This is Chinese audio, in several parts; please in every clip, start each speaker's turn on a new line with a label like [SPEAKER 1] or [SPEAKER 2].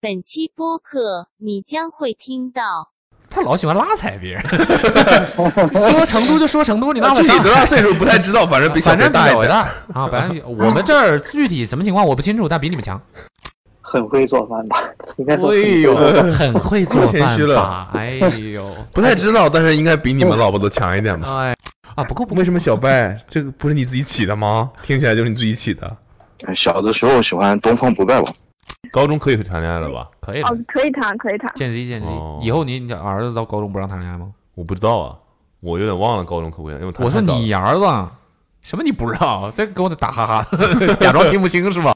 [SPEAKER 1] 本期播客你将会听到。
[SPEAKER 2] 他老喜欢拉踩别人， 说成都就说成都，你拉我
[SPEAKER 3] 啊具体
[SPEAKER 2] 上
[SPEAKER 3] 多
[SPEAKER 2] 海
[SPEAKER 3] 大岁数不太知道，反正比小
[SPEAKER 2] 反
[SPEAKER 3] 黑
[SPEAKER 2] 正比
[SPEAKER 3] 大一
[SPEAKER 2] 我
[SPEAKER 3] 点。
[SPEAKER 2] 大啊，反正比我们这儿具体什么情况我不清楚，但比你们强。
[SPEAKER 4] 很会做饭吧？ 应该说
[SPEAKER 2] 哎呦，很会做
[SPEAKER 3] 太 谦虚
[SPEAKER 2] 饭吧
[SPEAKER 3] 了？
[SPEAKER 2] 哎呦，
[SPEAKER 3] 不太知道，但是应该比你们老婆都强一点吧？
[SPEAKER 2] 哎啊，不够不够
[SPEAKER 3] 为什么小拜这个不是你自己起的吗？听起来就是你自己起的。
[SPEAKER 5] 小的时候喜欢东方不败吧，
[SPEAKER 3] 高中可以谈恋爱了吧？
[SPEAKER 2] 可以了
[SPEAKER 6] 哦，，可以谈，可以谈。
[SPEAKER 2] 见识一见识
[SPEAKER 3] 哦
[SPEAKER 2] 一。以后你你儿子到高中不让谈恋爱吗？
[SPEAKER 3] 我不知道啊，我有点忘了高中可不可以，因为我谈
[SPEAKER 2] 我说
[SPEAKER 3] 太早了
[SPEAKER 2] 你儿子，什么你不知道？再给我打哈 哈，假装听不清是吧？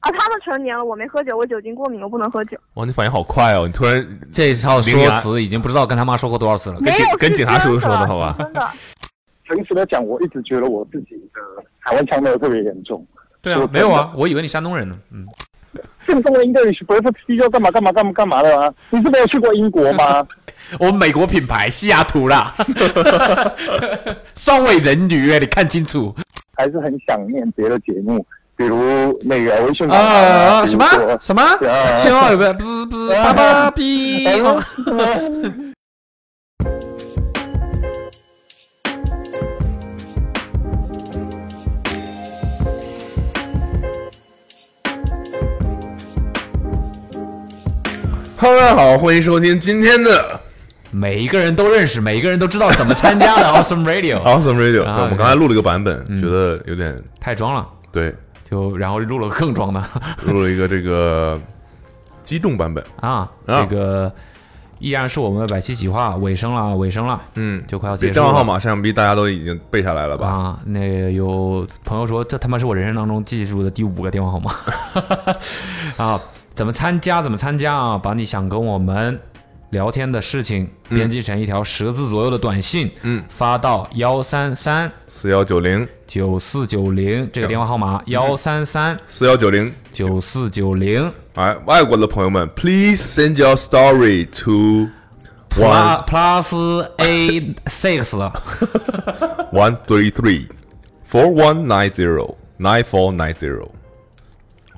[SPEAKER 6] 啊，他们成年了，我没喝酒，我酒精过敏，我不能喝酒。
[SPEAKER 3] 哇，你反应好快哦！你突然
[SPEAKER 2] 这套
[SPEAKER 3] 说
[SPEAKER 2] 说辞已经不知道跟他妈说过多少次了。
[SPEAKER 6] 没有，
[SPEAKER 3] 跟
[SPEAKER 6] 是
[SPEAKER 3] 警察叔叔
[SPEAKER 6] 真
[SPEAKER 3] 说的
[SPEAKER 6] 的
[SPEAKER 3] 好吧
[SPEAKER 6] 真的，
[SPEAKER 4] 诚实的讲，我一直觉得我自己的台湾腔没有特别严重。
[SPEAKER 2] 对
[SPEAKER 4] 啊
[SPEAKER 2] 啊，没有啊，我以为你山东人呢。嗯，
[SPEAKER 4] 这个中国 English 不是低调干嘛干嘛干嘛干嘛的吗？你是没有去过英国吗？
[SPEAKER 2] 我美国品牌西雅图啦，双尾人鱼哎，你看清楚
[SPEAKER 4] 还是很想念别的节目，比如那个微信
[SPEAKER 2] 啊！什么什么
[SPEAKER 4] 啊？
[SPEAKER 2] 信号有没有？不不不，叭叭哔。哦
[SPEAKER 3] Hello，大家好，欢迎收听今天的
[SPEAKER 2] 每一个人都认识，每一个人都知道怎么参加的 Awesome Radio。
[SPEAKER 3] Awesome Radio。
[SPEAKER 2] 啊
[SPEAKER 3] 对我们刚才录了一个版本，
[SPEAKER 2] 嗯
[SPEAKER 3] 觉得有点
[SPEAKER 2] 太装了，
[SPEAKER 3] 对，
[SPEAKER 2] 就然后录了个更 装的
[SPEAKER 3] 录了一个这个激动版本。
[SPEAKER 2] 啊，这个依然是我们的百期企划尾声了，啊尾声了。
[SPEAKER 3] 嗯，
[SPEAKER 2] 就快要
[SPEAKER 3] 这
[SPEAKER 2] 结束
[SPEAKER 3] 账
[SPEAKER 2] 了
[SPEAKER 3] 号码想必大家都已经背下来了吧？
[SPEAKER 2] 啊，那个有朋友说，这他妈是我人生当中记住的第五个电话号码啊！怎么参加？怎么参加啊？把你想跟我们聊天的事情
[SPEAKER 3] 嗯
[SPEAKER 2] 编辑成一条十字左右的短信，
[SPEAKER 3] 嗯，
[SPEAKER 2] 发到幺三三
[SPEAKER 3] 四幺九零
[SPEAKER 2] 九四九零这个电话号码，幺三三
[SPEAKER 3] 四幺九零。
[SPEAKER 2] 九四九零
[SPEAKER 3] 哎，外国的朋友们，Please send your story to one
[SPEAKER 2] plus a six
[SPEAKER 3] one three three four one nine zero nine four nine zero。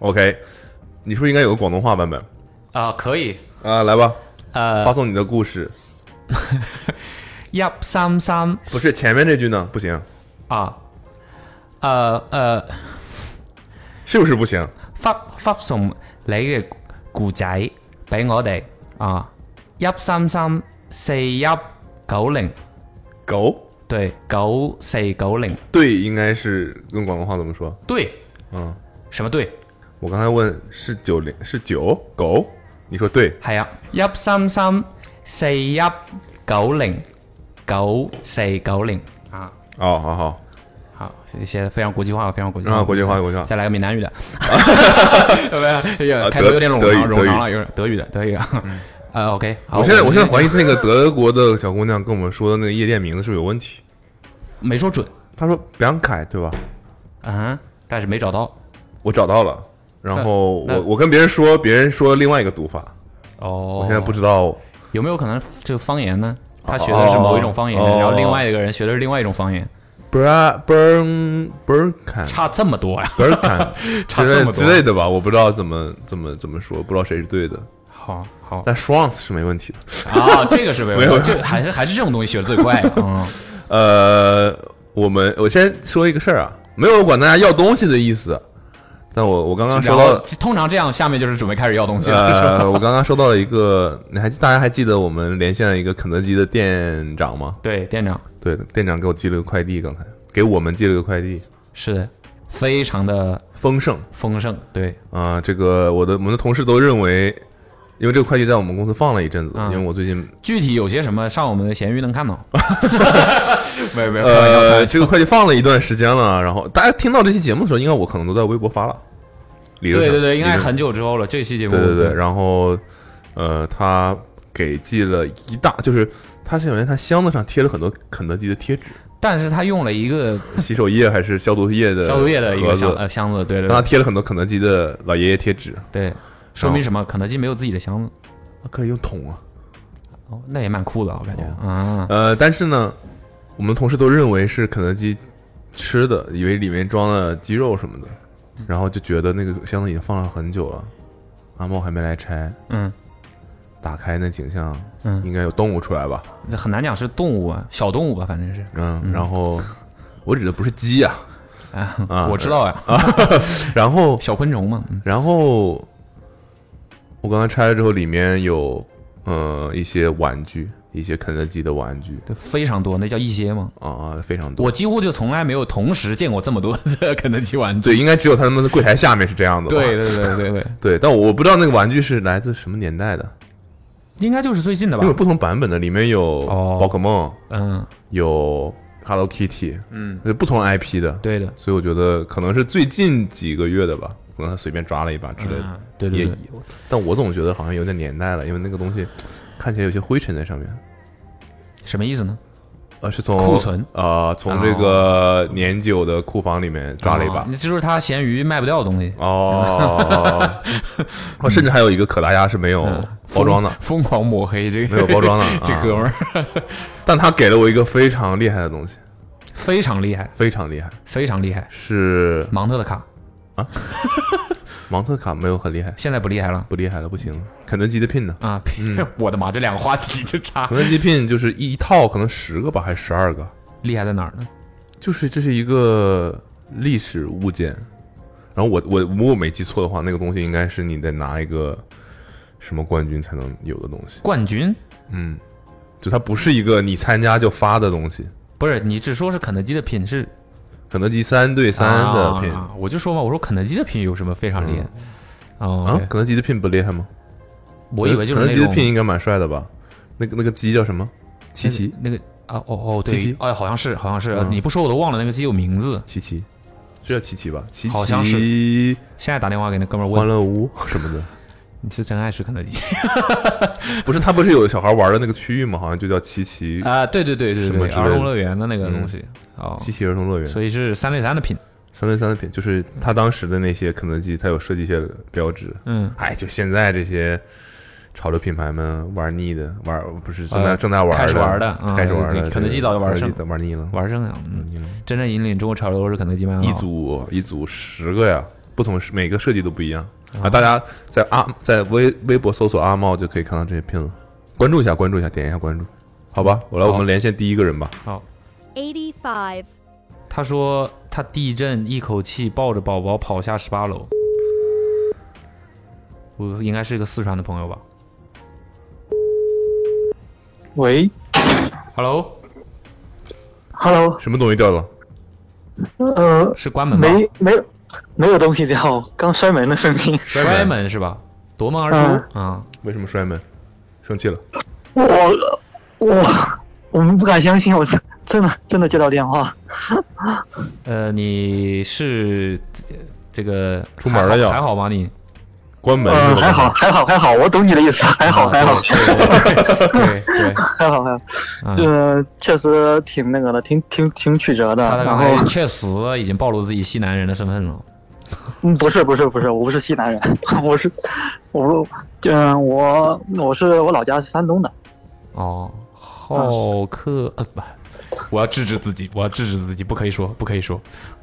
[SPEAKER 3] OK，你是不是应该有个广东话版本
[SPEAKER 2] 啊，可以。
[SPEAKER 3] 啊？来吧，
[SPEAKER 2] 呃
[SPEAKER 3] 发送你的故事。
[SPEAKER 2] 一三三
[SPEAKER 3] 不是前面这句呢？不行，
[SPEAKER 2] 啊，呃呃，
[SPEAKER 3] 是不是不行？
[SPEAKER 2] 發發送你嘅故仔俾我哋啊，一三三四一九零，
[SPEAKER 3] 狗
[SPEAKER 2] 對，九四九零，
[SPEAKER 3] 对，应该是用广东话怎么说？
[SPEAKER 2] 對，
[SPEAKER 3] 嗯，
[SPEAKER 2] 什麼對？
[SPEAKER 3] 我刚才问是九零是九狗，你说对，
[SPEAKER 2] 係啊，一三三四一九零，九四九零啊，
[SPEAKER 3] 哦，好好，
[SPEAKER 2] 好，寫得非常國際化，非常國際化，
[SPEAKER 3] 啊，国际化，国际化，
[SPEAKER 2] 再来个闽南语 的，有没有？
[SPEAKER 3] 啊
[SPEAKER 2] 开头
[SPEAKER 3] 德
[SPEAKER 2] 有点冗
[SPEAKER 3] 德语
[SPEAKER 2] 长，冗
[SPEAKER 3] 德
[SPEAKER 2] 长了，
[SPEAKER 3] 语嗯
[SPEAKER 2] 有点德语的，德语的。 呃，OK，好
[SPEAKER 3] 我现在我
[SPEAKER 2] 们
[SPEAKER 3] 现在怀疑那个德国的小姑娘跟我们说的那个夜店名字是不是有问题？
[SPEAKER 2] 没说准，
[SPEAKER 3] 她说比昂凯对吧？
[SPEAKER 2] 嗯哼，但是没找到。
[SPEAKER 3] 我找到了，然后
[SPEAKER 2] 嗯那
[SPEAKER 3] 我我跟别人说，别人说另外一个读法，
[SPEAKER 2] 哦，
[SPEAKER 3] 我现在不知道。
[SPEAKER 2] 有没有可能这个方言呢？他学的是某一种方言，
[SPEAKER 3] 哦
[SPEAKER 2] 然后另外一个人学的是另外一种方言，
[SPEAKER 3] bra burn burn 看
[SPEAKER 2] 差这么多呀、
[SPEAKER 3] burn 看
[SPEAKER 2] 差
[SPEAKER 3] 之
[SPEAKER 2] 这
[SPEAKER 3] 类
[SPEAKER 2] 么多
[SPEAKER 3] 之类的吧，我不知道怎么怎么怎么说，不知道谁是对的。
[SPEAKER 2] 好好
[SPEAKER 3] 但 Schwanz 是没问题的。
[SPEAKER 2] 啊，这个是 没有，
[SPEAKER 3] 没有
[SPEAKER 2] 这还是还是这种东西学的最快。 嗯，
[SPEAKER 3] 呃，我们我先说一个事儿啊，没有管大家要东西的意思，但我我刚刚收
[SPEAKER 2] 然
[SPEAKER 3] 到
[SPEAKER 2] 后通常这样，下面就是准备开始要东西了，是吧？
[SPEAKER 3] 呃，我刚刚收到了一个，你还大家还记得我们连线了一个肯德基的店长吗？
[SPEAKER 2] 对，店长
[SPEAKER 3] 对，店长给我寄了个快递，刚才给我们寄了个快递，
[SPEAKER 2] 是的非常的
[SPEAKER 3] 丰盛
[SPEAKER 2] 丰盛，对，
[SPEAKER 3] 啊、这个我的我们的同事都认为，因为这个快递在我们公司放了一阵子，
[SPEAKER 2] 嗯
[SPEAKER 3] 因为我最近
[SPEAKER 2] 具体有些什么，上我们的闲鱼能看 到。没有没有，开玩笑开
[SPEAKER 3] 呃，
[SPEAKER 2] 玩笑
[SPEAKER 3] 这个快递放了一段时间了，然后大家听到这期节目的时候，应该我可能都在微博发了，理论
[SPEAKER 2] 对
[SPEAKER 3] 上
[SPEAKER 2] 对对，应该
[SPEAKER 3] 理论上
[SPEAKER 2] 很久之后了。这期节目
[SPEAKER 3] 对对对，然后呃，他给寄了一大，就是他首先他箱子上贴了很多肯德基的贴纸。
[SPEAKER 2] 但是他用了一个
[SPEAKER 3] 洗手液还是消毒液的
[SPEAKER 2] 消毒液的一个
[SPEAKER 3] 盒
[SPEAKER 2] 箱
[SPEAKER 3] 子，
[SPEAKER 2] 呃箱子，对对
[SPEAKER 3] 让他
[SPEAKER 2] 对
[SPEAKER 3] 贴了很多肯德基的老爷爷贴纸，啊
[SPEAKER 2] 对，说明什么？肯德基没有自己的箱子，
[SPEAKER 3] 可以用桶啊。
[SPEAKER 2] 哦，那也蛮酷的，我感觉啊，
[SPEAKER 3] 呃，但是呢，我们同事都认为是肯德基吃的，以为里面装了鸡肉什么的，然后就觉得那个箱子已经放了很久了。阿茂还没来拆，
[SPEAKER 2] 嗯，
[SPEAKER 3] 打开那景象，
[SPEAKER 2] 嗯
[SPEAKER 3] 应该有动物出来吧？
[SPEAKER 2] 那很难讲是动物啊，小动物吧，反正是
[SPEAKER 3] 嗯，然后我指的不是鸡呀、
[SPEAKER 2] 啊，
[SPEAKER 3] 啊
[SPEAKER 2] 我知道呀，
[SPEAKER 3] 然后
[SPEAKER 2] 小昆虫嘛，嗯
[SPEAKER 3] 然后我刚才拆了之后，里面有呃一些玩具，一些肯德基的玩具
[SPEAKER 2] 对，非常多，那叫一些嘛。
[SPEAKER 3] 啊、非常多。
[SPEAKER 2] 我几乎就从来没有同时见过这么多的肯德基玩具。
[SPEAKER 3] 对，应该只有他们的柜台下面是这样的吧。
[SPEAKER 2] 对对对对对，
[SPEAKER 3] 对，但我不知道那个玩具是来自什么年代的，
[SPEAKER 2] 应该就是最近的
[SPEAKER 3] 因
[SPEAKER 2] 吧
[SPEAKER 3] 为有？不同版本的，里面有
[SPEAKER 2] 哦
[SPEAKER 3] 宝可梦，
[SPEAKER 2] 嗯
[SPEAKER 3] 有 Hello Kitty，
[SPEAKER 2] 嗯，
[SPEAKER 3] 有不同 IP 的。，
[SPEAKER 2] 对的，
[SPEAKER 3] 所以我觉得可能是最近几个月的吧，可能他随便抓了一把之类的。
[SPEAKER 2] 嗯对对
[SPEAKER 3] 也
[SPEAKER 2] 对，
[SPEAKER 3] 但我总觉得好像有点年代了，因为那个东西看起来有些灰尘在上面。
[SPEAKER 2] 什么意思呢？
[SPEAKER 3] 呃，是从
[SPEAKER 2] 库存
[SPEAKER 3] 呃，从这个年久的库房里面抓了一把
[SPEAKER 2] 哦这就是他咸鱼卖不掉的东西，
[SPEAKER 3] 哦，哦甚至还有一个可达鸭是没有包装的，
[SPEAKER 2] 疯狂抹黑这个
[SPEAKER 3] 没有包装的
[SPEAKER 2] 嗯 这
[SPEAKER 3] 啊
[SPEAKER 2] 哥们儿
[SPEAKER 3] 但他给了我一个非常厉害的东西，
[SPEAKER 2] 非常厉害，
[SPEAKER 3] 非常厉害，
[SPEAKER 2] 非常厉害。
[SPEAKER 3] 是
[SPEAKER 2] 芒特的卡
[SPEAKER 3] 芒特卡没有很厉害，
[SPEAKER 2] 现在不厉害了
[SPEAKER 3] 不厉害了，不行了，肯德基的 pin 呢？
[SPEAKER 2] 啊！
[SPEAKER 3] 嗯
[SPEAKER 2] 我的妈，这两个话题就差
[SPEAKER 3] 肯德基 pin 就是一套可能十个吧，还是十二个，
[SPEAKER 2] 厉害在哪儿呢？
[SPEAKER 3] 就是这是一个历史物件。然后我我如果没记错的话，那个东西应该是你得拿一个什么冠军才能有的东西。
[SPEAKER 2] 冠军
[SPEAKER 3] 嗯，就它不是一个你参加就发的东西。
[SPEAKER 2] 不是你只说是肯德基的品是
[SPEAKER 3] 肯德基三对三的 pin
[SPEAKER 2] 啊，我就说嘛，我说肯德基的品有什么非常厉害？
[SPEAKER 3] 啊
[SPEAKER 2] 哦，，
[SPEAKER 3] 肯德基的 pin 不厉害吗？
[SPEAKER 2] 我以为就是
[SPEAKER 3] 肯德
[SPEAKER 2] 那
[SPEAKER 3] 基的 pin
[SPEAKER 2] 种
[SPEAKER 3] 应该蛮帅的吧？那个那个鸡叫什么？琪琪，
[SPEAKER 2] 那个啊，哦哦，对
[SPEAKER 3] 琪琪，
[SPEAKER 2] 哎，好像是，好像是，
[SPEAKER 3] 嗯
[SPEAKER 2] 你不说我都忘了那个鸡有名字。
[SPEAKER 3] 琪琪，是叫琪琪吧？琪琪，
[SPEAKER 2] 好像是现在打电话给那哥们儿
[SPEAKER 3] 欢
[SPEAKER 2] 问，
[SPEAKER 3] 乐屋 什么的，
[SPEAKER 2] 你是真爱吃肯德 基
[SPEAKER 3] 不是他不是有小孩玩的那个区域吗？好像就叫琪琪
[SPEAKER 2] 啊？对对对对
[SPEAKER 3] 什么
[SPEAKER 2] 对，
[SPEAKER 3] 之类的嗯
[SPEAKER 2] 儿童乐园的那个东西哦，
[SPEAKER 3] 琪琪儿童乐园。
[SPEAKER 2] 所以是三对三的品，
[SPEAKER 3] 三对三的品，就是他当时的那些肯德基，他有设计一些标志。
[SPEAKER 2] 嗯，
[SPEAKER 3] 哎，就现在这些潮流品牌们玩腻的，玩不是正在、
[SPEAKER 2] 呃
[SPEAKER 3] 正在玩
[SPEAKER 2] 开始玩的
[SPEAKER 3] 的
[SPEAKER 2] 嗯，
[SPEAKER 3] 开始玩
[SPEAKER 2] 对
[SPEAKER 3] 的，
[SPEAKER 2] 肯德基早就玩
[SPEAKER 3] 玩
[SPEAKER 2] 剩
[SPEAKER 3] 玩腻了。
[SPEAKER 2] 玩剩下，嗯，真正引领中国潮流是肯德基麦当劳啊
[SPEAKER 3] 一组一组十个呀，不同每个设计都不一样啊！大家在阿在微微博搜索阿茂就可以看到这些片了，关注一下，关注一下，点一下关注，好吧？我来，
[SPEAKER 2] 好
[SPEAKER 3] 我们连线第一个人吧。
[SPEAKER 2] 好。
[SPEAKER 7] Eighty five.
[SPEAKER 2] 他说他地震一口气抱着宝宝跑下十八楼，我应该是一个四川的朋友吧
[SPEAKER 8] 喂
[SPEAKER 2] ？Hello，
[SPEAKER 8] ，Hello，
[SPEAKER 3] 什么东西掉了？
[SPEAKER 8] 呃，
[SPEAKER 2] 是关门吗？
[SPEAKER 8] 没没有没有东西掉，刚摔门的声音。
[SPEAKER 2] 摔门是吧？夺门而出啊！
[SPEAKER 3] 为什么摔门？生气了？
[SPEAKER 8] 我我我们不敢相信，我真真的真的接到电话。
[SPEAKER 2] 呃，你是这这个
[SPEAKER 3] 出门了要
[SPEAKER 2] 还好还好吗？你
[SPEAKER 3] 关门是
[SPEAKER 8] 嗯，
[SPEAKER 3] 吧？
[SPEAKER 8] 还好还好还好，我懂你的意思，还好还好
[SPEAKER 2] 啊对对对 对，
[SPEAKER 8] 还好还好，
[SPEAKER 2] 嗯，
[SPEAKER 8] 呃，确实挺那个的，挺挺挺曲折的。
[SPEAKER 2] 他
[SPEAKER 8] 然
[SPEAKER 2] 刚
[SPEAKER 8] 后
[SPEAKER 2] 才确实已经暴露自己西南人的身份了。
[SPEAKER 8] 嗯，不是不是不是，我不是西南人， 我是我嗯、我我是我老家是山东的。
[SPEAKER 2] 哦，好客呃不，我要制止自己，我要制止自己，不可以说，不可以说。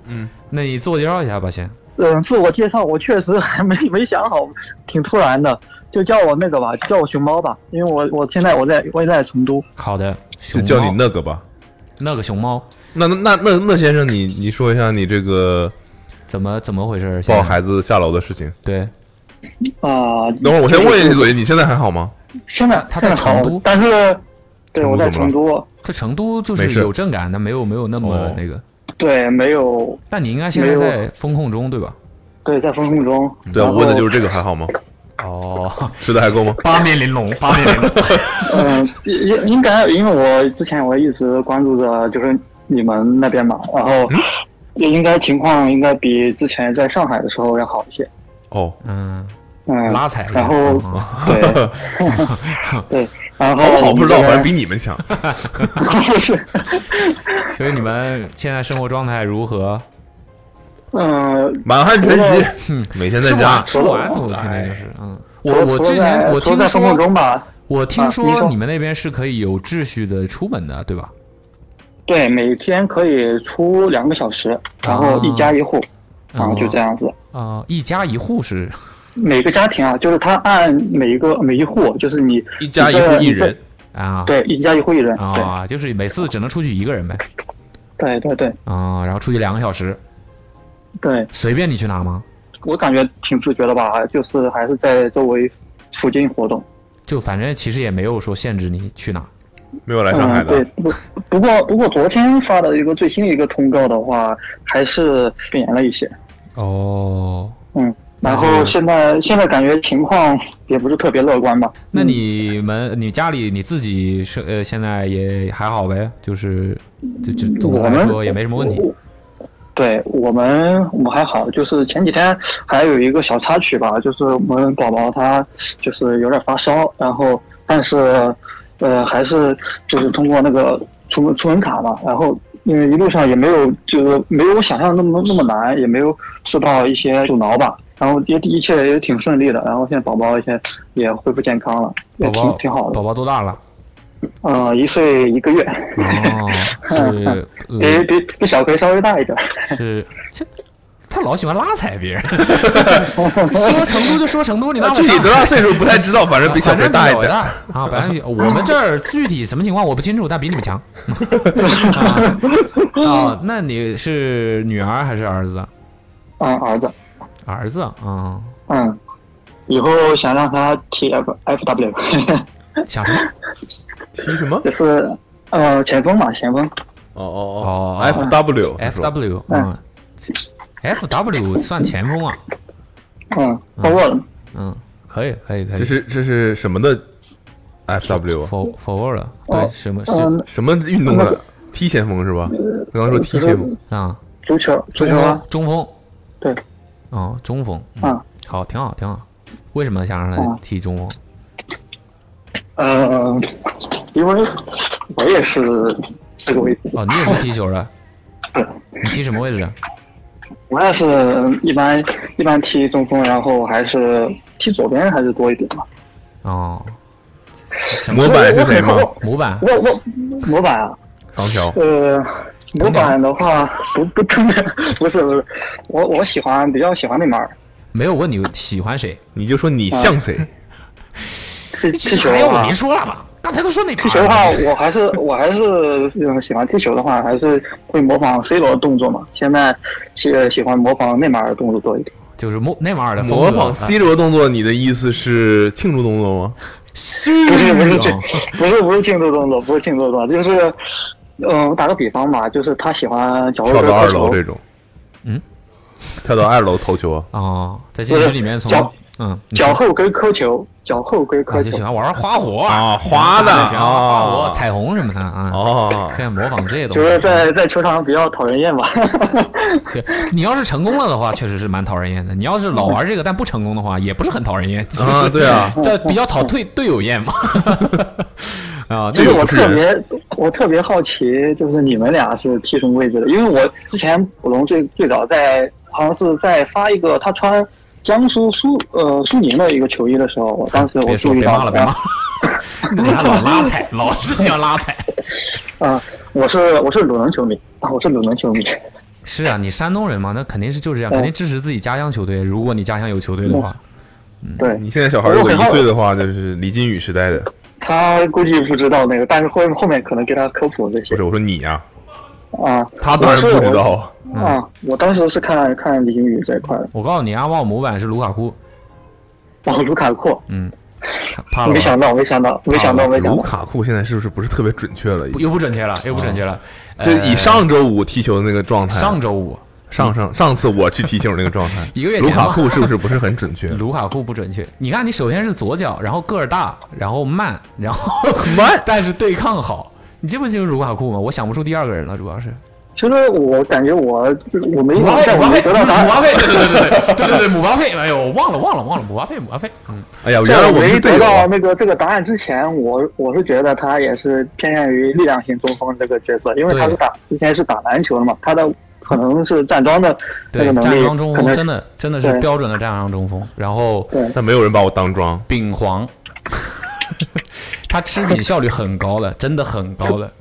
[SPEAKER 3] 嗯，
[SPEAKER 2] 那你自我介绍一下吧，先。
[SPEAKER 8] 嗯，自我介绍我确实还没 没想好，挺突然的，就叫我那个吧，叫我熊猫吧，因为我我现在我在我也在成都，
[SPEAKER 2] 好的，
[SPEAKER 3] 就
[SPEAKER 2] 熊猫
[SPEAKER 3] 叫你那个吧。
[SPEAKER 2] 那个熊猫
[SPEAKER 3] 那那那那那先生，你你说一下你这个
[SPEAKER 2] 怎么怎么回事？现
[SPEAKER 3] 抱
[SPEAKER 2] 在
[SPEAKER 3] 孩子下楼的事情。
[SPEAKER 2] 对，
[SPEAKER 8] 啊、
[SPEAKER 3] 等会儿我先问一嘴，你现在还好吗？
[SPEAKER 8] 现在
[SPEAKER 2] 他
[SPEAKER 8] 现
[SPEAKER 2] 在
[SPEAKER 8] 在好
[SPEAKER 2] 成都，
[SPEAKER 8] 但是
[SPEAKER 3] 成
[SPEAKER 8] 对
[SPEAKER 3] 都
[SPEAKER 8] 我在
[SPEAKER 3] 怎么
[SPEAKER 8] 成都，
[SPEAKER 2] 这成都就
[SPEAKER 3] 没
[SPEAKER 2] 是
[SPEAKER 3] 事
[SPEAKER 2] 有震感，但没有没有那么
[SPEAKER 3] 哦
[SPEAKER 2] 那个。
[SPEAKER 8] 对没有
[SPEAKER 2] 但你应该现在在风控中对吧？
[SPEAKER 8] 对在风控中，
[SPEAKER 3] 对啊，
[SPEAKER 8] 然
[SPEAKER 3] 我问的
[SPEAKER 8] 后
[SPEAKER 3] 就是这个还好吗？
[SPEAKER 2] 哦，
[SPEAKER 3] 吃的还够吗？
[SPEAKER 2] 八面玲珑，八面玲珑。
[SPEAKER 8] 嗯，应应该，因为我之前我一直关注着就是你们那边嘛，然后
[SPEAKER 3] 嗯
[SPEAKER 8] 也应该情况应该比之前在上海的时候要好一些。
[SPEAKER 3] 哦，
[SPEAKER 2] 嗯，
[SPEAKER 8] 嗯，
[SPEAKER 2] 拉踩一下。
[SPEAKER 8] 然后
[SPEAKER 2] 嗯
[SPEAKER 8] 对 对，然后
[SPEAKER 3] 好不好不知道，
[SPEAKER 8] 你
[SPEAKER 3] 反
[SPEAKER 8] 们
[SPEAKER 3] 正比你们强。
[SPEAKER 8] 不 是，
[SPEAKER 2] 所以你们现在生活状态如何？
[SPEAKER 8] 嗯，
[SPEAKER 3] 满汉全席，每天在
[SPEAKER 2] 吃
[SPEAKER 3] 家
[SPEAKER 2] 完吃完，我天天就是嗯。
[SPEAKER 8] 哎除
[SPEAKER 2] 我
[SPEAKER 8] 了
[SPEAKER 2] 我
[SPEAKER 8] 除了
[SPEAKER 2] 之前
[SPEAKER 8] 在
[SPEAKER 2] 我
[SPEAKER 8] 除了
[SPEAKER 2] 听
[SPEAKER 8] 在风控
[SPEAKER 2] 说
[SPEAKER 8] 中吧，
[SPEAKER 2] 我听
[SPEAKER 8] 啊你
[SPEAKER 2] 说
[SPEAKER 8] 说
[SPEAKER 2] 你们那边是可以有秩序的出门的，对吧？
[SPEAKER 8] 对，每天可以出两个小时，然后一家一户，然后就这样子。
[SPEAKER 2] 啊、一家一户是
[SPEAKER 8] 每个家庭啊，就是他按每一个每一户，就是你
[SPEAKER 3] 一家一户一人，
[SPEAKER 2] 啊，
[SPEAKER 8] 对一家一户一人，
[SPEAKER 2] 啊、就是每次只能出去一个人呗
[SPEAKER 8] 对对对对
[SPEAKER 2] 啊、然后出去两个小时，
[SPEAKER 8] 对，
[SPEAKER 2] 随便你去拿吗？
[SPEAKER 8] 我感觉挺自觉的吧，就是还是在周围附近活动。
[SPEAKER 2] 就反正其实也没有说限制你去哪，
[SPEAKER 3] 没有来上海
[SPEAKER 8] 嗯、对
[SPEAKER 3] 的，，
[SPEAKER 8] 不不过不过昨天发的一个最新的一个通告的话，还是变严了一些。
[SPEAKER 2] 哦，
[SPEAKER 8] 嗯，然
[SPEAKER 2] 那是
[SPEAKER 8] 后现在现在感觉情况也不是特别乐观吧。
[SPEAKER 2] 那你们你家里你自己是呃现在也还好呗，就是就就总的
[SPEAKER 8] 我
[SPEAKER 2] 来
[SPEAKER 8] 们
[SPEAKER 2] 说也没什么问题。
[SPEAKER 8] 我对我们，我们还好，就是前几天还有一个小插曲吧，就是我们宝宝他就是有点发烧，然后但是呃还是就是通过那个出门出门卡嘛，然后因为一路上也没有就是没有我想象的那么那么难，也没有受到一些阻挠吧，然后也一切也挺顺利的，然后现在宝宝现在也恢复健康了，也
[SPEAKER 2] 宝
[SPEAKER 8] 挺
[SPEAKER 2] 宝
[SPEAKER 8] 挺好的
[SPEAKER 2] 宝，宝多大 了？
[SPEAKER 8] 嗯、一岁一个月，
[SPEAKER 2] 哦， 是
[SPEAKER 8] 比
[SPEAKER 2] 嗯
[SPEAKER 8] 比比小葵稍微大一点。
[SPEAKER 2] 呃是这。他老喜欢拉踩 别人，说成都就说成都，你拉我
[SPEAKER 3] 具体
[SPEAKER 2] 上
[SPEAKER 3] 多大岁数不太知道，反正比小
[SPEAKER 2] 反
[SPEAKER 3] 哥
[SPEAKER 2] 正
[SPEAKER 3] 大一
[SPEAKER 2] 我
[SPEAKER 3] 点。
[SPEAKER 2] 大啊，反正比我们这儿具体什么情况我不清楚，但比你们强。啊啊，那你是女儿还是儿子？
[SPEAKER 8] 嗯，儿子，
[SPEAKER 2] 儿子啊，
[SPEAKER 8] 嗯，以后想让他 T F F W，
[SPEAKER 2] 想什么？
[SPEAKER 3] 踢什么？
[SPEAKER 8] 就是呃前锋嘛，前锋，
[SPEAKER 3] 哦
[SPEAKER 2] 哦
[SPEAKER 3] 哦哦，F W
[SPEAKER 2] F W 啊，F W 算前锋啊，
[SPEAKER 8] 嗯，包括了，
[SPEAKER 2] 嗯，可以可以可以，
[SPEAKER 3] 这是这是什么的 F W 啊？
[SPEAKER 2] for forward 了
[SPEAKER 8] 哦
[SPEAKER 2] 对什么
[SPEAKER 8] 嗯
[SPEAKER 2] 是，
[SPEAKER 3] 什么运动
[SPEAKER 8] 那
[SPEAKER 3] 的
[SPEAKER 8] 个？
[SPEAKER 3] 踢前锋是吧？刚刚说踢前锋，
[SPEAKER 2] 啊
[SPEAKER 8] 足球，足
[SPEAKER 2] 中
[SPEAKER 8] 球啊
[SPEAKER 2] 锋，中锋
[SPEAKER 8] 对，
[SPEAKER 2] 哦中锋嗯
[SPEAKER 8] 嗯，
[SPEAKER 2] 好挺好挺好，为什么想让他
[SPEAKER 8] 嗯
[SPEAKER 2] 踢中锋？
[SPEAKER 8] 呃，因为我也是这个位置，
[SPEAKER 2] 哦，你也是踢球的，你踢什么位置？啊
[SPEAKER 8] 我也是一般一般踢中锋，然后还是踢左边还是多一点嘛。
[SPEAKER 2] 哦，什么
[SPEAKER 3] 模板是谁吗？
[SPEAKER 2] 模板
[SPEAKER 8] 我我模板啊，
[SPEAKER 3] 长条。
[SPEAKER 8] 呃，模
[SPEAKER 2] 等等
[SPEAKER 8] 板的话不不不是不是，我我喜欢比较喜欢内马尔，
[SPEAKER 2] 没有问你喜欢谁，
[SPEAKER 3] 你就说你像谁？
[SPEAKER 8] 踢踢球
[SPEAKER 2] 还要我
[SPEAKER 8] 啊
[SPEAKER 2] 没说了吧？刚才都说那
[SPEAKER 8] 踢球的话，我还是我还是呃喜欢踢球的话，还是会模仿 C 罗的动作嘛。现在喜喜欢模仿内马尔的动作多一点。
[SPEAKER 2] 就是模内马尔的风格
[SPEAKER 3] 模仿 C 罗动作，你的意思是庆祝动作吗？哎
[SPEAKER 8] 不
[SPEAKER 2] 是
[SPEAKER 8] 是不是这，不是不是庆祝动作，不是庆祝动作，就是，嗯，我打个比方吧，就是他喜欢脚后
[SPEAKER 3] 跳
[SPEAKER 8] 跟
[SPEAKER 3] 到二
[SPEAKER 8] 投
[SPEAKER 3] 楼
[SPEAKER 8] 球，
[SPEAKER 3] 这种，
[SPEAKER 2] 嗯，
[SPEAKER 3] 跳到二楼投球啊？
[SPEAKER 2] 哦，在禁区里面从
[SPEAKER 8] 不是脚
[SPEAKER 2] 嗯你说
[SPEAKER 8] 脚后跟磕球，脚后跟
[SPEAKER 2] 啊
[SPEAKER 8] 磕
[SPEAKER 2] 就
[SPEAKER 8] 球
[SPEAKER 2] 喜，欢玩花活
[SPEAKER 3] 啊花的
[SPEAKER 2] 嗯喜欢玩花活
[SPEAKER 3] 哦
[SPEAKER 2] 彩虹什么的啊。
[SPEAKER 3] 哦
[SPEAKER 2] 现，在模仿这些东
[SPEAKER 8] 就是
[SPEAKER 2] 西，
[SPEAKER 8] 在在球场上比较讨人厌吧。
[SPEAKER 2] 是你要是成功了的话，确实是蛮讨人厌的。你要是老玩这个但不成功的话，也不是很讨人厌。其
[SPEAKER 3] 啊
[SPEAKER 2] 实，
[SPEAKER 3] 对啊，
[SPEAKER 2] 这比较讨队队友 厌嘛。啊，
[SPEAKER 8] 就是
[SPEAKER 3] 这个
[SPEAKER 8] 我特
[SPEAKER 3] 不是
[SPEAKER 8] 别，我特别好奇，就是你们俩是踢什么位置的？因为我之前捕龙最最早在好像是在发一个他穿江苏苏呃苏宁的一个球衣的时候，我当时我
[SPEAKER 2] 别说
[SPEAKER 8] 注意
[SPEAKER 2] 别
[SPEAKER 8] 到
[SPEAKER 2] 骂了，别啊骂了， 你还老拉踩，老是想拉踩。
[SPEAKER 8] 啊、我是我是鲁能球迷啊，我是鲁能球迷。
[SPEAKER 2] 是啊，你山东人嘛，那肯定是就是这样，
[SPEAKER 8] 嗯
[SPEAKER 2] 肯定支持自己家乡球队。如果你家乡有球队的话，
[SPEAKER 8] 对
[SPEAKER 3] 你现在小孩如果一岁的话，就是李金羽时代的，
[SPEAKER 8] 他估计不知道那个，但是后后面可能给他科普这些
[SPEAKER 3] 不是我说你呀，
[SPEAKER 8] 啊。
[SPEAKER 3] 他当然不知道。
[SPEAKER 8] 我是我啊，我当时是看看李金羽这一块的，
[SPEAKER 2] 我告诉你，阿茂模板是卢卡库，
[SPEAKER 8] 然后卢卡库，
[SPEAKER 2] 嗯，怕了
[SPEAKER 8] 没
[SPEAKER 2] 吧？
[SPEAKER 8] 想到，没想到，没想到，没想
[SPEAKER 3] 卢
[SPEAKER 8] 到，
[SPEAKER 3] 卡库现在是不是不是特别准确了？
[SPEAKER 2] 不又不准确了，又不准确了。
[SPEAKER 3] 就
[SPEAKER 2] 呃
[SPEAKER 3] 以上周五踢球的那个状态，啊
[SPEAKER 2] 上周五，，
[SPEAKER 3] 上上上次我去踢球那个状态
[SPEAKER 2] 一个月前
[SPEAKER 3] 卢卡
[SPEAKER 2] 吧
[SPEAKER 3] 库是不是不是很准 确？
[SPEAKER 2] 卢卡库不准确。你看，你首先是左脚，然后个儿大，然后慢，然后
[SPEAKER 3] 慢，
[SPEAKER 2] 但是对抗好。你记不记得卢卡库吗？我想不出第二个人了，主要是
[SPEAKER 8] 其实我感觉我我没
[SPEAKER 2] 姆巴佩，
[SPEAKER 8] 在
[SPEAKER 2] 姆
[SPEAKER 8] 我
[SPEAKER 2] 巴
[SPEAKER 8] 没
[SPEAKER 2] 佩，
[SPEAKER 8] 得到答案
[SPEAKER 2] 姆。巴佩，对对对对对对对对，姆巴佩，哎呦，我忘了忘了忘了，姆巴佩，姆巴佩，嗯，
[SPEAKER 3] 哎呀，原
[SPEAKER 8] 在
[SPEAKER 3] 来
[SPEAKER 8] 我
[SPEAKER 3] 们
[SPEAKER 8] 没
[SPEAKER 3] 是队
[SPEAKER 8] 得
[SPEAKER 3] 友
[SPEAKER 8] 到
[SPEAKER 3] 啊。
[SPEAKER 8] 那个这个答案之前，我我是觉得他也是偏向于力量型中锋这个角色，因为他是打之前是打篮球的嘛，他的可能是站桩的那
[SPEAKER 2] 对
[SPEAKER 8] 个，能
[SPEAKER 2] 站
[SPEAKER 8] 力
[SPEAKER 2] 桩中
[SPEAKER 8] 可
[SPEAKER 2] 锋
[SPEAKER 8] 能
[SPEAKER 2] 真
[SPEAKER 8] 是
[SPEAKER 2] 的真的是
[SPEAKER 8] 对
[SPEAKER 2] 标准的站桩中锋，然后
[SPEAKER 8] 对
[SPEAKER 3] 但没有人把我当庄，
[SPEAKER 2] 饼皇，他吃饼效率很高的，真的很高的。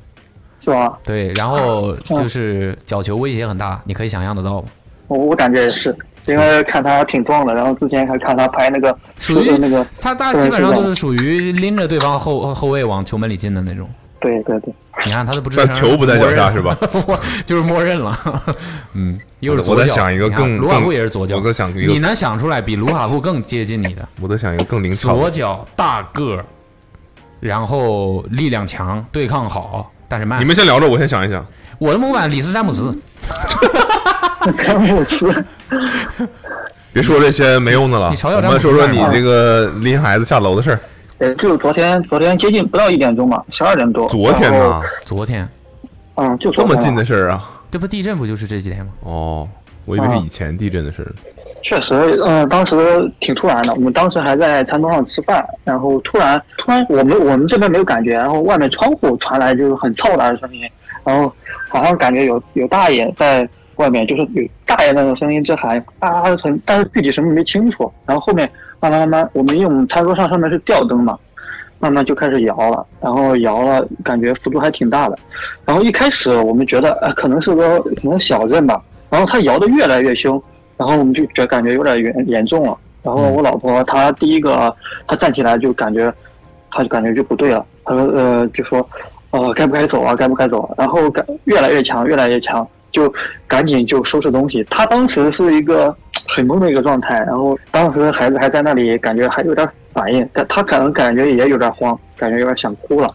[SPEAKER 8] 是吧？嗯
[SPEAKER 2] 对，然后就是角球威胁很大，你可以想象得到吗？
[SPEAKER 8] 我我感觉也是，因为看他挺壮的，然后之前还看他拍那个
[SPEAKER 2] 属于
[SPEAKER 8] 是那个，
[SPEAKER 2] 他大基本上都是属于拎着对方后后卫往球门里进的那种。
[SPEAKER 8] 对对对，
[SPEAKER 2] 你看他都不是，
[SPEAKER 3] 但球不在脚下是吧？
[SPEAKER 2] 我就是默认了。嗯，又是左
[SPEAKER 3] 我
[SPEAKER 2] 脚。
[SPEAKER 3] 在想一个
[SPEAKER 2] 你看
[SPEAKER 3] 更
[SPEAKER 2] 卢卡库
[SPEAKER 3] 更
[SPEAKER 2] 也是左脚。
[SPEAKER 3] 我在想一
[SPEAKER 2] 你
[SPEAKER 3] 个，
[SPEAKER 2] 能想出来比卢卡库更接近你的
[SPEAKER 3] 我在想一个更灵巧
[SPEAKER 2] 左
[SPEAKER 3] 的。
[SPEAKER 2] 脚大个儿，然后力量强，对抗好，但是慢。
[SPEAKER 3] 你们先聊着，我先想一想。
[SPEAKER 2] 我的模板里斯詹姆斯，
[SPEAKER 8] 詹姆斯，
[SPEAKER 3] 别说这些没用的了，
[SPEAKER 2] 你嘲笑
[SPEAKER 3] 我
[SPEAKER 2] 詹姆
[SPEAKER 3] 们
[SPEAKER 2] 斯
[SPEAKER 3] 说说
[SPEAKER 2] 干
[SPEAKER 3] 你
[SPEAKER 2] 什么
[SPEAKER 3] 这个拎孩子下楼的事儿。
[SPEAKER 8] 也就昨天昨天接近不到一点钟嘛，十二点多。
[SPEAKER 3] 昨天
[SPEAKER 8] 然后
[SPEAKER 3] 呢？
[SPEAKER 2] 昨天
[SPEAKER 8] 嗯，就
[SPEAKER 3] 这
[SPEAKER 8] 哦昨
[SPEAKER 3] 么
[SPEAKER 8] 天
[SPEAKER 3] 近
[SPEAKER 8] 嘛
[SPEAKER 3] 的事儿啊？
[SPEAKER 2] 这不地震不就是这几天吗？
[SPEAKER 3] 哦，我以为是以前地震的事儿。
[SPEAKER 8] 确实，嗯、当时挺突然的。我们当时还在餐桌上吃饭，然后突然突然我们我们这边没有感觉，然后外面窗户传来就是很嘈杂的声音，然后好像感觉有有大爷在外面，就是有大爷那种声音之喊啊的声，但是具体什么没清楚。然后后面慢慢慢慢，我们因为我们餐桌上上面是吊灯嘛，慢慢就开始摇了，然后摇了，感觉幅度还挺大的。然后一开始我们觉得呃可能是个可能小震吧，然后它摇得越来越凶，然后我们就觉感觉有点严严重了。然后我老婆她第一个她站起来就感觉，她就感觉就不对了，她说呃就说，呃该不该走啊该不该走、啊？然后感越来越强越来越强，就赶紧就收拾东西。她当时是一个很懵的一个状态，然后当时孩子还在那里感觉还有点反应，但她可能感觉也有点慌，感觉有点想哭了。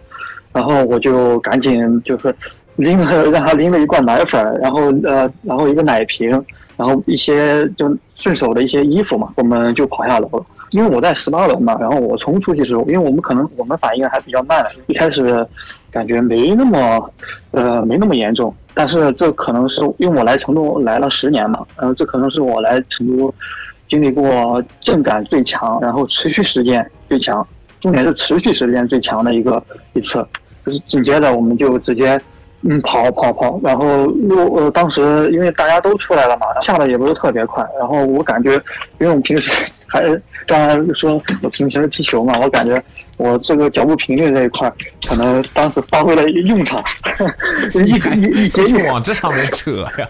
[SPEAKER 8] 然后我就赶紧就是拎了让他拎了一罐奶粉，然后呃，然后一个奶瓶，然后一些就顺手的一些衣服嘛，我们就跑下楼了。因为我在十八楼嘛，然后我冲出去的时候，因为我们可能我们反应还比较慢，一开始感觉没那么，呃，没那么严重。但是这可能是因为我来成都来了十年嘛，然后这可能是我来成都经历过震感最强，然后持续时间最强，重点是持续时间最强的一个一次。就是紧接着我们就直接嗯跑跑跑，然后路呃当时因为大家都出来了嘛，下的也不是特别快，然后我感觉因为我们平时还刚才说我平时踢球嘛，我感觉我这个脚步频率这一块儿可能当时发挥了用场， 一一一节
[SPEAKER 2] 就
[SPEAKER 8] 一
[SPEAKER 2] 往这上面扯 呀！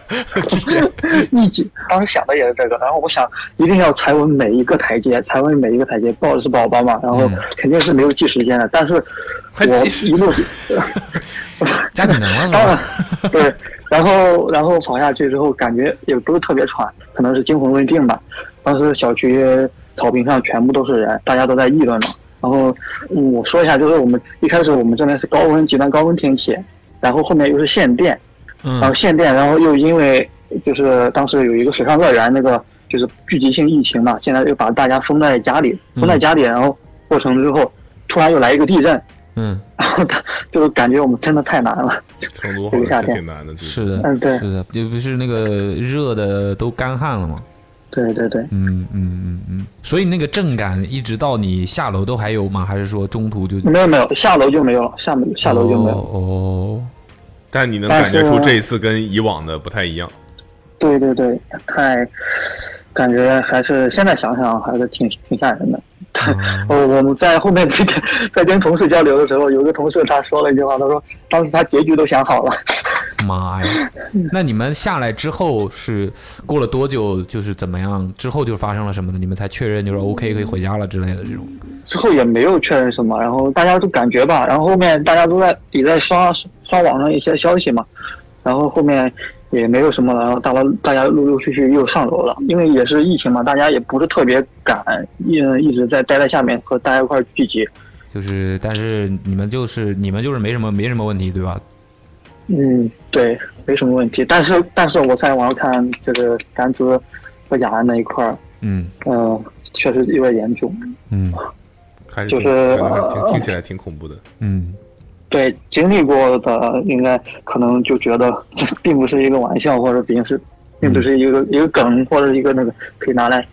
[SPEAKER 8] 一级，当时想的也是这个，然后我想一定要踩稳每一个台阶，踩稳每一个台阶，抱着是宝宝嘛，然后
[SPEAKER 2] 嗯
[SPEAKER 8] 肯定是没有计时间的，但是
[SPEAKER 3] 还
[SPEAKER 8] 我
[SPEAKER 3] 计时
[SPEAKER 8] 一路
[SPEAKER 2] 加体能了是
[SPEAKER 8] 当然
[SPEAKER 2] 吧？，
[SPEAKER 8] 对，然后然后跑下去之后，感觉也不是特别喘，可能是惊魂未定吧。当时小区草坪上全部都是人，大家都在议论嘛。然后、嗯我说一下，就是我们一开始我们这边是高温，极端高温天气，然后后面又是限电，然后
[SPEAKER 2] 嗯，
[SPEAKER 8] 呃限电，然后又因为就是当时有一个水上乐园那个就是聚集性疫情嘛，现在又把大家封在家里，封在家里，然后过程之后，突然又来一个地震，
[SPEAKER 2] 嗯，
[SPEAKER 8] 然后他就感觉我们真的太难了。
[SPEAKER 3] 成都
[SPEAKER 8] 好像是挺
[SPEAKER 3] 难的，
[SPEAKER 2] 是的，
[SPEAKER 8] 嗯对
[SPEAKER 2] 是的，也不是那个热的都干旱了吗？
[SPEAKER 8] 对对对，
[SPEAKER 2] 嗯嗯嗯嗯，所以那个震感一直到你下楼都还有吗？还是说中途就
[SPEAKER 8] 没有没有，下楼就没有了，下嗯下楼就没有。
[SPEAKER 2] 哦
[SPEAKER 3] 但你能
[SPEAKER 8] 但是
[SPEAKER 3] 一次跟以往的不太一样。
[SPEAKER 8] 对对对，太感觉还是现在想想还是挺挺吓人的。
[SPEAKER 2] 哦 哦
[SPEAKER 8] 我我们在后面这个在跟同事交流的时候，有个同事他说了一句话，他说当时他结局都想好了。
[SPEAKER 2] 妈呀！
[SPEAKER 8] 嗯
[SPEAKER 2] 那你们下来之后是过了多久？就是怎么样？之后就发生了什么呢？你们才确认就是
[SPEAKER 8] 嗯
[SPEAKER 2] OK 可以回家了之类的这种？
[SPEAKER 8] 之后也没有确认什么，然后大家都感觉吧，然后后面大家都在也在刷刷网上一些消息嘛，然后后面也没有什么了，然后大家大家陆陆续续又上楼了，因为也是疫情嘛，大家也不是特别敢，一一直在待在下面和大家一块儿聚集，
[SPEAKER 2] 就是但是你们就是你们就是没什么没什么问题对吧？
[SPEAKER 8] 嗯，对，没什么问题，但是但是我在网上看就是甘孜和雅安那一块儿，
[SPEAKER 2] 嗯
[SPEAKER 8] 嗯、确实有点严重，
[SPEAKER 2] 嗯
[SPEAKER 3] 还是
[SPEAKER 8] 就
[SPEAKER 3] 挺
[SPEAKER 8] 是呃
[SPEAKER 3] 挺
[SPEAKER 8] 感觉还挺听
[SPEAKER 3] 听起来挺恐怖的。
[SPEAKER 2] 嗯，
[SPEAKER 8] 对，经历过的应该可能就觉得这并不是一个呃玩笑，或者并是，并不是一个一个梗，或者一个那个可以拿来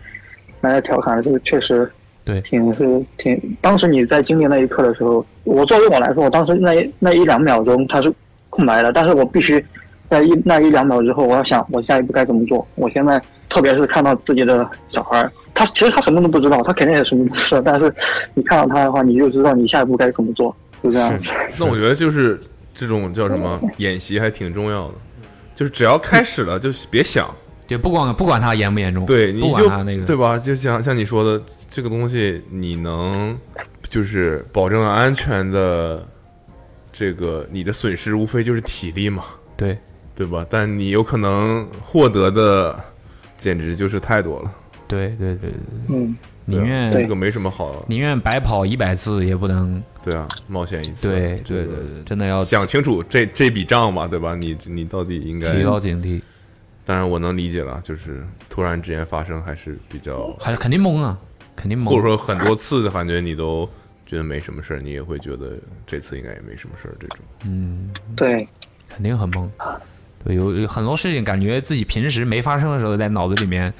[SPEAKER 8] 拿来调侃的。这个确实
[SPEAKER 2] 对
[SPEAKER 8] 挺是挺。当时你在经历那一刻的时候，我作为我来说，我当时那一那一两秒钟它是空白的，但是我必须在一那一两秒之后，我要想我下一步该怎么做。我现在特别是看到自己的小孩儿，他其实他什么都不知道，他肯定也什么都不知道，但是你看到他的话，你就知道你下一步该怎么做，就这样子。
[SPEAKER 3] 那我觉得就是
[SPEAKER 8] 嗯
[SPEAKER 3] 这种叫什么演习还挺重要的，就是只要开始了就别想，
[SPEAKER 2] 就不管不管它严不严重，
[SPEAKER 3] 对，你
[SPEAKER 2] 不管
[SPEAKER 3] 就
[SPEAKER 2] 它那个
[SPEAKER 3] 对吧？就像像你说的，这个东西你能就是保证安全的，这个你的损失无非就是体力嘛，
[SPEAKER 2] 对
[SPEAKER 3] 对吧？但你有可能获得的简直就是太多了，
[SPEAKER 2] 对对对对，
[SPEAKER 8] 嗯，
[SPEAKER 3] 对啊
[SPEAKER 2] 宁愿
[SPEAKER 3] 这个没什么好，
[SPEAKER 2] 宁愿白跑一百次也不能
[SPEAKER 3] 对啊，冒险一次，
[SPEAKER 2] 对
[SPEAKER 3] 这
[SPEAKER 2] 对对
[SPEAKER 3] 个
[SPEAKER 2] 对，真的要
[SPEAKER 3] 想哦清楚这这笔账吧，对吧？你你到底应该
[SPEAKER 2] 提高警惕，
[SPEAKER 3] 当然我能理解了，就是突然之间发生还是比较，
[SPEAKER 2] 还肯定懵啊，肯定懵，
[SPEAKER 3] 或者说很多次的感觉你都觉得没什么事儿，你也会觉得这次应该也没什么事儿这种。
[SPEAKER 2] 嗯，
[SPEAKER 8] 对，
[SPEAKER 2] 肯定很懵。对，有有很多事情感觉自己平时没发生的时候，在脑子里面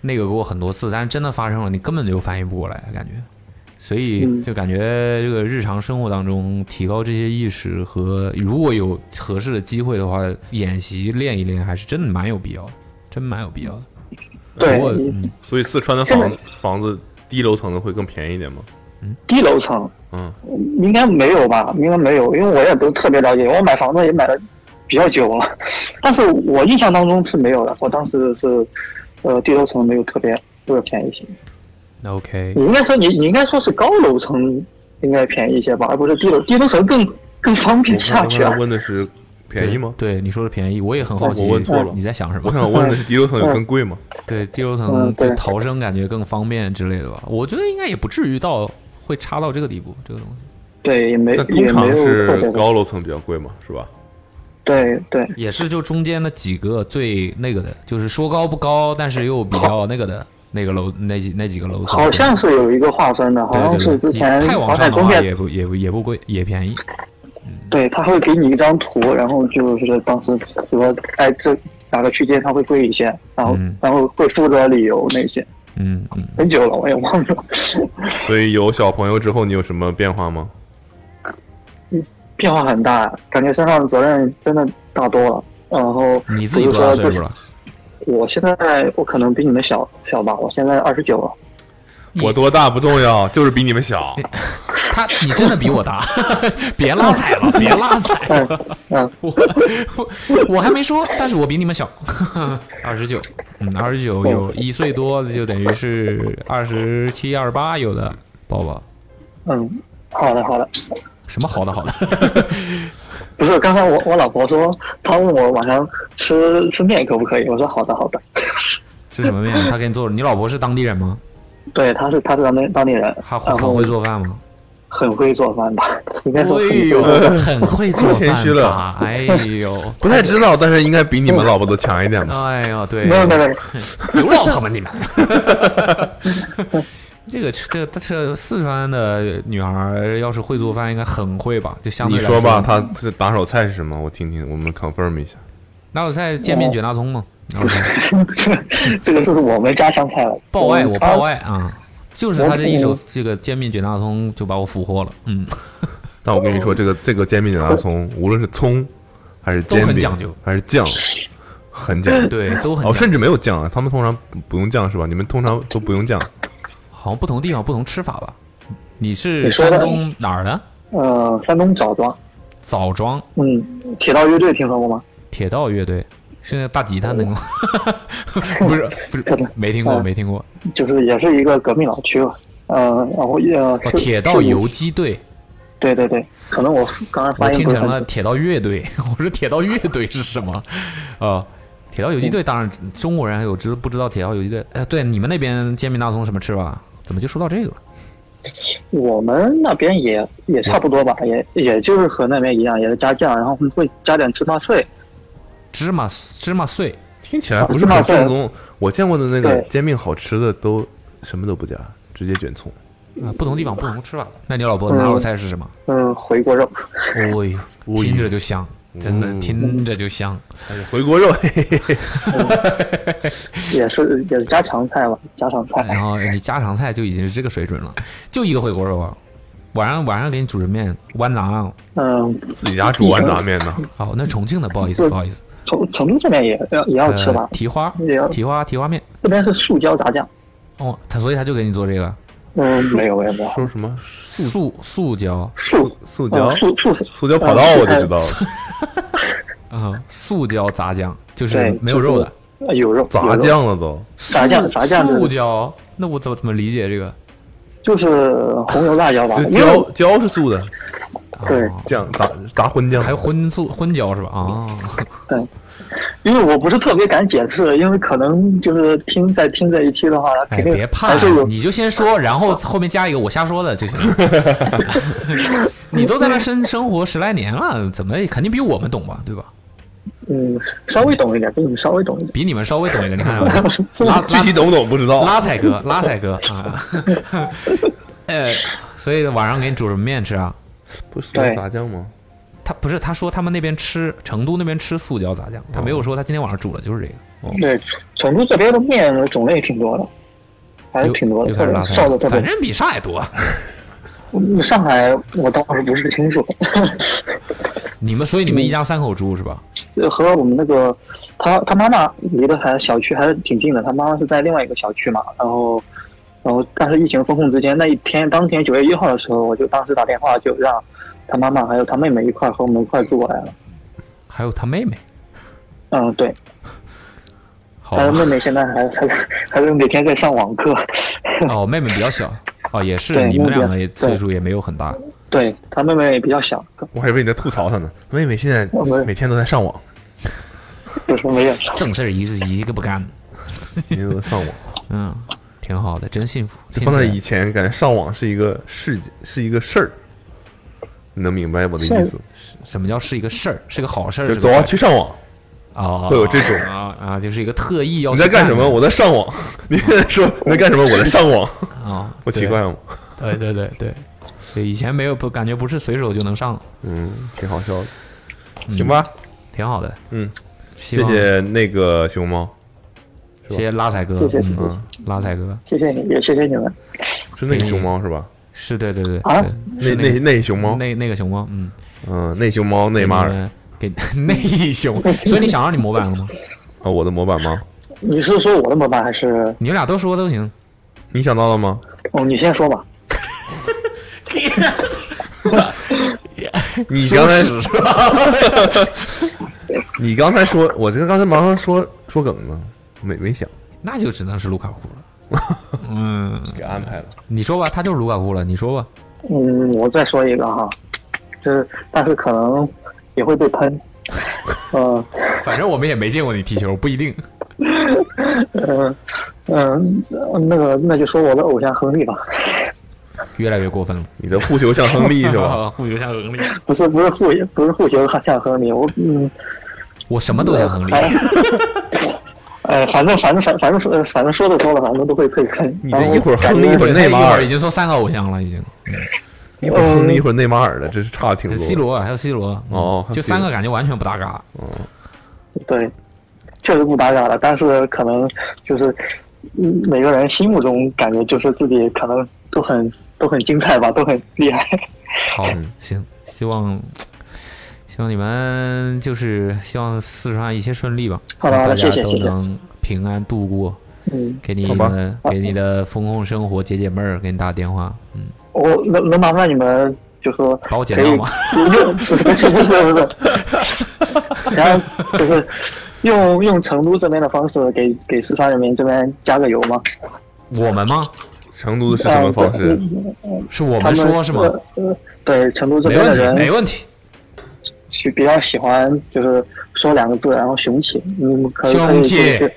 [SPEAKER 2] 那个过很多次，但是真的发生了，你根本就反应不过来，感觉。所以
[SPEAKER 8] 嗯
[SPEAKER 2] 就感觉这个日常生活当中提高这些意识和如果有合适的机会的话，演习练一练还是真的蛮有必要的，真蛮有必要的。
[SPEAKER 8] 对
[SPEAKER 2] 不过
[SPEAKER 8] 你
[SPEAKER 2] 嗯
[SPEAKER 3] 所以四川的
[SPEAKER 8] 这
[SPEAKER 3] 房
[SPEAKER 8] 个
[SPEAKER 3] 子房子低楼层的会更便宜一点吗？
[SPEAKER 8] 低楼层
[SPEAKER 3] 嗯，
[SPEAKER 8] 应该没有吧？应该没有，因为我也不是特别了解，因为我买房子也买了比较久了， 但是我印象当中是没有的。我当时是，呃，低楼层没有特别特别便宜一些。
[SPEAKER 2] 那 OK，
[SPEAKER 8] 你应该说你你应该说是高楼层应该便宜一些吧，而不是低楼低楼层更更方便
[SPEAKER 3] 我
[SPEAKER 8] 下
[SPEAKER 3] 刚
[SPEAKER 8] 去
[SPEAKER 3] 才
[SPEAKER 8] 啊。
[SPEAKER 3] 问的是便宜吗？
[SPEAKER 2] 对，你说的便宜，我也很好奇，
[SPEAKER 3] 我问错了
[SPEAKER 2] 你在想什么？
[SPEAKER 3] 我想问的是低楼层有更贵吗？
[SPEAKER 2] 对，第六
[SPEAKER 8] 嗯
[SPEAKER 2] 层
[SPEAKER 8] 对
[SPEAKER 2] 就逃生感觉更方便之类的吧。我觉得应该也不至于到会差到这个地步，这个东西
[SPEAKER 8] 对，也没
[SPEAKER 3] 但通
[SPEAKER 8] 也没
[SPEAKER 3] 常
[SPEAKER 8] 有特
[SPEAKER 3] 是
[SPEAKER 8] 别的。
[SPEAKER 3] 高楼层比较贵嘛，是吧？
[SPEAKER 8] 对对
[SPEAKER 2] 也是就中间的几个最那个的，就是说高不高，但是又比较那个的那个楼那几那几个楼层，
[SPEAKER 8] 好像是有一个划分的，好
[SPEAKER 2] 对
[SPEAKER 8] 像
[SPEAKER 2] 对对，
[SPEAKER 8] 是之
[SPEAKER 2] 你
[SPEAKER 8] 前
[SPEAKER 2] 太往
[SPEAKER 8] 房
[SPEAKER 2] 上
[SPEAKER 8] 产
[SPEAKER 2] 的
[SPEAKER 8] 中
[SPEAKER 2] 话
[SPEAKER 8] 介
[SPEAKER 2] 也不也不也不贵，也便宜。
[SPEAKER 8] 对他会给你一张图，然后就是当时说，哎，这哪个区间它会贵一些，然后、
[SPEAKER 2] 嗯
[SPEAKER 8] 然后会附着理由那些，
[SPEAKER 2] 嗯嗯，
[SPEAKER 8] 很久了我也忘了。
[SPEAKER 3] 所以有小朋友之后，你有什么变化吗？
[SPEAKER 8] 变化很大，感觉身上的责任真的大多了。然后
[SPEAKER 2] 你自己多大岁数
[SPEAKER 8] 比如说
[SPEAKER 2] 了？
[SPEAKER 8] 这？我现在我可能比你们小小吧，我现在二十九了。
[SPEAKER 3] 我多大不重要，就是比你们小。
[SPEAKER 2] 他你真的比我大，别拉踩了，别拉踩了。
[SPEAKER 8] 嗯嗯，
[SPEAKER 2] 我我我还没说，但是我比你们小，二十九，嗯，二十九有一岁多的就等于是二十七、二十八有的宝宝，
[SPEAKER 8] 嗯，好的好的，
[SPEAKER 2] 什么好的 好的，
[SPEAKER 8] 不是，刚才我我老婆说，她问我晚上吃吃面可不可以，我说好的好的。
[SPEAKER 2] 吃什么面？他给你做，你老婆是当地人吗？
[SPEAKER 8] 对，她是她是当地当地人，
[SPEAKER 2] 她
[SPEAKER 8] 然
[SPEAKER 2] 很
[SPEAKER 8] 后
[SPEAKER 2] 会做饭吗？
[SPEAKER 8] 很会做饭吧，应该说很
[SPEAKER 2] 哎
[SPEAKER 8] 会
[SPEAKER 2] 呦
[SPEAKER 8] 做饭。，
[SPEAKER 2] 很会做
[SPEAKER 3] 太谦虚
[SPEAKER 2] 饭吧
[SPEAKER 3] 了？
[SPEAKER 2] 哎呦，
[SPEAKER 3] 不太知道，但是应该比你们老婆都强一点吧？
[SPEAKER 2] 哎呦，对，
[SPEAKER 8] 没有没有没 有，
[SPEAKER 2] 有老婆吗 你们？这个这这这四川的女孩儿要是会做饭，应该很会吧？就相对
[SPEAKER 3] 你
[SPEAKER 2] 来
[SPEAKER 3] 说吧，他这打手菜是什么？我听听，我们 confirm 一下。
[SPEAKER 2] 拿手菜煎饼卷大葱 嘛，
[SPEAKER 8] 这这个就是我们家乡 菜了。
[SPEAKER 2] 爆爱我爆
[SPEAKER 8] 爱。
[SPEAKER 2] 爱啊！就是他这一手这个煎饼卷大葱就把我俘获了，嗯，
[SPEAKER 3] 但我跟你说，这个这个煎饼卷大葱，无论是葱还是
[SPEAKER 2] 都
[SPEAKER 3] 煎
[SPEAKER 2] 很
[SPEAKER 3] 饼，
[SPEAKER 2] 讲究
[SPEAKER 3] 还是酱，很讲究。
[SPEAKER 2] 对，都很
[SPEAKER 3] 哦，
[SPEAKER 2] 讲
[SPEAKER 3] 甚至没有酱啊，他们通常不不用酱是吧？你们通常都不用酱。
[SPEAKER 2] 好像不同地方不同吃法吧？你是
[SPEAKER 8] 你说
[SPEAKER 2] 山
[SPEAKER 8] 的
[SPEAKER 2] 东哪儿的？
[SPEAKER 8] 呃，山东枣庄，
[SPEAKER 2] 枣庄
[SPEAKER 8] 嗯，铁道乐队听说过吗？
[SPEAKER 2] 铁道乐队是那个大吉他 那个吗？ 不是不
[SPEAKER 8] 可
[SPEAKER 2] 是
[SPEAKER 8] 能，
[SPEAKER 2] 没听过
[SPEAKER 8] 嗯
[SPEAKER 2] 没听过。
[SPEAKER 8] 就是也是一个革命老区吧。呃，然后也、
[SPEAKER 2] 哦，
[SPEAKER 8] 是
[SPEAKER 2] 铁
[SPEAKER 8] 是
[SPEAKER 2] 道
[SPEAKER 8] 你
[SPEAKER 2] 游击队，
[SPEAKER 8] 对对对，可能我刚才
[SPEAKER 2] 我
[SPEAKER 8] 发音
[SPEAKER 2] 听
[SPEAKER 8] 不是
[SPEAKER 2] 成
[SPEAKER 8] 很
[SPEAKER 2] 了铁道乐队， 我说铁道乐队是什么？呃，铁道游击队当然中国人还有知不知道铁道游击队？哎，对，你们那边煎饼大葱什么吃法？怎么就说到这个了？
[SPEAKER 8] 我们那边也也差不多吧，也也就是和那边一样，也是加酱，然后会加点芝麻碎。
[SPEAKER 2] 芝麻芝麻碎，
[SPEAKER 3] 听起来不是很正宗。我见过的那个煎饼好吃的都什么都不加，直接卷葱。
[SPEAKER 2] 啊，不同地方不同吃法。那你老婆拿手菜是什么？
[SPEAKER 8] 嗯，回锅肉，
[SPEAKER 2] 哦呦，
[SPEAKER 3] 呦
[SPEAKER 2] 听着就香，真的
[SPEAKER 3] 嗯
[SPEAKER 2] 听着就香。
[SPEAKER 3] 哎呀回锅肉，嘿嘿嘿
[SPEAKER 8] 也是也是家常菜吧，家常
[SPEAKER 2] 然
[SPEAKER 8] 菜。
[SPEAKER 2] 后你家常菜就已经是这个水准了，就一个回锅肉啊。晚上晚上给你煮着面，豌杂。
[SPEAKER 8] 嗯，
[SPEAKER 3] 自己家煮豌杂面呢。
[SPEAKER 2] 哦，那重庆的，不好意思，不好意思。
[SPEAKER 8] 成成都这边也要也要吃吧
[SPEAKER 2] 呃，，蹄花
[SPEAKER 8] 也要，
[SPEAKER 2] 蹄花，蹄花面。
[SPEAKER 8] 这边是素椒炸酱。
[SPEAKER 2] 哦，他所以他就给你做这个
[SPEAKER 8] 嗯，没有没有没有，
[SPEAKER 3] 说什么
[SPEAKER 2] 塑塑胶，
[SPEAKER 8] 素
[SPEAKER 3] 塑胶
[SPEAKER 8] 呃？素素
[SPEAKER 3] 塑
[SPEAKER 8] 哎
[SPEAKER 3] 胶跑道我就知道了。嗯
[SPEAKER 2] 啊，塑胶炸酱，就是
[SPEAKER 8] 对
[SPEAKER 2] 没有肉的，
[SPEAKER 8] 呃有肉，有
[SPEAKER 3] 炸
[SPEAKER 8] 肉
[SPEAKER 3] 酱了都，
[SPEAKER 8] 炸酱炸酱
[SPEAKER 2] 素
[SPEAKER 8] 的，
[SPEAKER 2] 椒，那我怎么怎么理解这个？
[SPEAKER 8] 就是红油辣 椒吧
[SPEAKER 3] 就，
[SPEAKER 8] 啊因为
[SPEAKER 3] 椒椒是素的，
[SPEAKER 8] 对
[SPEAKER 2] 啊
[SPEAKER 3] 酱炸炸荤酱，
[SPEAKER 2] 还荤素荤椒是吧？啊，
[SPEAKER 3] 哦
[SPEAKER 8] 因为我不是特别敢解释，因为可能就是听在听这一期的话，
[SPEAKER 2] 哎，
[SPEAKER 8] 肯定
[SPEAKER 2] 别怕
[SPEAKER 8] 还是有，
[SPEAKER 2] 你就先说，然后后面加一个我瞎说的就行 了。你都在那生生活十来年了，怎么也肯定比我们懂吧？对吧？
[SPEAKER 8] 嗯稍微懂一点，比你们稍微懂一点。
[SPEAKER 2] 比你们稍微懂一点，你看 啊拉
[SPEAKER 3] 具体懂不懂不知道。
[SPEAKER 2] 拉彩哥，拉彩哥啊， 呃，所以晚上给你煮什么面吃啊？
[SPEAKER 3] 不是
[SPEAKER 8] 对
[SPEAKER 3] 炸酱吗？
[SPEAKER 2] 他不是他说他们那边吃成都那边吃素椒炸酱，他没
[SPEAKER 3] 哦
[SPEAKER 2] 有说他今天晚上煮的就是这个。哦
[SPEAKER 8] 对，成都这边的面种类挺多的，还是挺多
[SPEAKER 2] 又
[SPEAKER 8] 的，
[SPEAKER 2] 开
[SPEAKER 8] 或
[SPEAKER 2] 始
[SPEAKER 8] 者
[SPEAKER 2] 拉
[SPEAKER 8] 烧的特
[SPEAKER 2] 反
[SPEAKER 8] 别。
[SPEAKER 2] 正比上海 多。
[SPEAKER 8] 嗯上海我倒是不是清楚，
[SPEAKER 2] 你们所以你们一家三口住是吧？
[SPEAKER 8] 和我们那个他他妈妈离的还小区还是挺近的，他妈妈是在另外一个小区嘛，然后然后但是疫情封控之间那一天，当天九月一号的时候，我就当时打电话就让他妈妈还有他妹妹一块儿和我们一块儿住过来了。
[SPEAKER 2] 还有他妹妹，
[SPEAKER 8] 嗯，对，
[SPEAKER 2] 好
[SPEAKER 8] 但
[SPEAKER 2] 吧
[SPEAKER 8] 是妹妹现在还还是还是每天在上网课，
[SPEAKER 2] 哦，妹妹比较小哦，也是
[SPEAKER 8] 对
[SPEAKER 2] 你们
[SPEAKER 8] 那边
[SPEAKER 2] 两个也
[SPEAKER 8] 对
[SPEAKER 2] 岁数也没有很大。
[SPEAKER 8] 对她妹妹比较小，
[SPEAKER 3] 我还以为你在吐槽他呢。妹妹现 在
[SPEAKER 8] 我们
[SPEAKER 3] 每天都在上网，
[SPEAKER 8] 有时候没有上。
[SPEAKER 2] 正事儿一一个不干，
[SPEAKER 3] 每天都在 上网。
[SPEAKER 2] 嗯，挺好的，真幸福。
[SPEAKER 3] 就放在
[SPEAKER 2] 听起
[SPEAKER 3] 以前，感觉上网是一个事，是一个事儿。你能明白我的意思？
[SPEAKER 2] 来什么叫是一个事儿，是个好事儿，
[SPEAKER 3] 就是
[SPEAKER 2] 个
[SPEAKER 3] 走啊，去上网。
[SPEAKER 2] 哦，
[SPEAKER 3] 会有这种
[SPEAKER 2] 啊啊，就是一个特意要
[SPEAKER 3] 你在
[SPEAKER 2] 去干
[SPEAKER 3] 干什么？
[SPEAKER 2] 的
[SPEAKER 3] 我在上网。你现在说你在干什么？我在 上网。
[SPEAKER 2] 啊，
[SPEAKER 3] 我奇怪吗？
[SPEAKER 2] 对，对对对对，对，以前没有不感觉不是随手就能上，
[SPEAKER 3] 嗯，挺好笑的。行吧，
[SPEAKER 2] 挺好的，
[SPEAKER 3] 嗯，
[SPEAKER 2] 嗯希
[SPEAKER 3] 谢
[SPEAKER 2] 望
[SPEAKER 3] 谢那个熊猫。
[SPEAKER 2] 谢谢拉彩哥，
[SPEAKER 8] 谢谢谢谢
[SPEAKER 2] 嗯，拉彩哥
[SPEAKER 8] 谢谢你，也谢谢你们。
[SPEAKER 3] 是那个熊猫是吧？
[SPEAKER 2] 是对对对，
[SPEAKER 8] 啊
[SPEAKER 2] 对
[SPEAKER 3] 那
[SPEAKER 2] 嗯是
[SPEAKER 3] 那那熊猫，
[SPEAKER 2] 那那个熊猫，嗯，
[SPEAKER 3] 嗯，那熊猫内马尔啊，
[SPEAKER 2] 给 你们给内熊，所以你想让你模板了吗？
[SPEAKER 3] 啊我的模板吗？
[SPEAKER 8] 你是说我的模板还是？
[SPEAKER 2] 你们俩都说都行，
[SPEAKER 3] 你想到了 吗？
[SPEAKER 8] 哦，你先说吧。
[SPEAKER 3] 你刚才
[SPEAKER 2] 羞耻是吧？
[SPEAKER 3] 你刚才说，我这刚才忙着说说梗呢，没没想
[SPEAKER 2] 那就只能是卢卡库了。嗯，
[SPEAKER 3] 给安排了。
[SPEAKER 2] 你说吧，他就是卢卡库了，你说吧。
[SPEAKER 8] 嗯，我再说一个哈，就是但是可能也会被喷。呃
[SPEAKER 2] 反正我们也没见过你踢球，不一定。
[SPEAKER 8] 嗯嗯，那个那就说我的偶像亨利吧，
[SPEAKER 2] 越来越过分了，？
[SPEAKER 3] 你的护球像亨利是 吧？
[SPEAKER 2] 互球像亨利，
[SPEAKER 8] 不是不是互不是互球像亨利，我嗯
[SPEAKER 2] 我什么都像亨利。
[SPEAKER 8] 哎呃反正反正反反正说反正说着说着反正都会被喷。
[SPEAKER 3] 你
[SPEAKER 8] 然
[SPEAKER 3] 这
[SPEAKER 8] 后
[SPEAKER 3] 一会儿亨利，
[SPEAKER 2] 对
[SPEAKER 3] 一会儿内马
[SPEAKER 2] 他一会
[SPEAKER 3] 尔
[SPEAKER 2] 儿已，经说三个偶像了，已经。
[SPEAKER 3] 一会儿亨利，一会儿内马尔的，这是差的挺
[SPEAKER 2] 跟
[SPEAKER 3] 多。
[SPEAKER 2] C 罗还有 C 罗，嗯
[SPEAKER 3] 哦还有
[SPEAKER 2] 就
[SPEAKER 3] C 罗
[SPEAKER 2] 三个感觉完全不搭嘎。
[SPEAKER 8] 对，确实不打扰了，但是可能就是嗯每个人心目中感觉就是自己可能都很都很精彩吧，都很厉害。
[SPEAKER 2] 好，行，希望希望你们就是希望四川一切顺利吧，
[SPEAKER 8] 好的好的
[SPEAKER 2] 大家
[SPEAKER 8] 谢谢
[SPEAKER 2] 都
[SPEAKER 8] 谢谢
[SPEAKER 2] 能平安度过。
[SPEAKER 8] 嗯，
[SPEAKER 2] 给你
[SPEAKER 3] 好吧
[SPEAKER 2] 们给你的风控生活解解闷儿，给你打电话，嗯，
[SPEAKER 8] 我能能麻烦你们就说
[SPEAKER 2] 把我剪
[SPEAKER 8] 可以
[SPEAKER 2] 掉吗？
[SPEAKER 8] 用 不是不是不是不是，然后就是用用成都这边的方式给给四川人民这边加个油嘛。
[SPEAKER 2] 我们吗？
[SPEAKER 3] 成都的是什么方 式？
[SPEAKER 2] 是我
[SPEAKER 8] 我
[SPEAKER 2] 们说是吗？？
[SPEAKER 8] 呃对，成都这
[SPEAKER 2] 没
[SPEAKER 8] 边
[SPEAKER 2] 问
[SPEAKER 8] 的
[SPEAKER 2] 题，没
[SPEAKER 8] 人
[SPEAKER 2] 问题。
[SPEAKER 8] 去比较喜欢就是说两个字，然后雄起，你们可以
[SPEAKER 2] 雄
[SPEAKER 8] 呃可以
[SPEAKER 2] 起
[SPEAKER 8] 就是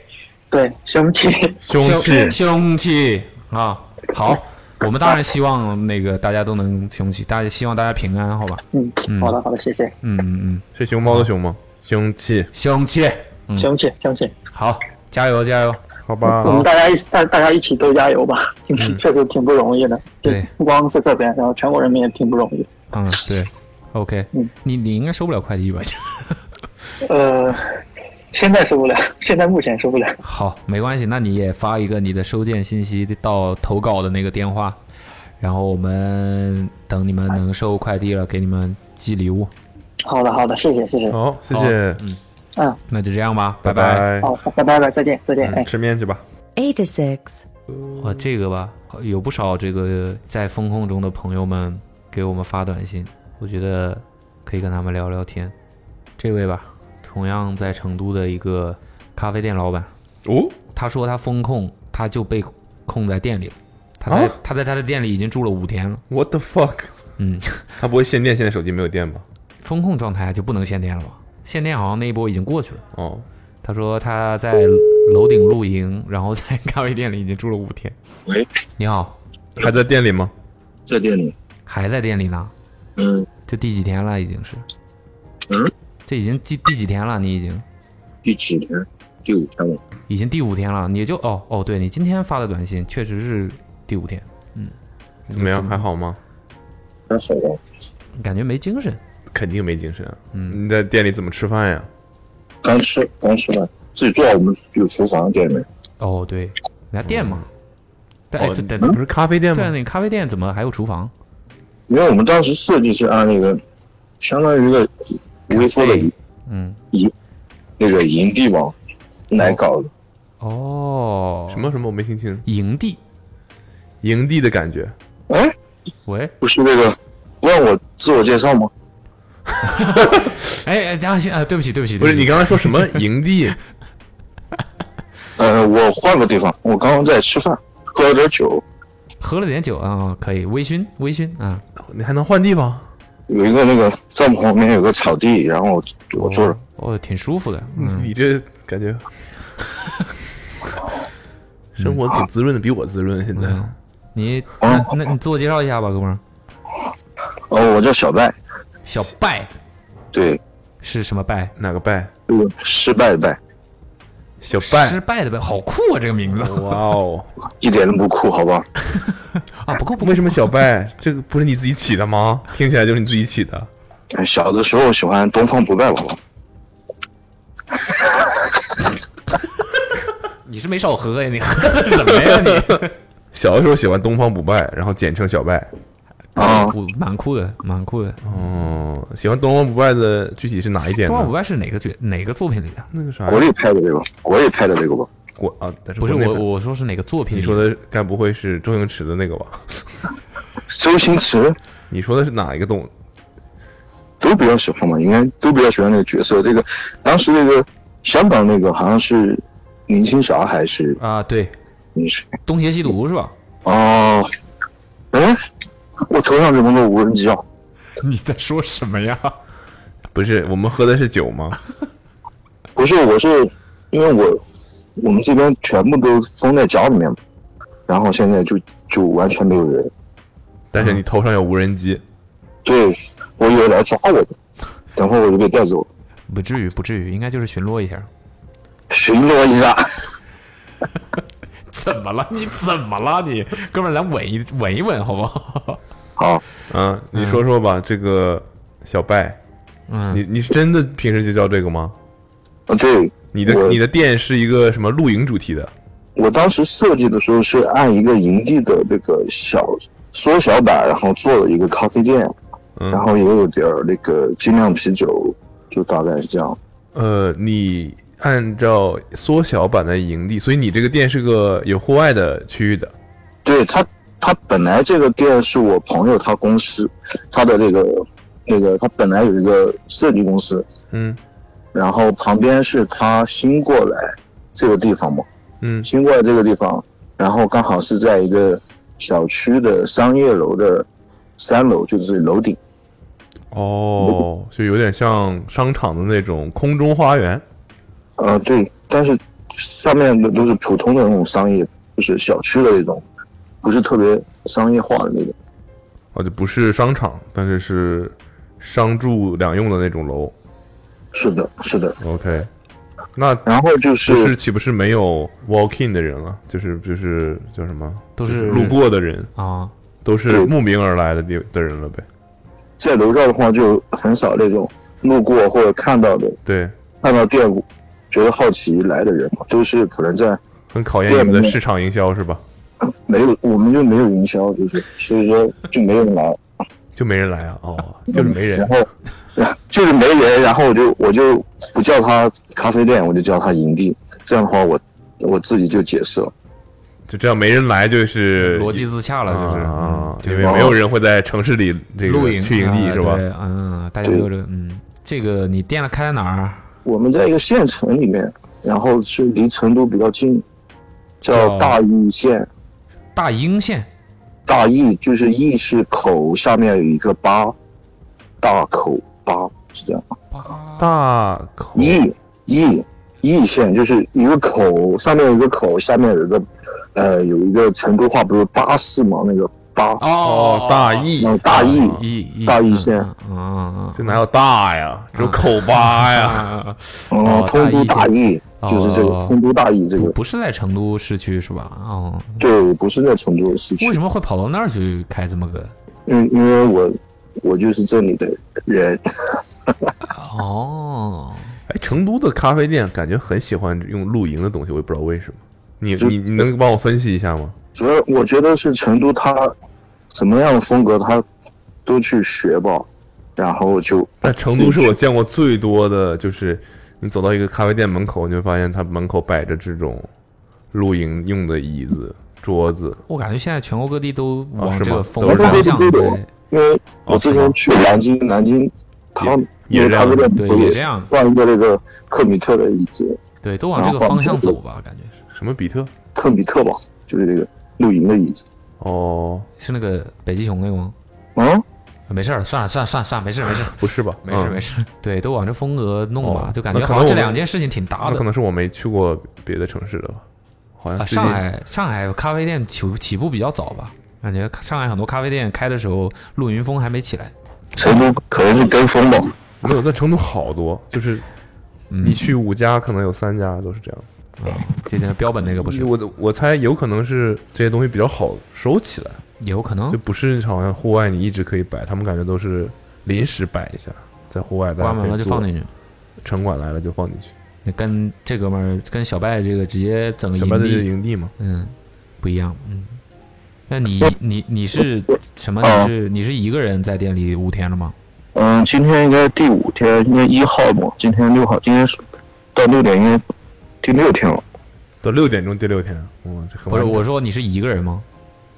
[SPEAKER 8] 对 雄起，
[SPEAKER 3] 凶器，
[SPEAKER 2] 凶器啊！好，我们当然希望那个大家都能凶器，大家希望大家平安，好吧？
[SPEAKER 8] 嗯
[SPEAKER 2] 嗯，
[SPEAKER 8] 好的好的，谢谢，
[SPEAKER 2] 嗯嗯嗯，
[SPEAKER 3] 是熊猫的熊吗？凶器，
[SPEAKER 2] 凶器，嗯
[SPEAKER 8] 雄起雄起，
[SPEAKER 2] 好，加油加油！
[SPEAKER 3] 好吧
[SPEAKER 8] 我。们大家一大大家一起都加油吧， 确实挺不容易的，
[SPEAKER 2] 嗯
[SPEAKER 8] 就
[SPEAKER 2] 对
[SPEAKER 8] 不光是这边，然后全国人民也挺不容易。
[SPEAKER 2] 嗯，对，OK，
[SPEAKER 8] 嗯
[SPEAKER 2] 你你应该收不了快递吧？
[SPEAKER 8] 呃，现在受不了， 现在目前受不了。
[SPEAKER 2] 好，没关系，那你也发一个你的收件信息到投稿的那个电话，然后我们等你们能收快递了，给你们寄礼物。
[SPEAKER 8] 好的，好的，谢谢，谢谢。
[SPEAKER 3] 好，谢
[SPEAKER 2] 好
[SPEAKER 3] 谢，
[SPEAKER 2] 嗯，
[SPEAKER 8] 嗯，
[SPEAKER 2] 那就这样吧，拜
[SPEAKER 3] 拜。
[SPEAKER 8] 好，拜拜拜，再见，再见，哎
[SPEAKER 3] 嗯，。吃面去吧。
[SPEAKER 9] eight to six.
[SPEAKER 2] 我这个吧，有不少这个在风控中的朋友们给我们发短信，我觉得可以跟他们聊聊天。这位吧，同样在成都的一个咖啡店老板，
[SPEAKER 3] 哦，
[SPEAKER 2] 他说他封控，他就被控在店里了。他在、
[SPEAKER 3] 啊
[SPEAKER 2] 他在他的店里已经住了五天了，
[SPEAKER 3] 我的 fuck，
[SPEAKER 2] 嗯，
[SPEAKER 3] 他不会限电，现在手机没有电吧？
[SPEAKER 2] 封控状态就不能限电了吧？限电好像那一波已经过去了。
[SPEAKER 3] 哦，
[SPEAKER 2] 他说他在楼顶露营，然后在咖啡店里已经住了五天。
[SPEAKER 5] 喂，
[SPEAKER 2] 你好，
[SPEAKER 3] 还在店里吗？
[SPEAKER 5] 在店里，
[SPEAKER 2] 还在店里呢？
[SPEAKER 5] 嗯
[SPEAKER 2] 这第几天了？已经是，
[SPEAKER 5] 嗯，
[SPEAKER 2] 这已经第第几天了？你已经
[SPEAKER 5] 第几天？第五天了。
[SPEAKER 2] 已经第五天了，你就哦哦，对你今天发的短信确实是第五天，
[SPEAKER 3] 怎么样？还好吗？
[SPEAKER 5] 还好吧，
[SPEAKER 2] 感觉没精神。
[SPEAKER 3] 肯定没精神。嗯，你在店里怎么吃饭呀？
[SPEAKER 5] 刚吃刚吃完，自己做我们有厨房店里。
[SPEAKER 2] 哦，对，人家店嘛，
[SPEAKER 5] 哦
[SPEAKER 2] 但哎
[SPEAKER 3] 哦，
[SPEAKER 2] 对对
[SPEAKER 3] 不是咖啡店
[SPEAKER 2] 对啊，
[SPEAKER 3] 吗？
[SPEAKER 2] 那咖啡店怎么还有厨房？
[SPEAKER 5] 因为我们当时设计是按那个，相当于一个微缩的
[SPEAKER 2] 嗯，
[SPEAKER 5] 那个营地嘛来搞的，
[SPEAKER 2] 哦，
[SPEAKER 3] 什么什么？我没听清。
[SPEAKER 2] 营地？
[SPEAKER 3] 营地的感觉。
[SPEAKER 2] 喂，
[SPEAKER 5] 哎不是那个不让我自我介绍吗？
[SPEAKER 2] 哎哎，等一下啊，对不起，对不起，
[SPEAKER 3] 不是
[SPEAKER 2] 对
[SPEAKER 3] 你
[SPEAKER 2] 起
[SPEAKER 3] 刚才说什 么营地？
[SPEAKER 5] 呃，我换个地方，我刚刚在吃饭，喝了点酒，
[SPEAKER 2] 喝了点酒啊、嗯可以微醺，微醺啊，
[SPEAKER 3] 你还能换地方？
[SPEAKER 5] 有一个那个帐篷旁边有个草地，然后我坐着，
[SPEAKER 2] 哦，挺舒服的，
[SPEAKER 3] 你
[SPEAKER 2] 嗯，
[SPEAKER 3] 你这感觉，嗯生活挺滋润的，比我滋润。现在
[SPEAKER 2] 嗯你
[SPEAKER 3] 哦
[SPEAKER 2] 那那你自我介绍一下吧，哥们儿，
[SPEAKER 5] 哦，我叫小拜，
[SPEAKER 2] 小拜
[SPEAKER 5] 对，
[SPEAKER 2] 是什么拜？
[SPEAKER 3] 哪个拜？
[SPEAKER 5] 这个失败的败，
[SPEAKER 3] 小拜
[SPEAKER 2] 失。败的败，好酷啊，这个名字
[SPEAKER 3] 哇哦！
[SPEAKER 5] 一点都不酷，好吧？
[SPEAKER 2] 啊，不够不够
[SPEAKER 3] 为，什么小拜？这个不是你自己起的吗？听起来就是你自己起的。
[SPEAKER 5] 呃小的时候喜欢东方不败宝宝，
[SPEAKER 2] 你是没少喝呀，你喝的什么呀 你？
[SPEAKER 3] 小的时候喜欢东方不败，然后简称小拜。
[SPEAKER 5] 啊
[SPEAKER 2] 我蛮酷的，蛮酷的。
[SPEAKER 3] 哦，喜欢东方不败的具体是哪一点
[SPEAKER 2] 东方不
[SPEAKER 3] 呢？
[SPEAKER 2] 败是哪个角哪个作品里的？
[SPEAKER 3] 那个啥呀，
[SPEAKER 5] 啊国内拍的这个，国内拍的这个吧？
[SPEAKER 3] 国啊，但是
[SPEAKER 2] 不是
[SPEAKER 3] 国内
[SPEAKER 2] 我，
[SPEAKER 3] 版
[SPEAKER 2] 我说是哪个作品
[SPEAKER 3] 你
[SPEAKER 2] 里？
[SPEAKER 3] 说的该不会是周星驰的那个吧？
[SPEAKER 5] 周星驰
[SPEAKER 3] 你说的是哪一个动？
[SPEAKER 5] 都比较喜欢嘛，应该都比较喜欢那个角色。这个当时那个香港那个好像是林青霞还是
[SPEAKER 2] 啊？对，
[SPEAKER 5] 你是
[SPEAKER 2] 东邪西毒是 吧？
[SPEAKER 5] 哦，哎，我头上怎么个无人机啊？
[SPEAKER 2] 你在说什么呀？
[SPEAKER 3] 不是我们喝的是酒 吗？
[SPEAKER 5] 不是，我是因为我我们这边全部都封在家里面嘛，然后现在就就完全没有人。
[SPEAKER 3] 但是你头上有无人机，
[SPEAKER 5] 对，我以为来抓我的，等会儿我就被带走了，
[SPEAKER 2] 不至于，不至于，应该就是巡逻一下。
[SPEAKER 5] 巡逻一下。
[SPEAKER 2] 怎么了？你 怎么了？你哥们儿，咱稳一稳一稳，好不好？
[SPEAKER 5] 好，
[SPEAKER 3] 啊，你说说吧，这个小拜，
[SPEAKER 2] 嗯，
[SPEAKER 3] 你你是真的平时就叫这个吗？
[SPEAKER 5] 啊对，
[SPEAKER 3] 你的
[SPEAKER 5] 我
[SPEAKER 3] 你的店是一个什么露营主题的？
[SPEAKER 5] 我当时设计的时候是按一个营地的这个小缩小版，然后做了一个咖啡店，
[SPEAKER 3] 嗯
[SPEAKER 5] 然，后也有点儿那个精酿啤酒，就大概是这样。
[SPEAKER 3] 呃，你按照缩小版的营地，所以你这个店是个有户外的区域的。
[SPEAKER 5] 对他，他本来这个店是我朋友他公司，他的这个那个他本来有一个设计公司，
[SPEAKER 3] 嗯
[SPEAKER 5] 然后旁边是他新过来这个地方嘛，
[SPEAKER 3] 嗯
[SPEAKER 5] 新过来这个地方，然后刚好是在一个小区的商业楼的三楼，就是楼顶。
[SPEAKER 3] 哦，就有点像商场的那种空中花园。
[SPEAKER 5] 呃，对，但是上面的都是普通的那种商业，就是小区的那种，不是特别商业化的那种。
[SPEAKER 3] 哦，就不是商场，但是是商住两用的那种楼。
[SPEAKER 5] 是的，是的。
[SPEAKER 3] OK，那
[SPEAKER 5] 然后就是
[SPEAKER 3] 这是岂不是没有 walk in 的人了？就是就是叫什么？
[SPEAKER 2] 都
[SPEAKER 3] 就是路过的人，
[SPEAKER 2] 啊，
[SPEAKER 3] 都是慕名而来的地的人了呗？
[SPEAKER 5] 在楼上的话，就很少那种路过或者看到的，
[SPEAKER 3] 对，
[SPEAKER 5] 看到店觉得好奇来的人嘛，都是可能在
[SPEAKER 3] 很考验你们的市场营销是吧？
[SPEAKER 5] 没有，我们就没有营销，就是所以说就没有人来，
[SPEAKER 3] 就没人来啊？ 哦，就是没人
[SPEAKER 5] 然。后。 就是没人，然后我就我就不叫他咖啡店，我就叫他营地。这样的话我，我自己就解释了。
[SPEAKER 3] 就这样没人来，就是
[SPEAKER 2] 逻辑自洽了，就是
[SPEAKER 3] 啊
[SPEAKER 2] 嗯，就
[SPEAKER 3] 因
[SPEAKER 2] 是
[SPEAKER 3] 为没有人会在城市里这
[SPEAKER 2] 露
[SPEAKER 3] 个
[SPEAKER 2] 营
[SPEAKER 3] 去营地
[SPEAKER 2] 啊
[SPEAKER 3] 是吧？
[SPEAKER 2] 对嗯，大家都有这个，嗯，这个你店了开在哪儿？
[SPEAKER 5] 我们在一个县城里面，然后是离成都比较近，
[SPEAKER 2] 叫
[SPEAKER 5] 叫大邑县。
[SPEAKER 2] 大英县
[SPEAKER 5] 大邑就是邑是口下面有一个八，大口八是这样。
[SPEAKER 2] 哦八
[SPEAKER 3] 大口
[SPEAKER 5] 邑邑邑县就是一个口，上面有一个口，下面有一个，呃，有一个成都话不是八四嘛，那个八，
[SPEAKER 2] 啊
[SPEAKER 3] 哦，大邑
[SPEAKER 5] 嗯，大邑
[SPEAKER 2] 一
[SPEAKER 5] 大邑县，
[SPEAKER 2] 嗯嗯
[SPEAKER 3] 这哪有大呀？只有口八呀。
[SPEAKER 2] 嗯，
[SPEAKER 5] 嗯，通都大邑
[SPEAKER 2] 大邑
[SPEAKER 5] 就是这
[SPEAKER 2] 哦
[SPEAKER 5] 个通都大邑这
[SPEAKER 2] 不
[SPEAKER 5] 个，
[SPEAKER 2] 不是在成都市区是吧？哦，
[SPEAKER 5] 对，不是在成都市区
[SPEAKER 2] 为，什么会跑到那儿去开这么个？
[SPEAKER 5] 因因为我我就是这里的人，
[SPEAKER 2] 哦，
[SPEAKER 3] 哎，成都的咖啡店感觉很喜欢用露营的东西，我也不知道为什么。你
[SPEAKER 5] 就
[SPEAKER 3] 你你能帮我分析一下吗？
[SPEAKER 5] 主要我觉得是成都它什么样的风格它都去学吧，然后就
[SPEAKER 3] 但成都是我见过最多的，就是你走到一个咖啡店门口，你会发现它门口摆着这种露营用的椅子、桌子。
[SPEAKER 2] 我感觉现在全国各地都
[SPEAKER 3] 啊
[SPEAKER 2] 往
[SPEAKER 3] 是
[SPEAKER 2] 这
[SPEAKER 3] 吗
[SPEAKER 2] 个风
[SPEAKER 3] 都是
[SPEAKER 2] 方
[SPEAKER 5] 这样
[SPEAKER 2] 向对，
[SPEAKER 5] 因为我之前去南京，南京他们
[SPEAKER 3] 哦也
[SPEAKER 5] 因为咖啡店
[SPEAKER 2] 对
[SPEAKER 5] 不
[SPEAKER 2] 也
[SPEAKER 5] 也
[SPEAKER 2] 这样
[SPEAKER 5] 放一个那个克米特的椅子，
[SPEAKER 2] 对，都往这个方向走吧，感觉是
[SPEAKER 3] 什么比特？
[SPEAKER 5] 克米特吧，就是那个露营的椅子。
[SPEAKER 3] 哦，
[SPEAKER 2] 是那个北极熊那个吗？
[SPEAKER 5] 嗯，
[SPEAKER 2] 啊没事儿，算了算了算了算了，没事儿没 事儿
[SPEAKER 3] 不是吧？
[SPEAKER 2] 没事儿
[SPEAKER 3] 嗯
[SPEAKER 2] 没事儿，对，都往这风格弄吧
[SPEAKER 3] 哦，
[SPEAKER 2] 就感觉
[SPEAKER 3] 那可
[SPEAKER 2] 好
[SPEAKER 3] 能
[SPEAKER 2] 像这
[SPEAKER 3] 我们
[SPEAKER 2] 两件事情挺搭
[SPEAKER 3] 那可
[SPEAKER 2] 的。
[SPEAKER 3] 能是我没去过别的城市的吧，好像
[SPEAKER 2] 啊，
[SPEAKER 3] 最近
[SPEAKER 2] 上海上海咖啡店起起步比较早吧，感觉上海很多咖啡店开的时候，陆云峰还没起来。
[SPEAKER 5] 成都可能是跟风吧，
[SPEAKER 3] 没有，但成都好多，就是
[SPEAKER 2] 嗯
[SPEAKER 3] 你去五家，可能有三家都是这样。
[SPEAKER 2] 啊，这件标本那个不是，
[SPEAKER 3] 我我猜有可能是这些东西比较好收起来，
[SPEAKER 2] 有可能
[SPEAKER 3] 就不是好像户外你一直可以摆，他们感觉都是临时摆一下，在户外大家
[SPEAKER 2] 关门
[SPEAKER 3] 可
[SPEAKER 2] 了
[SPEAKER 3] 以
[SPEAKER 2] 就
[SPEAKER 3] 坐
[SPEAKER 2] 放进去。
[SPEAKER 3] 城管来了就放进去，
[SPEAKER 2] 那跟这哥们儿跟小拜这个直接整个
[SPEAKER 3] 什么
[SPEAKER 2] 营
[SPEAKER 3] 的就是
[SPEAKER 2] 地，
[SPEAKER 3] 营地嘛。
[SPEAKER 2] 嗯，不一样，嗯。那你你你是什么？
[SPEAKER 5] 啊
[SPEAKER 2] 你是你是一个人在店里五天了吗？
[SPEAKER 5] 嗯，今天应该第五天，应该一号吧，今天六号，今天是到六点应该第六天了。
[SPEAKER 3] 到六点钟第六天，哇、这很
[SPEAKER 2] 不是，
[SPEAKER 3] 晚
[SPEAKER 2] 我说你是一个人吗？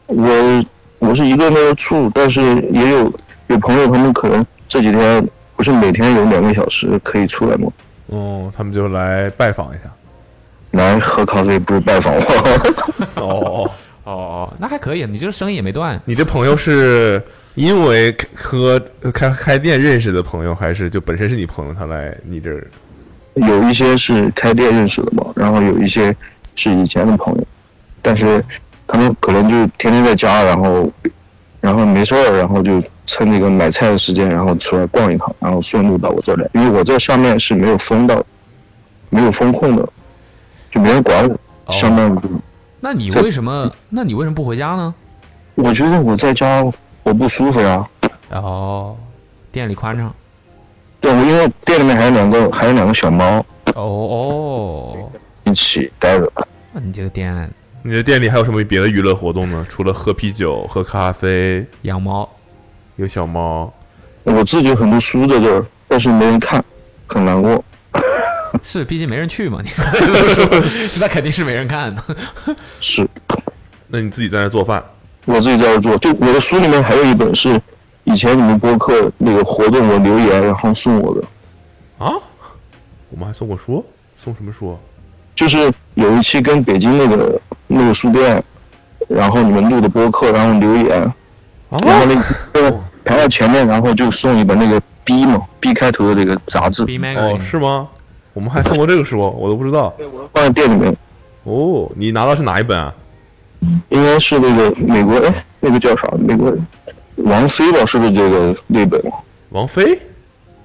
[SPEAKER 5] 我我是一个人在住，但是也有有朋友他们可能这几天不是每天有两个小时可以出来吗？
[SPEAKER 3] 哦，他们就来拜访一下。
[SPEAKER 5] 来喝咖啡不是拜访我。
[SPEAKER 3] 哦，
[SPEAKER 2] 哦哦，那还可以，你这生意也没断。
[SPEAKER 3] 你这朋友是因为喝开开店认识的朋友，还是就本身是你朋友，他来你这儿？
[SPEAKER 5] 有一些是开店认识的嘛，然后有一些是以前的朋友，但是他们可能就天天在家，然后然后没事儿，然后就趁这个买菜的时间，然后出来逛一趟，然后顺路到我这来，因为我这上面是没有封的，没有封控的，就没人管我，相当于
[SPEAKER 2] 那你
[SPEAKER 5] 这
[SPEAKER 2] 为什么？那你为什么不回家呢？
[SPEAKER 5] 我觉得我在家我不舒服呀、啊
[SPEAKER 2] 哦，店里宽敞。
[SPEAKER 5] 对，我因为店里面还有两个还有两个小猫
[SPEAKER 2] 哦哦，
[SPEAKER 5] 一起待着，
[SPEAKER 2] 那你这个店
[SPEAKER 3] 你这店里还有什么别的娱乐活动呢？除了喝啤酒、喝咖啡，
[SPEAKER 2] 养猫
[SPEAKER 3] 有小猫。
[SPEAKER 5] 我自己有很多书在这儿，但是没人看，很难过。
[SPEAKER 2] 是，毕竟没人去嘛。你都说那肯定是没人看的。
[SPEAKER 5] 是
[SPEAKER 3] 那你自己在那做饭，
[SPEAKER 5] 我自己在这做。就我的书里面还有一本是以前你们播客那个活动我留言然后送我的，
[SPEAKER 3] 啊？我们还送过书，送什么书？
[SPEAKER 5] 就是有一期跟北京那个那个书店，然后你们录的播客，然后留言，
[SPEAKER 3] 啊
[SPEAKER 5] 然后那个排到前面，然后就送一本那个 B 嘛 B 开头的这个杂志，
[SPEAKER 2] B
[SPEAKER 3] 哦，
[SPEAKER 2] magazine
[SPEAKER 3] 是吗？我们还送过这个书，我都不知道。
[SPEAKER 5] 放在店里面，
[SPEAKER 3] 哦，你拿到是哪一本啊？
[SPEAKER 5] 应该是那个美国哎那个叫啥美国王菲吧，是不是这个那本？
[SPEAKER 3] 王菲？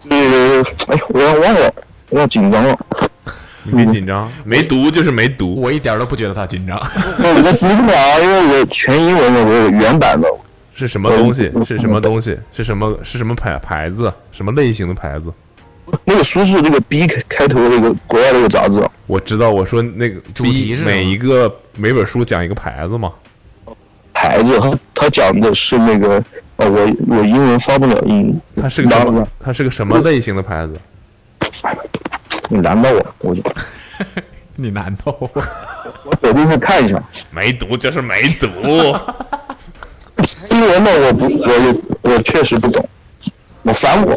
[SPEAKER 5] 那个哎我要忘了，我要紧张了。
[SPEAKER 3] 你别紧张，没读就是没读。
[SPEAKER 2] 我一点儿都不觉得他紧张。
[SPEAKER 5] 那我读不了，啊因为我全英文的，我有原版的，
[SPEAKER 3] 是什么东西？是什么东西？是什么？是什么牌牌子？什么类型的牌子？
[SPEAKER 5] 那个书是那个 B 开开头的那个国外那个杂志，
[SPEAKER 3] 我知道，我说那个
[SPEAKER 2] 主题是什么
[SPEAKER 3] 每一个每本书讲一个牌子嘛。
[SPEAKER 5] 牌子，它它讲的是那个呃，我我英文发不了音，
[SPEAKER 3] 它是个
[SPEAKER 5] 难
[SPEAKER 3] 什
[SPEAKER 5] 不
[SPEAKER 3] 么？它是个什么类型的牌子？
[SPEAKER 5] 你难到我，我就
[SPEAKER 2] 你难道？
[SPEAKER 5] 我走进去看一下。
[SPEAKER 3] 没读就是没读。 啊
[SPEAKER 5] 英文的我不，我我确实不懂，我烦我。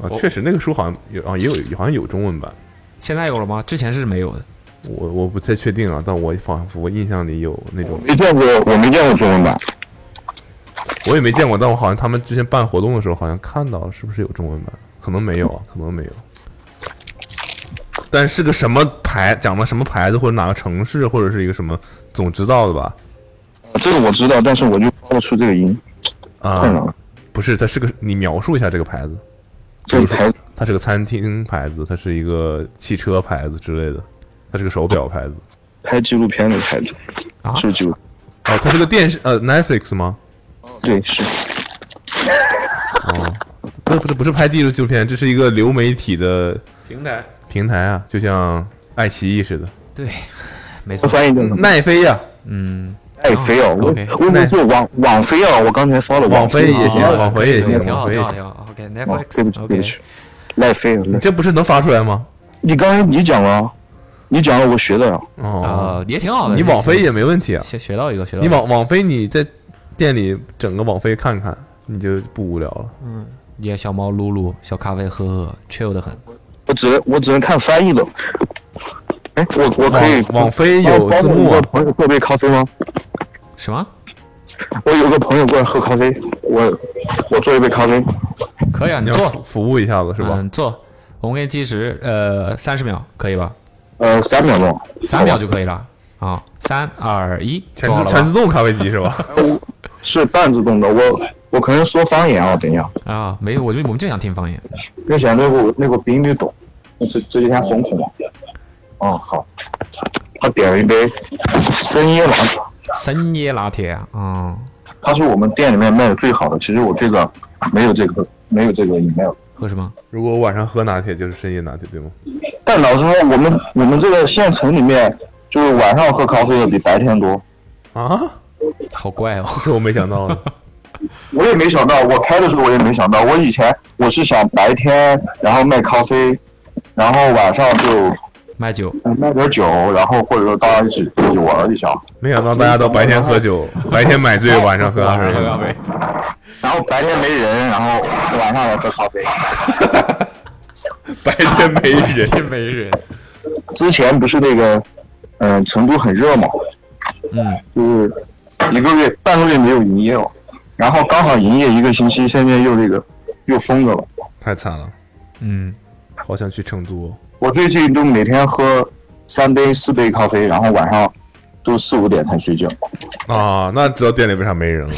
[SPEAKER 3] 啊，确实那个书好像有啊，也有好像有中文版。
[SPEAKER 2] 现在有了吗？之前是没有的。
[SPEAKER 3] 我我不太确定啊，但我仿佛印象里有那种，
[SPEAKER 5] 没见过，我没见过中文版，
[SPEAKER 3] 我也没见过，但我好像他们之前办活动的时候好像看到，是不是有中文版？可能没有啊，可能没有。但是个什么牌讲的什么牌子，或者哪个城市，或者是一个什么，总知道的吧？
[SPEAKER 5] 这个我知道，但是我就发不出这个音，
[SPEAKER 3] 啊、
[SPEAKER 5] 困扰了。
[SPEAKER 3] 不是，它是个你描述一下这个牌子，
[SPEAKER 5] 这个牌子
[SPEAKER 3] 它是个餐厅牌子，它是一个汽车牌子之类的，它是个手表牌子。
[SPEAKER 5] 拍纪录片的牌子，
[SPEAKER 2] 啊
[SPEAKER 5] 是纪录，
[SPEAKER 3] 哦，它是个电视呃 Netflix 吗？
[SPEAKER 5] 对，是
[SPEAKER 3] 哦，那不是不是拍纪录纪录片，这是一个流媒体的
[SPEAKER 2] 平台
[SPEAKER 3] 平台啊，就像爱奇艺似的，
[SPEAKER 2] 对，没
[SPEAKER 5] 我
[SPEAKER 2] 错。
[SPEAKER 5] 翻译叫什么？
[SPEAKER 3] 奈飞呀、
[SPEAKER 2] 嗯，
[SPEAKER 5] 奈飞哦，我
[SPEAKER 2] OK，
[SPEAKER 5] 我我是网网飞哦，我刚才说了
[SPEAKER 3] 网飞也行
[SPEAKER 5] 啊
[SPEAKER 2] 哦
[SPEAKER 3] 往回也
[SPEAKER 2] 可以
[SPEAKER 3] 行
[SPEAKER 2] 挺好，
[SPEAKER 3] 往回也
[SPEAKER 2] 挺好，
[SPEAKER 3] 行
[SPEAKER 2] 挺好。
[SPEAKER 5] 哦对不
[SPEAKER 2] OK，Netflix。
[SPEAKER 5] 起对
[SPEAKER 2] OK，
[SPEAKER 5] 不起，奈飞，
[SPEAKER 3] 你
[SPEAKER 5] 奈
[SPEAKER 3] 这不是能发出来吗？
[SPEAKER 5] 你刚才你讲了，你讲了，我学的呀，
[SPEAKER 3] 哦，
[SPEAKER 2] 啊，也挺好的。
[SPEAKER 3] 你网飞也没问题啊，
[SPEAKER 2] 学学到一个，学到
[SPEAKER 3] 你
[SPEAKER 2] 一个
[SPEAKER 3] 网网飞你在店里整个网飞看看，你就不无聊了。
[SPEAKER 2] 也小猫撸撸，小咖啡喝喝，chill 的很。
[SPEAKER 5] 我只能我只能看翻译的。哎，我我可以
[SPEAKER 3] 网网飞
[SPEAKER 5] 帮
[SPEAKER 3] 有
[SPEAKER 5] 帮
[SPEAKER 3] 字幕
[SPEAKER 5] 我一个
[SPEAKER 3] 啊，
[SPEAKER 5] 朋友喝杯咖啡吗？
[SPEAKER 2] 什么？
[SPEAKER 5] 我有个朋友过来喝咖啡，我我做一杯咖啡。
[SPEAKER 2] 可以啊，你
[SPEAKER 3] 你
[SPEAKER 2] 坐
[SPEAKER 3] 要服服务一下子是吧？
[SPEAKER 2] 嗯，坐。我们给你计时，呃，三十秒，可以吧？
[SPEAKER 5] 呃，三秒钟，
[SPEAKER 2] 三秒就可以了啊！三二一，
[SPEAKER 3] 全
[SPEAKER 2] 做好了
[SPEAKER 3] 自全
[SPEAKER 2] 吧
[SPEAKER 3] 自动咖啡机是吧？
[SPEAKER 5] 是半自动的。我我可能说方言啊，等一下，
[SPEAKER 2] 啊！没有，我就我们就想听方言。
[SPEAKER 5] 没想那个那个比你懂，我这这几天红红嘛。哦，好，他点了一杯深椰拿铁，
[SPEAKER 2] 深夜拿铁啊，嗯，
[SPEAKER 5] 它是我们店里面卖的最好的。其实我最早没有这个没有这个饮料，
[SPEAKER 2] 喝什么？
[SPEAKER 3] 如果我晚上喝拿铁就是深夜拿铁对吗？
[SPEAKER 5] 但老实说，我们我们这个县城里面，就是晚上喝咖啡的比白天多。
[SPEAKER 3] 啊，
[SPEAKER 2] 好怪哦！
[SPEAKER 3] 这我没想到呢。
[SPEAKER 5] 我也没想到，我开的时候我也没想到，我以前我是想白天然后卖咖啡，然后晚上就
[SPEAKER 2] 卖酒，
[SPEAKER 5] 卖点酒，然后或者说大家一起出去玩一下，
[SPEAKER 3] 没想到大家都白天喝酒，白天买醉，晚上喝
[SPEAKER 2] 啊
[SPEAKER 3] 啊咖啡。
[SPEAKER 5] 然后白天没人，然后晚上来喝咖啡。
[SPEAKER 3] 白天没人，
[SPEAKER 2] 真没人。
[SPEAKER 5] 之前不是那个，嗯、成都很热嘛，
[SPEAKER 2] 嗯，
[SPEAKER 5] 就是一个月半个月没有营业了，然后刚好营业一个星期，现在又那个又封着了。
[SPEAKER 3] 太惨了，
[SPEAKER 2] 嗯，
[SPEAKER 3] 好想去成都、哦。
[SPEAKER 5] 我最近都每天喝三杯四杯咖啡，然后晚上都四五点才睡觉。
[SPEAKER 3] 啊，那知道店里为啥没人了。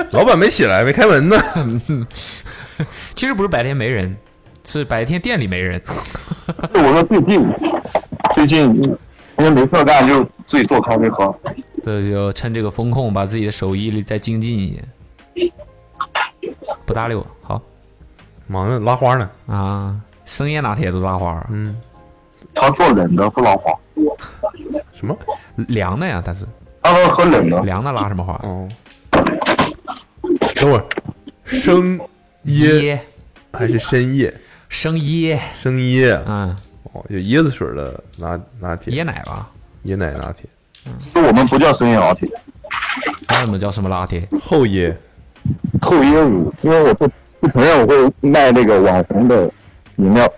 [SPEAKER 3] 老板没起来，没开门呢。
[SPEAKER 2] 其实不是白天没人，是白天店里没人。
[SPEAKER 5] 就我说最近，最近因为没事儿干，就自己做咖啡喝。
[SPEAKER 2] 这就趁这个风控，把自己的手艺里再精进一些。不搭理我，好
[SPEAKER 3] 忙着拉花呢。
[SPEAKER 2] 啊。深夜拿铁都拉花儿，
[SPEAKER 3] 嗯，
[SPEAKER 5] 他做冷的不拉花，
[SPEAKER 3] 什么？
[SPEAKER 2] 凉的呀，但是
[SPEAKER 5] 他说喝冷的，
[SPEAKER 2] 凉的拉什么花？
[SPEAKER 3] 哦，等会儿，生椰
[SPEAKER 2] 椰，
[SPEAKER 3] 还是深夜？
[SPEAKER 2] 生椰，
[SPEAKER 3] 生椰啊
[SPEAKER 2] 嗯，
[SPEAKER 3] 哦，有椰子水的拿拿铁，
[SPEAKER 2] 椰奶吧，
[SPEAKER 3] 椰奶拿铁，
[SPEAKER 5] 是我们不叫深夜拿铁，
[SPEAKER 2] 还有什么叫什么拿铁？
[SPEAKER 3] 厚椰。
[SPEAKER 5] 透椰乳。因为我不不承认我会卖那个网红的饮料，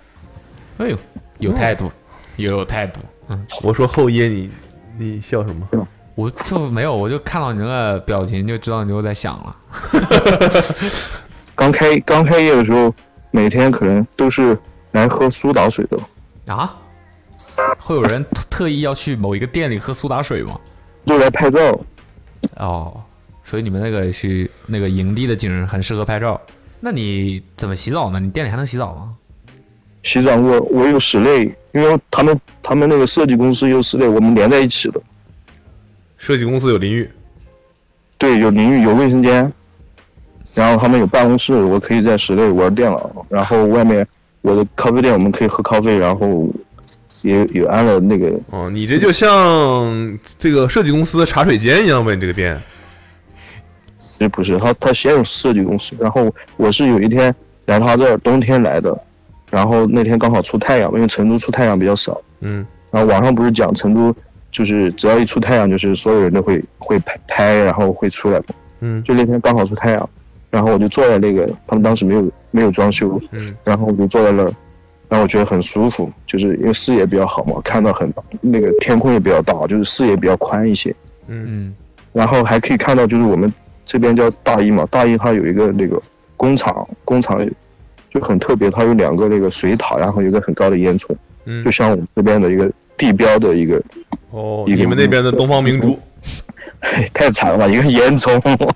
[SPEAKER 2] 哎呦，有态度，有态度。嗯，
[SPEAKER 3] 我说厚椰，你你笑什么？
[SPEAKER 2] 我就没有，我就看到你那个表情就知道你又在想了。
[SPEAKER 5] 刚开刚开业的时候，每天可能都是来喝苏打水的。
[SPEAKER 2] 啊？会有人特特意要去某一个店里喝苏打水吗？
[SPEAKER 5] 都来拍照，
[SPEAKER 2] 哦，所以你们那个是那个营地的景很适合拍照。那你怎么洗澡呢？你店里还能洗澡吗？
[SPEAKER 5] 洗澡我我有室内，因为他们他们那个设计公司有室内，我们连在一起的，
[SPEAKER 3] 设计公司有淋浴，
[SPEAKER 5] 对，有淋浴，有卫生间，然后他们有办公室，我可以在室内玩电脑，然后外面我的咖啡店我们可以喝咖啡，然后也也安了那个，
[SPEAKER 3] 哦，你这就像这个设计公司的茶水间一样呗，你这个店。
[SPEAKER 5] 其实不是他他先有设计公司，然后我是有一天来他这儿冬天来的，然后那天刚好出太阳，因为成都出太阳比较少，
[SPEAKER 3] 嗯，
[SPEAKER 5] 然后网上不是讲成都就是只要一出太阳，就是所有人都会会拍拍，然后会出来嘛。
[SPEAKER 3] 嗯
[SPEAKER 5] 就那天刚好出太阳，然后我就坐在那个他们当时没有没有装修，
[SPEAKER 3] 嗯，
[SPEAKER 5] 然后我就坐在那儿，让我觉得很舒服，就是因为视野比较好嘛，看到很那个天空也比较大，就是视野比较宽一些，
[SPEAKER 3] 嗯
[SPEAKER 2] 嗯
[SPEAKER 5] 然后还可以看到就是我们这边叫大一嘛，大一它有一个那个工厂，工厂就很特别，它有两个那个水塔，然后有一个很高的烟囱，
[SPEAKER 3] 嗯
[SPEAKER 5] 就，像我们这边的一个地标的一个， 嗯
[SPEAKER 3] 哦，你们那边的东方明珠，
[SPEAKER 5] 太惨了吧，一个 烟囱。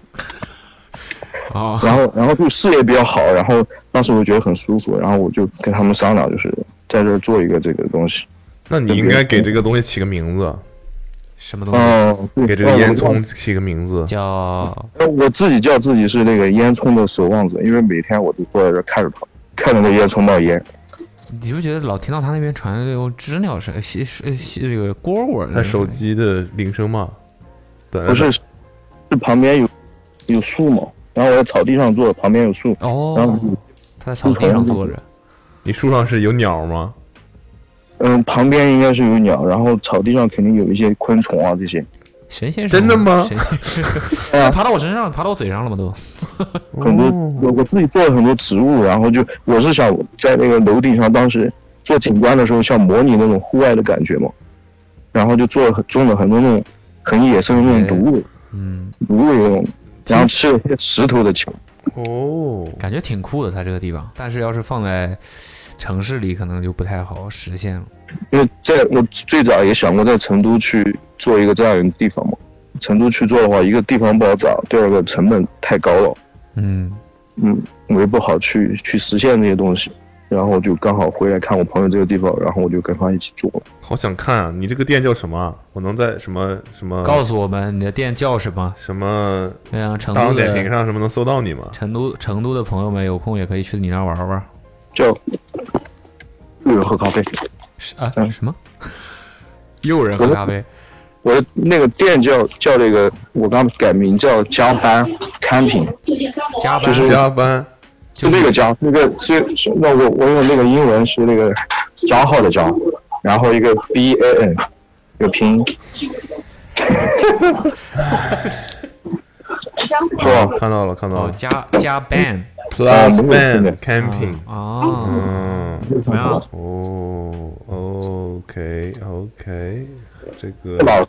[SPEAKER 2] 啊，
[SPEAKER 5] 然后然后就视野比较好，然后当时我觉得很舒服，然后我就跟他们商量，就是在这儿做一个这个东西。
[SPEAKER 3] 那你应该给这个东西起个名
[SPEAKER 5] 嗯
[SPEAKER 3] 字，
[SPEAKER 2] 什么东西
[SPEAKER 5] 哦、
[SPEAKER 3] 给这个烟囱起个名字。
[SPEAKER 2] 叫
[SPEAKER 5] 呃，我自己叫自己是那个烟囱的守望者，因为每天我都坐在这儿看着它，看着那烟囱冒烟。
[SPEAKER 2] 你不觉得老听到他那边传那种知了声、呃西西西这个蝈蝈儿的那种声音？
[SPEAKER 3] 他手机的铃声嘛，对，
[SPEAKER 5] 不是，是旁边有有树嘛，然后我在草地上坐，旁边有树，然
[SPEAKER 2] 哦
[SPEAKER 5] 后，
[SPEAKER 2] 他在草地上坐着，
[SPEAKER 3] 你树上是有鸟吗？
[SPEAKER 5] 嗯，旁边应该是有鸟，然后草地上肯定有一些昆虫啊这些。
[SPEAKER 2] 神仙
[SPEAKER 3] 真的吗
[SPEAKER 2] 神仙 哎爬到我身上了，爬到我嘴上了吗？都
[SPEAKER 5] 很多
[SPEAKER 3] 哦
[SPEAKER 5] 我我自己做了很多植物，然后就我是想在那个楼顶上，当时做景观的时候，想模拟那种户外的感觉嘛，然后就做了很种了很多那种很野生的那种毒味，
[SPEAKER 2] 嗯，
[SPEAKER 5] 毒味那种，然后吃了一些石头的球，
[SPEAKER 3] 哦，
[SPEAKER 2] 感觉挺酷的，它这个地方。但是要是放在城市里，可能就不太好实现了。
[SPEAKER 5] 因为在我最早也想过在成都去做一个这样的地方嘛，成都去做的话，一个地方不好找，第二个成本太高了，
[SPEAKER 2] 嗯，
[SPEAKER 5] 嗯，我也不好去去实现这些东西，然后就刚好回来看我朋友这个地方，然后我就跟他一起做了。
[SPEAKER 3] 好想看啊！你这个店叫什么啊？我能在什么什么
[SPEAKER 2] 告诉我们你的店叫什么，
[SPEAKER 3] 什么
[SPEAKER 2] 让成
[SPEAKER 3] 大
[SPEAKER 2] 都
[SPEAKER 3] 众点评
[SPEAKER 2] 的
[SPEAKER 3] 上什么能搜到你吗？
[SPEAKER 2] 成都成都的朋友们有空也可以去你那儿玩玩。
[SPEAKER 5] 叫又有人喝咖啡。
[SPEAKER 2] 是啊，
[SPEAKER 5] 嗯
[SPEAKER 2] 什么？ 又有人喝咖啡？
[SPEAKER 5] 我的那个店叫叫这个，我刚改名叫加班看品，
[SPEAKER 2] 加班
[SPEAKER 5] 就是
[SPEAKER 3] 加班
[SPEAKER 5] 是那个加，那个是是那我我用那个英文是那个加号的加，然后一个 B A N，一个拼音，是吧？
[SPEAKER 3] 看到了，看到
[SPEAKER 2] 哦，
[SPEAKER 3] 了
[SPEAKER 2] 加加班
[SPEAKER 3] ，Plus
[SPEAKER 5] 没有
[SPEAKER 3] Band
[SPEAKER 5] 听见
[SPEAKER 3] Camping，
[SPEAKER 2] 啊，
[SPEAKER 3] 嗯，
[SPEAKER 2] 怎么样？
[SPEAKER 3] 哦，OK OK，这个
[SPEAKER 5] 是吧？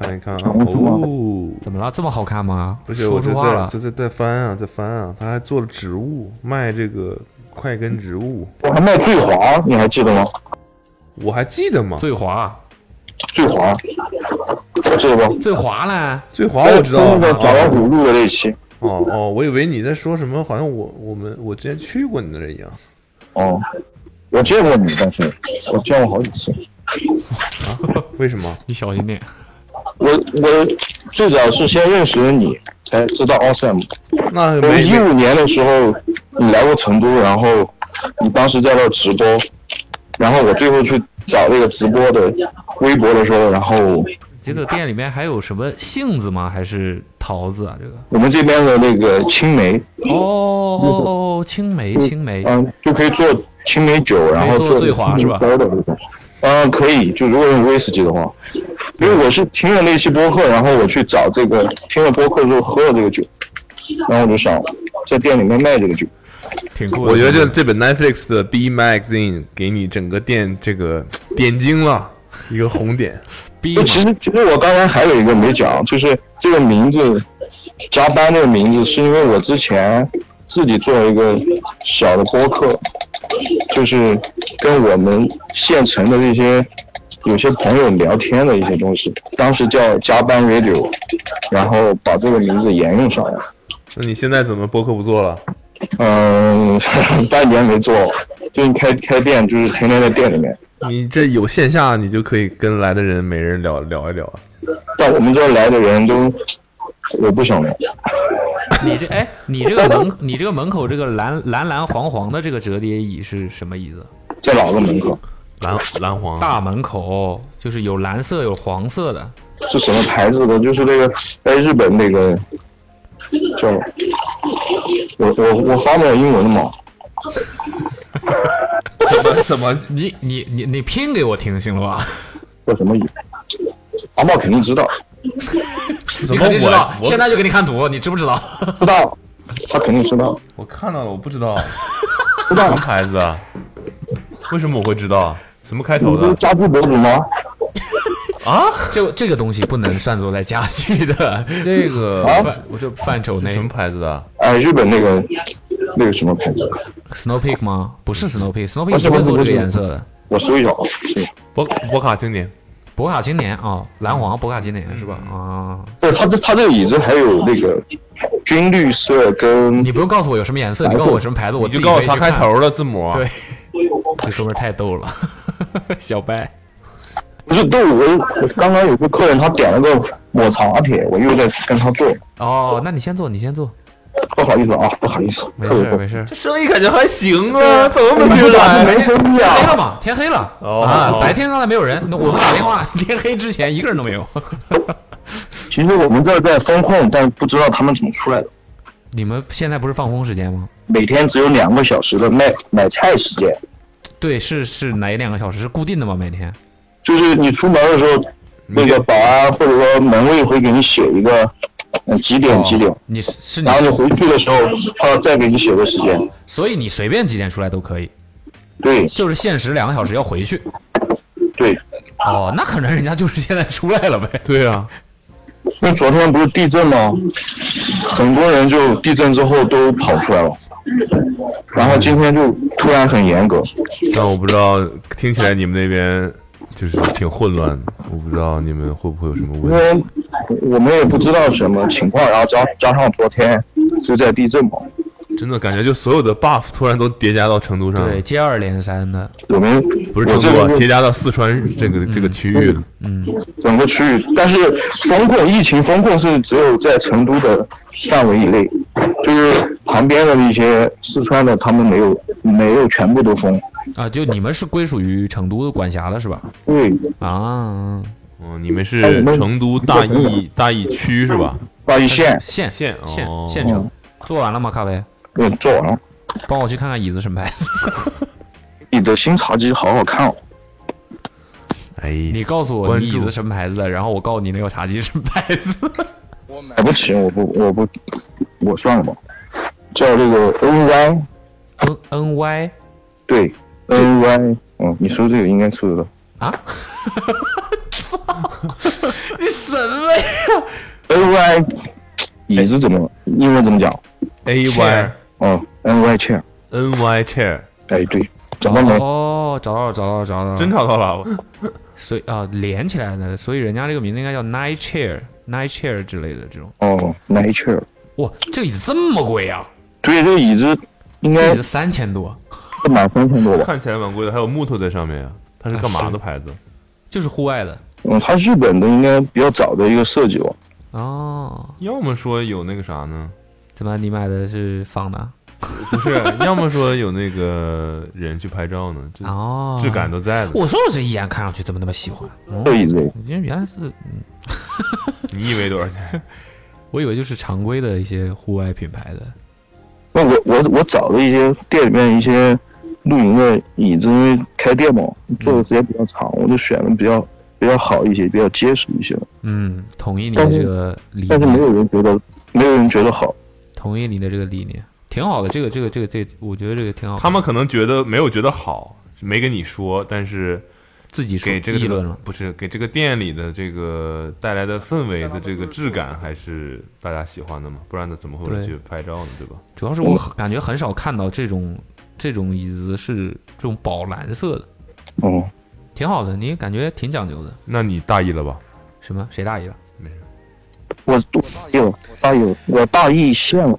[SPEAKER 3] 看一看啊，哦，
[SPEAKER 2] 怎么了？这么好看吗？
[SPEAKER 3] 而且
[SPEAKER 2] 说
[SPEAKER 3] 我这
[SPEAKER 2] 出话
[SPEAKER 3] 在
[SPEAKER 2] 了
[SPEAKER 3] 这。在在翻啊，在翻啊，他还做了植物，卖这个快根植物，
[SPEAKER 5] 我还卖醉华，你还记得吗？
[SPEAKER 3] 我还记得吗？
[SPEAKER 2] 最滑，
[SPEAKER 5] 醉华，记得不？
[SPEAKER 2] 最滑嘞！
[SPEAKER 3] 最华我知道
[SPEAKER 5] 哎那个
[SPEAKER 3] 啊，
[SPEAKER 5] 小老虎录的那期，
[SPEAKER 3] 哦哦，我以为你在说什么，好像我我们我之前去过你那儿一样
[SPEAKER 5] 哦，我见过你，但是我见过好几次。
[SPEAKER 3] 啊？为什么？
[SPEAKER 2] 你小心点。
[SPEAKER 5] 我我最早是先认识了你，才知道 Awesome。
[SPEAKER 3] 那
[SPEAKER 5] 我
[SPEAKER 3] 没
[SPEAKER 5] 一五年的时候，你来过成都，然后你当时在那直播，然后我最后去找那个直播的微博的时候，然后
[SPEAKER 2] 这个店里面还有什么杏子吗？还是桃子啊？这个
[SPEAKER 5] 我们这边的那个青梅，
[SPEAKER 2] 哦哦哦，青梅青梅，
[SPEAKER 5] 嗯，就可以做青梅酒，然后
[SPEAKER 2] 做
[SPEAKER 5] 做
[SPEAKER 2] 醉华是吧
[SPEAKER 5] 高的那种。嗯，可以，就如果用威士忌的话，因为我是听了那期播客，然后我去找这个听了播客之后喝了这个酒，然后我就想在店里面卖这个酒。
[SPEAKER 2] 挺酷的。
[SPEAKER 3] 我觉 得这这本 Netflix 的 B Magazine 给你整个店这 个点睛了一个红点。
[SPEAKER 2] 逼
[SPEAKER 5] 就其实其实我刚才还有一个没讲，就是这个名字加班这个名字，是因为我之前自己做一个小的播客，就是跟我们县城的这些有些朋友聊天的一些东西，当时叫加班 radio，然后把这个名字沿用上来。
[SPEAKER 3] 那你现在怎么播客不做了？
[SPEAKER 5] 嗯， 半年没做，最近开开店，就是天天在店里面。
[SPEAKER 3] 你这有线下，你就可以跟来的人每人聊聊一聊啊。
[SPEAKER 5] 但我们这儿来的人都，我不想聊。
[SPEAKER 2] 你这哎，你这个门你这个门口这个蓝蓝蓝黄黄的这个折叠椅是什么椅子？
[SPEAKER 5] 在哪个门口？
[SPEAKER 3] 蓝蓝黄
[SPEAKER 2] 大门口就是有蓝色有黄色的，
[SPEAKER 5] 是什么牌子的？就是那个在日本那个叫，我我我发不了英文的嘛，
[SPEAKER 3] 怎么怎么
[SPEAKER 2] 你你你你拼给我听行了吧？
[SPEAKER 5] 叫什么语？阿茂肯定知道，
[SPEAKER 3] 怎
[SPEAKER 2] 你
[SPEAKER 3] 么
[SPEAKER 2] 肯定知道，
[SPEAKER 3] 我
[SPEAKER 2] 现
[SPEAKER 3] 我
[SPEAKER 2] 在就给你看图，你知不知道？
[SPEAKER 5] 知道，他肯定知道。
[SPEAKER 3] 我看到了，我不知道。
[SPEAKER 5] 知道
[SPEAKER 3] 什么牌子啊？为什么我会知道啊？什么开
[SPEAKER 5] 你
[SPEAKER 3] 头
[SPEAKER 5] 不是
[SPEAKER 3] 的
[SPEAKER 5] 家居博主吗？
[SPEAKER 3] 啊？
[SPEAKER 2] 这这个东西不能算作在家居的
[SPEAKER 3] 这个
[SPEAKER 5] 哦
[SPEAKER 2] 范，我就范畴
[SPEAKER 3] 这
[SPEAKER 2] 内
[SPEAKER 3] 什。么牌子的啊？
[SPEAKER 5] 哎，日本那个那个什么牌子？
[SPEAKER 2] Snow Peak 吗？不是 Snow Peak，Snow
[SPEAKER 5] 不
[SPEAKER 2] Peak
[SPEAKER 5] 哦是
[SPEAKER 2] 不会
[SPEAKER 5] 不是
[SPEAKER 2] 做这
[SPEAKER 5] 不
[SPEAKER 2] 个
[SPEAKER 5] 是
[SPEAKER 2] 颜色的。
[SPEAKER 5] 我搜一下啊，搜一下
[SPEAKER 3] 博博卡经典，
[SPEAKER 2] 博卡青年啊、哦，蓝黄博卡青年是吧？
[SPEAKER 5] 嗯
[SPEAKER 2] 啊、
[SPEAKER 5] 对，它这它这个椅子还有那个军绿色跟
[SPEAKER 2] 你不用告诉我有什么颜色，你告诉我什么牌子，我
[SPEAKER 3] 你就
[SPEAKER 2] 自己
[SPEAKER 3] 告诉我
[SPEAKER 2] 可以
[SPEAKER 3] 啥
[SPEAKER 2] 去
[SPEAKER 3] 开
[SPEAKER 2] 看。
[SPEAKER 3] 头的字母啊？
[SPEAKER 2] 对，这哥们儿太逗了， 小白。
[SPEAKER 5] 不是豆我我刚刚有个客人他点了个抹茶铁，我又在跟他做，
[SPEAKER 2] 哦，那你先做，你先做，
[SPEAKER 5] 不好意思啊，不好意思，
[SPEAKER 2] 没
[SPEAKER 5] 特别
[SPEAKER 2] 事
[SPEAKER 5] 不
[SPEAKER 2] 儿
[SPEAKER 5] 好意
[SPEAKER 2] 没
[SPEAKER 5] 思。
[SPEAKER 2] 事儿。
[SPEAKER 3] 这生意感觉还行啊，怎么没
[SPEAKER 5] 没
[SPEAKER 3] 人来？
[SPEAKER 5] 没生意
[SPEAKER 2] 天黑
[SPEAKER 5] 啊！
[SPEAKER 2] 了嘛，天黑了、
[SPEAKER 3] 哦
[SPEAKER 2] 啊！白天刚才没有人，那我们打电话， 天黑之前一个人都没有。
[SPEAKER 5] 其实我们这儿在风控，但不知道他们怎么出来的。
[SPEAKER 2] 你们现在不是放风时间吗？
[SPEAKER 5] 每天只有两个小时的卖买菜时间，
[SPEAKER 2] 对，是是哪两个小时是固定的吗？每天？
[SPEAKER 5] 就是你出门的时候，那个保安或者说门卫会给你写一个呃几点几点，
[SPEAKER 2] 哦你是是你
[SPEAKER 5] 然，后你回去的时候，他再给你写个时间。
[SPEAKER 2] 所以你随便几点出来都可以，
[SPEAKER 5] 对
[SPEAKER 2] 就是限时两个小时要回去。
[SPEAKER 5] 对，
[SPEAKER 2] 哦，那可能人家就是现在出来了呗。
[SPEAKER 3] 对啊，
[SPEAKER 5] 那昨天不是地震吗？很多人就地震之后都跑出来了，然后今天就突然很严格。
[SPEAKER 3] 但我不知道，听起来你们那边就是挺混乱的，我不知道你们会不会有什么
[SPEAKER 5] 因
[SPEAKER 3] 问题。
[SPEAKER 5] 为我们也不知道什么情况，然后加加上昨天就在地震嘛，
[SPEAKER 3] 真的感觉就所有的 buff 突然都叠加到成都上
[SPEAKER 2] 对，
[SPEAKER 3] 了，
[SPEAKER 2] 接二连三的，
[SPEAKER 5] 我们
[SPEAKER 3] 不是
[SPEAKER 5] 我
[SPEAKER 3] 成
[SPEAKER 5] 这
[SPEAKER 3] 都啊，
[SPEAKER 5] 边
[SPEAKER 3] 叠加到四川这个这个区域了。
[SPEAKER 5] 整个区域，但是风控疫情风控是只有在成都的范围以内，就是旁边的一些四川的他们没有没有全部都封，
[SPEAKER 2] 啊，就你们是归属于成都管辖的是吧？
[SPEAKER 5] 对，
[SPEAKER 2] 啊，
[SPEAKER 3] 嗯，你们
[SPEAKER 5] 哎
[SPEAKER 3] 是成都大邑大邑区是吧？
[SPEAKER 5] 到一线
[SPEAKER 2] 县
[SPEAKER 3] 县哦
[SPEAKER 2] 县县城，做完了吗？咖啡，
[SPEAKER 5] 给做完了。
[SPEAKER 2] 帮我去看看椅子什么牌子。
[SPEAKER 5] 你的新茶几好好看哦，
[SPEAKER 3] 哎，
[SPEAKER 2] 你告诉我
[SPEAKER 3] 关
[SPEAKER 2] 你椅
[SPEAKER 3] 注
[SPEAKER 2] 子什么牌子的，然后我告诉你那个茶几什么牌 子。
[SPEAKER 5] 买不起，我不我不我算了吧，叫这个 NY
[SPEAKER 2] 嗯 N N Y 嗯
[SPEAKER 5] 对 NY，嗯，你搜这个应该搜得到。
[SPEAKER 2] 啊？ 操！你什么呀？哎
[SPEAKER 5] N Y 椅子怎么英文怎么讲？
[SPEAKER 3] A
[SPEAKER 2] Chair
[SPEAKER 3] Y
[SPEAKER 5] 哦，N Y chair。
[SPEAKER 3] N 哎 Y chair，
[SPEAKER 5] 哎，对，找到没？
[SPEAKER 2] 哦，找到了，找到了，找到了。
[SPEAKER 3] 真找到了，
[SPEAKER 2] 所以啊，连起来的，所以人家这个名字应该叫 Night Chair、Night Chair 之类的这种。
[SPEAKER 5] 哦，night chair。
[SPEAKER 2] 哇，这个椅子这么贵啊？
[SPEAKER 5] 对，这个椅子应
[SPEAKER 2] 这
[SPEAKER 5] 该
[SPEAKER 2] 椅子三千多，
[SPEAKER 5] 满三千多吧？
[SPEAKER 3] 看起来蛮贵的，还有木头在上面啊。它是干嘛的牌子？
[SPEAKER 2] 就是户外的
[SPEAKER 5] 嗯，它日本的应该比较早的一个设计吧。
[SPEAKER 2] 哦。
[SPEAKER 3] 要么说有那个啥呢？
[SPEAKER 2] 怎么你买的是仿的？
[SPEAKER 3] 不是，要么说有那个人去拍照呢，这
[SPEAKER 2] 哦，
[SPEAKER 3] 质感。都在的。
[SPEAKER 2] 我说我这一眼看上去怎么那么喜欢？
[SPEAKER 5] 这个椅子，
[SPEAKER 2] 我觉得原来是，嗯
[SPEAKER 3] 你以为多少钱？
[SPEAKER 2] 我以为就是常规的一些户外品牌的。
[SPEAKER 5] 那我我我找了一些店里面一些露营的椅子，因为开店嘛，
[SPEAKER 3] 嗯
[SPEAKER 5] 坐的时间比较长，我就选了比较比较好一些、比较结实一些的。
[SPEAKER 2] 嗯，同意你的这个理
[SPEAKER 5] 但是没
[SPEAKER 2] 念，
[SPEAKER 5] 有人觉得，没有人觉得好。
[SPEAKER 2] 同意你的这个理念，挺好的。这个这个这个这个，我觉得这个挺好的。
[SPEAKER 3] 他们可能觉得没有觉得好，没跟你说，但是
[SPEAKER 2] 自己说
[SPEAKER 3] 给这个
[SPEAKER 2] 议论了。
[SPEAKER 3] 不是给这个店里的这个带来的氛围的这个质感，还是大家喜欢的嘛？不然呢，怎么会有人
[SPEAKER 2] 对
[SPEAKER 3] 去拍照呢？对吧？
[SPEAKER 2] 主要是我很感觉很少看到这种这种椅子是这种宝蓝色的，
[SPEAKER 5] 哦，
[SPEAKER 2] 挺好的，你感觉挺讲究的。
[SPEAKER 3] 那你大意了吧？
[SPEAKER 2] 什么？谁大意了？
[SPEAKER 5] 我我大意了，我大意了，我大意现了。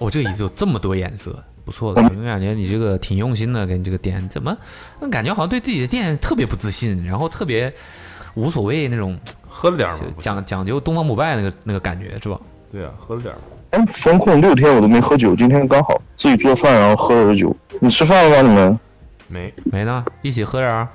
[SPEAKER 2] 我、这个椅子有这么多颜色，不错的。我感觉你这个挺用心的，给你这个店怎么嗯感觉好像对自己的店特别不自信，然后特别无所谓那种
[SPEAKER 3] 喝了点儿嘛
[SPEAKER 2] 就，
[SPEAKER 3] 不是
[SPEAKER 2] 讲讲究东方不败那个那个感觉是吧？
[SPEAKER 3] 对啊，喝了点儿。
[SPEAKER 5] 哎，风控六天我都没喝酒，今天刚好自己做饭，然后喝了点酒。你吃饭了吗？你们？
[SPEAKER 3] 没，
[SPEAKER 2] 没呢，一起喝点儿啊，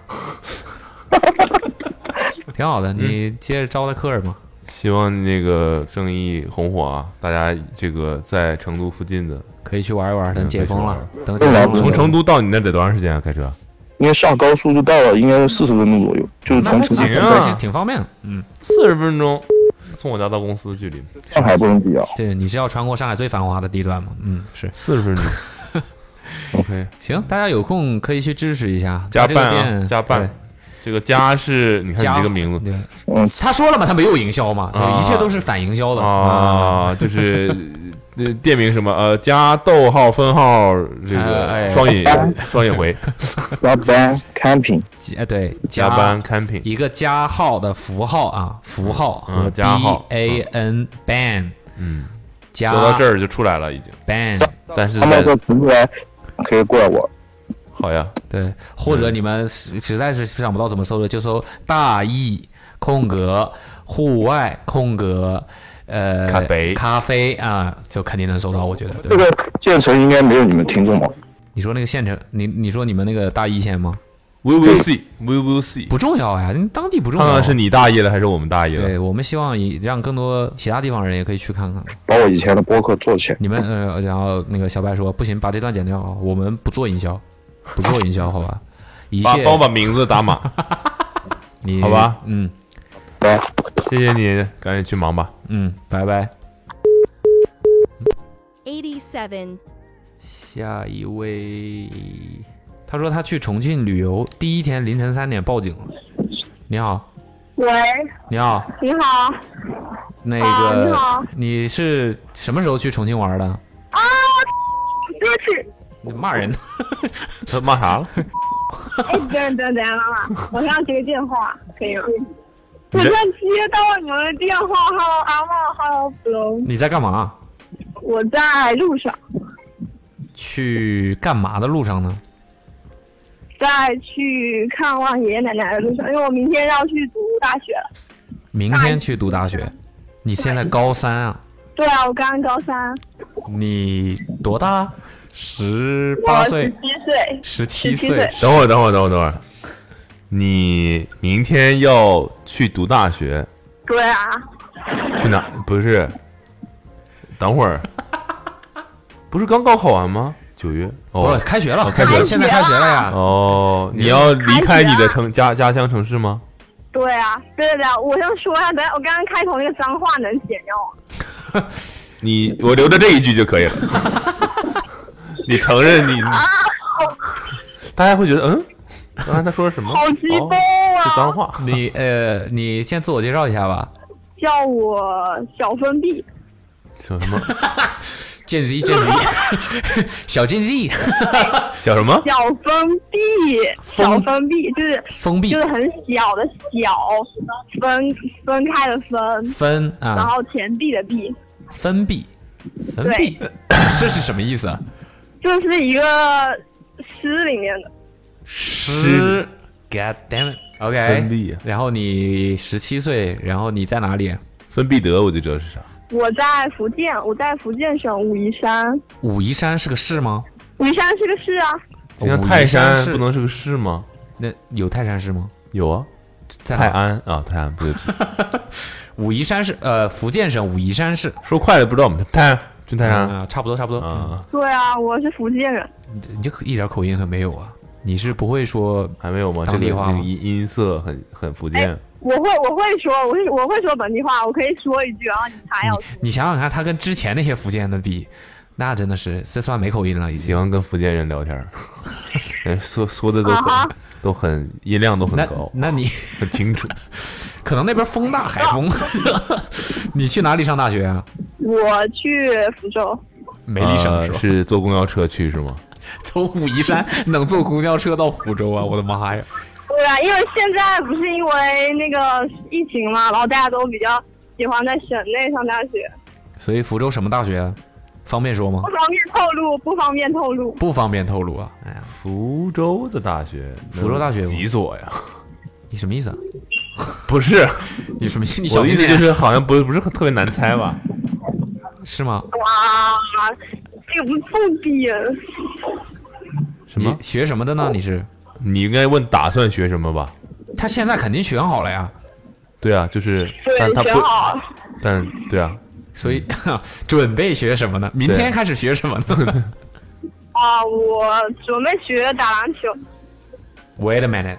[SPEAKER 2] 挺好的。你接着招待客人嘛。
[SPEAKER 3] 希望那个正义红火啊！大家这个在成都附近的，
[SPEAKER 2] 可以去玩一玩，等解封了，等解
[SPEAKER 5] 嗯
[SPEAKER 2] 封了
[SPEAKER 3] 从成都到你那得多长时间啊？开车？
[SPEAKER 5] 应该下高速就到了，应该是四十分钟左右，就是从成
[SPEAKER 3] 行
[SPEAKER 5] 都
[SPEAKER 3] 啊
[SPEAKER 2] 行，挺方便的。嗯，
[SPEAKER 3] 四十分钟，从我家到公司距离
[SPEAKER 5] 上海不能比啊。
[SPEAKER 2] 这你是要穿过上海最繁华的地段吗？嗯，是
[SPEAKER 3] 四十分钟。
[SPEAKER 10] OK，
[SPEAKER 2] 行，大家有空可以去支持一下
[SPEAKER 3] 加办
[SPEAKER 2] 他这个
[SPEAKER 3] 啊，
[SPEAKER 2] 店
[SPEAKER 3] 加办。这个加是，你
[SPEAKER 2] 对加
[SPEAKER 3] 看你这个名字
[SPEAKER 2] 对
[SPEAKER 5] 嗯
[SPEAKER 2] 他说了嘛，他没有营销嘛，
[SPEAKER 3] 啊
[SPEAKER 2] 对，一切都是反营销的啊。
[SPEAKER 3] 啊， 就是呃店名什么呃加逗号分号这个
[SPEAKER 2] 哎哎
[SPEAKER 3] 双引双引回
[SPEAKER 5] 加班 camping，
[SPEAKER 2] 哎，对，
[SPEAKER 3] 加班 camping
[SPEAKER 2] 一个加号的符号啊，符号和
[SPEAKER 3] 嗯加号
[SPEAKER 2] B A N ban
[SPEAKER 3] 嗯，
[SPEAKER 2] 加
[SPEAKER 3] 说到这儿就出来了已经，
[SPEAKER 2] ban
[SPEAKER 3] 但是
[SPEAKER 5] 他们
[SPEAKER 3] 在
[SPEAKER 5] 说不出来，可以怪我。
[SPEAKER 3] 好呀，
[SPEAKER 2] 对，或者你们实实在是想不到怎么搜的，就搜大意空格户外空格呃
[SPEAKER 3] 咖啡
[SPEAKER 2] 咖啡啊，就肯定能搜到，我觉得。
[SPEAKER 5] 这
[SPEAKER 2] 对吧
[SPEAKER 5] 个建成应该没有你们听众吧？
[SPEAKER 2] 你说那个县城，你你说你们那个大一县吗？
[SPEAKER 3] We will see, we will see。
[SPEAKER 2] 不重要呀，你当地不重
[SPEAKER 3] 看
[SPEAKER 2] 要。
[SPEAKER 3] 看嗯是你大意了还是我们大意了？
[SPEAKER 2] 对我们希望以让更多其他地方人也可以去看看。
[SPEAKER 5] 把我以前的播客做起来。
[SPEAKER 2] 你 们呃，然后那个小白说不行，把这段剪掉，我们不做营销，不做营销，好 吧？一
[SPEAKER 3] 把
[SPEAKER 2] 切
[SPEAKER 3] 帮我把名字打 码，
[SPEAKER 2] 你
[SPEAKER 3] 好吧，
[SPEAKER 2] 嗯
[SPEAKER 5] 拜。
[SPEAKER 3] 谢谢你，赶紧去 忙吧。
[SPEAKER 2] 嗯，拜拜。
[SPEAKER 1] 87.
[SPEAKER 2] 下一位，他说他去重庆旅游，第一天凌晨三点报警了。你好，
[SPEAKER 6] 喂，
[SPEAKER 2] 你好，
[SPEAKER 6] 你好
[SPEAKER 2] 那
[SPEAKER 6] 啊
[SPEAKER 2] 个、
[SPEAKER 6] 你好
[SPEAKER 2] 你是什么时候去重庆玩的？
[SPEAKER 6] 啊，我就是，
[SPEAKER 2] 你骂人，
[SPEAKER 3] 他骂啥了？
[SPEAKER 6] 哎，等等等妈妈，我想接个电话，可以吗？我
[SPEAKER 3] 你
[SPEAKER 6] 在
[SPEAKER 3] 这
[SPEAKER 6] 接到你们的电话，Hello 阿茂，Hello 布隆，
[SPEAKER 2] 你在干嘛？
[SPEAKER 6] 我在路上，
[SPEAKER 2] 去干嘛的路上呢？
[SPEAKER 6] 在去看望爷爷奶奶的路上，因为我明天要去读大学了。
[SPEAKER 2] 明天去读大学，你现在高三啊？
[SPEAKER 6] 对啊，我刚高三，
[SPEAKER 2] 你多大？十
[SPEAKER 6] 我
[SPEAKER 2] 八
[SPEAKER 6] 十
[SPEAKER 2] 岁，
[SPEAKER 6] 七岁，
[SPEAKER 2] 十七
[SPEAKER 6] 17岁
[SPEAKER 2] 岁，
[SPEAKER 3] 等会儿，等会儿，等会儿，等会儿。你明天要去读大学，
[SPEAKER 6] 对啊，
[SPEAKER 3] 去哪？不是，等会儿，不是刚高考完吗？九月
[SPEAKER 2] 不
[SPEAKER 3] 哦，
[SPEAKER 2] 开学了，
[SPEAKER 3] 开学了
[SPEAKER 2] 现在开学了呀。
[SPEAKER 3] 哦，你要离开你的城
[SPEAKER 6] 啊
[SPEAKER 3] 家家乡城市吗？
[SPEAKER 6] 对啊，对的、我想说啊，等下我刚刚开头那个脏话能剪掉吗？
[SPEAKER 3] 你我留着这一句就可 以了。你承认你，
[SPEAKER 6] 啊
[SPEAKER 3] 大家会觉得嗯，刚才他说了什么？
[SPEAKER 6] 好激动
[SPEAKER 3] 哦是
[SPEAKER 6] 啊！
[SPEAKER 3] 脏话。
[SPEAKER 2] 你呃，你先自我介绍一下吧。
[SPEAKER 6] 叫我小分币，
[SPEAKER 3] 叫什么？
[SPEAKER 2] 见机见 机，小见机，
[SPEAKER 3] 叫什么？
[SPEAKER 6] 小分币，小分币就是
[SPEAKER 2] 封闭
[SPEAKER 6] 就是很小的小，分分开的分，
[SPEAKER 2] 分
[SPEAKER 6] 然
[SPEAKER 2] 啊，
[SPEAKER 6] 后田地的地，
[SPEAKER 2] 分闭，分闭，这是什么意思啊？
[SPEAKER 6] 这是一个诗里面的。
[SPEAKER 2] 诗，God damn it，OK，、
[SPEAKER 3] 分闭
[SPEAKER 2] 然后你十七岁，然后你在哪里？
[SPEAKER 3] 分必得，我就知道是啥。
[SPEAKER 6] 我在福建，我在福建省武夷山，
[SPEAKER 2] 武夷山是个市吗？
[SPEAKER 6] 武夷山是个市啊，
[SPEAKER 3] 就像泰哦山
[SPEAKER 2] 是
[SPEAKER 3] 不能是个市吗？
[SPEAKER 2] 那有泰山市吗？
[SPEAKER 3] 有啊，
[SPEAKER 2] 在哪
[SPEAKER 3] 泰安啊，泰安不对不起，
[SPEAKER 2] 武夷山市，呃，福建省武夷山市。
[SPEAKER 3] 说快了不知道我们泰安去泰安
[SPEAKER 2] 啊，差不多差不多。
[SPEAKER 3] 啊，
[SPEAKER 6] 对啊，我是福建人。
[SPEAKER 2] 嗯你这口一点口音很没有啊，你是不会说
[SPEAKER 3] 还没有吗？这
[SPEAKER 2] 当
[SPEAKER 3] 个
[SPEAKER 2] 地
[SPEAKER 3] 那
[SPEAKER 2] 话吗
[SPEAKER 3] 个音音色很很福建，
[SPEAKER 6] 我会我会说，我会我会说本地话，我可以说一句，然后你猜要
[SPEAKER 2] 你想想看，他跟之前那些福建的比，那真的是这算没口音了已
[SPEAKER 3] 喜
[SPEAKER 2] 经。
[SPEAKER 3] 欢跟福建人聊 天儿，人说说的都
[SPEAKER 6] 啊
[SPEAKER 3] 很
[SPEAKER 6] 哈
[SPEAKER 3] 都很音量都很
[SPEAKER 2] 那
[SPEAKER 3] 高，
[SPEAKER 2] 那你
[SPEAKER 3] 很清楚。
[SPEAKER 2] 可能那边风大海风。 你去哪里上大学啊？
[SPEAKER 6] 我去福州，
[SPEAKER 2] 没理想
[SPEAKER 3] 呃
[SPEAKER 2] 说，
[SPEAKER 3] 是坐公交车去是吗？
[SPEAKER 2] 从武夷山能坐公交车到福州啊！我的妈呀！
[SPEAKER 6] 对啊，因为现在不是因为那个疫情嘛，然后大家都比较喜欢在省内上大学，
[SPEAKER 2] 所以福州什么大学啊？方便说吗
[SPEAKER 6] 不？方便透露，不方便透露。
[SPEAKER 2] 不方便透露啊！哎呀，
[SPEAKER 3] 福州的大学，
[SPEAKER 2] 福州大学吗
[SPEAKER 3] 几 所呀？
[SPEAKER 2] 你什么意思啊？
[SPEAKER 3] 不 是，
[SPEAKER 2] 你什么意思？你
[SPEAKER 3] 我
[SPEAKER 2] 小
[SPEAKER 3] 的意
[SPEAKER 2] 心
[SPEAKER 3] 思
[SPEAKER 2] 点
[SPEAKER 3] 就、是好像不不是很特别难猜吧？
[SPEAKER 2] 是吗？
[SPEAKER 6] 哇，这个不重点，
[SPEAKER 3] 什么
[SPEAKER 2] 你？ 学什么的呢？你是？
[SPEAKER 3] 你应该问打算学什么吧？
[SPEAKER 2] 他现在肯定选好了呀，
[SPEAKER 3] 对啊，就是，但他
[SPEAKER 6] 对，
[SPEAKER 3] 不
[SPEAKER 6] 选，好。
[SPEAKER 3] 但对啊，
[SPEAKER 2] 所以 准备学什么呢？明天
[SPEAKER 3] 对
[SPEAKER 2] 开始学什么呢
[SPEAKER 6] 啊，我准备学打篮球，
[SPEAKER 2] ？Wait a minute，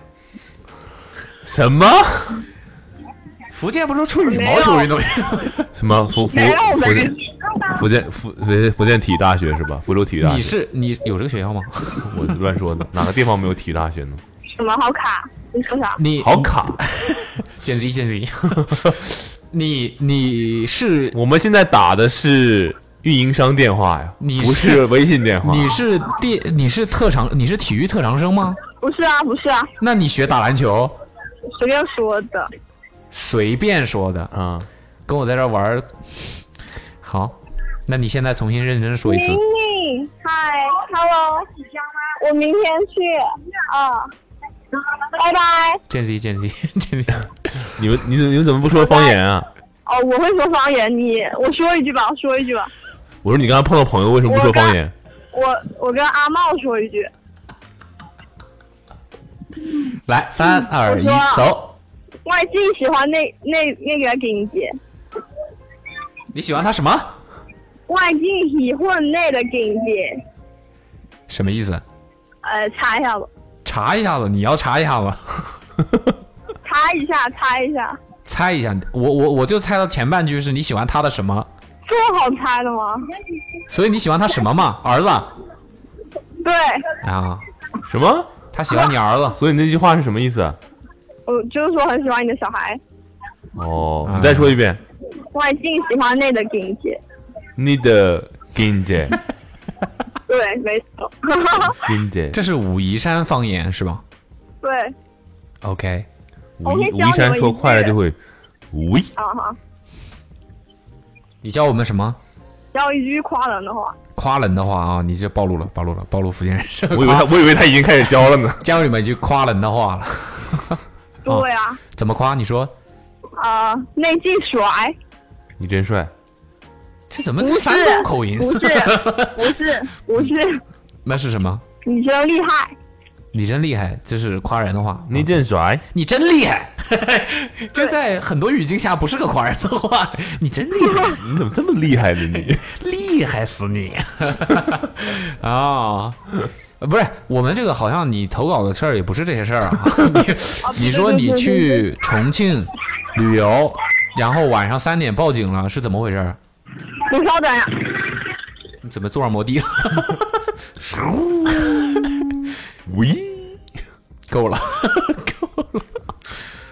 [SPEAKER 3] 什么
[SPEAKER 2] 福建不是出羽毛球运动员？
[SPEAKER 3] 什么福福
[SPEAKER 6] 没有没
[SPEAKER 3] 福
[SPEAKER 6] 有
[SPEAKER 3] 建福建福福建体育大学是吧？福州体育大
[SPEAKER 2] 你
[SPEAKER 3] 学，
[SPEAKER 2] 是你有这个学校吗？
[SPEAKER 3] 我乱说的，哪个地方没有体育大学呢？
[SPEAKER 6] 什么好卡？你说啥？
[SPEAKER 2] 你
[SPEAKER 3] 好卡，
[SPEAKER 2] 减级减级， 你你是
[SPEAKER 3] 我们现在打的是运营商电话呀，
[SPEAKER 2] 你
[SPEAKER 3] 不
[SPEAKER 2] 是
[SPEAKER 3] 是微信电话。
[SPEAKER 2] 你是电你是特长你是体育特长生吗？
[SPEAKER 6] 不是啊，不是啊，
[SPEAKER 2] 那你学打篮球？
[SPEAKER 6] 随便说的。
[SPEAKER 2] 随便说的，
[SPEAKER 3] 啊，
[SPEAKER 2] 跟我在这儿玩儿。好，那你现在重新认真说一次
[SPEAKER 6] 明。明，嗨，hello，我明天去，嗯，拜拜。
[SPEAKER 2] 见机见机见机。
[SPEAKER 3] 你们你你们怎么不说方言啊？
[SPEAKER 6] 哦，我会说方言，你我说一句吧，我说一句吧。
[SPEAKER 3] 我说你刚才碰到朋友为什么不说方言？
[SPEAKER 6] 我我跟阿茂说一句，
[SPEAKER 2] 来，三二一
[SPEAKER 6] 我说，
[SPEAKER 2] 走。
[SPEAKER 6] 我还最喜欢那那那个金姐，
[SPEAKER 2] 你喜欢他什么？
[SPEAKER 6] 我还最喜欢那个金姐。
[SPEAKER 2] 什么意思？
[SPEAKER 6] 呃，查一下吧，
[SPEAKER 2] 查一下子，你要查一下子，
[SPEAKER 6] 查一下，查一下，
[SPEAKER 2] 猜一下。我我我就猜到前半句是你喜欢他的什么，
[SPEAKER 6] 这么好猜的吗？
[SPEAKER 2] 所以你喜欢他什么嘛？儿子
[SPEAKER 6] 对，
[SPEAKER 2] 啊，
[SPEAKER 3] 什么？
[SPEAKER 2] 他喜欢你儿子。
[SPEAKER 3] 所以那句话是什么意思啊？
[SPEAKER 6] 我就是说很喜欢你的小孩，
[SPEAKER 3] 哦，
[SPEAKER 2] 啊
[SPEAKER 3] 你再说一遍。
[SPEAKER 6] 我还最喜欢那个金姐。
[SPEAKER 3] 你的金姐，
[SPEAKER 6] 对，没错，
[SPEAKER 3] 金姐，
[SPEAKER 2] 这是武夷山方言是吧
[SPEAKER 6] 对，
[SPEAKER 2] ？OK，
[SPEAKER 3] 武
[SPEAKER 6] 我
[SPEAKER 3] 夷
[SPEAKER 6] 会
[SPEAKER 3] 武
[SPEAKER 6] 教
[SPEAKER 3] 夷
[SPEAKER 6] 你
[SPEAKER 3] 山
[SPEAKER 6] 们
[SPEAKER 3] 说
[SPEAKER 6] 一
[SPEAKER 3] 快了
[SPEAKER 6] 句
[SPEAKER 3] 就会无夷。
[SPEAKER 6] 啊哈，
[SPEAKER 2] 你教我们什么？
[SPEAKER 6] 要一句夸人的话，
[SPEAKER 2] 夸人的话啊，你这暴露了，暴露了，暴露福建人是吧。
[SPEAKER 3] 我以为他我以为他已经开始教了呢。
[SPEAKER 2] 教你们一句夸人的话了，
[SPEAKER 6] 对啊，
[SPEAKER 2] 怎么夸？你说
[SPEAKER 6] 啊，那句甩，
[SPEAKER 3] 你真帅，
[SPEAKER 2] 这怎么
[SPEAKER 6] 不是
[SPEAKER 2] 山东口音？
[SPEAKER 6] 不是，不是，不是，
[SPEAKER 2] 那是什么？
[SPEAKER 6] 你真厉害，
[SPEAKER 2] 你真厉害，这是夸人的话。啊
[SPEAKER 3] 你真帅，
[SPEAKER 2] 你真厉害， 这在很多语境下不是个夸人的话。你真厉害，
[SPEAKER 3] 你怎么这么厉害呢？你
[SPEAKER 2] 厉害死你！ 啊、呃不是，我们这个好像你投稿的事儿也不是这些事儿啊。
[SPEAKER 6] 哦
[SPEAKER 2] 你你说你去重庆旅游，然后晚上三点报警了，是怎么回事儿？
[SPEAKER 6] 你稍等呀，
[SPEAKER 2] 你怎么坐上摩的了？
[SPEAKER 3] 无夷。
[SPEAKER 2] 够了， 够了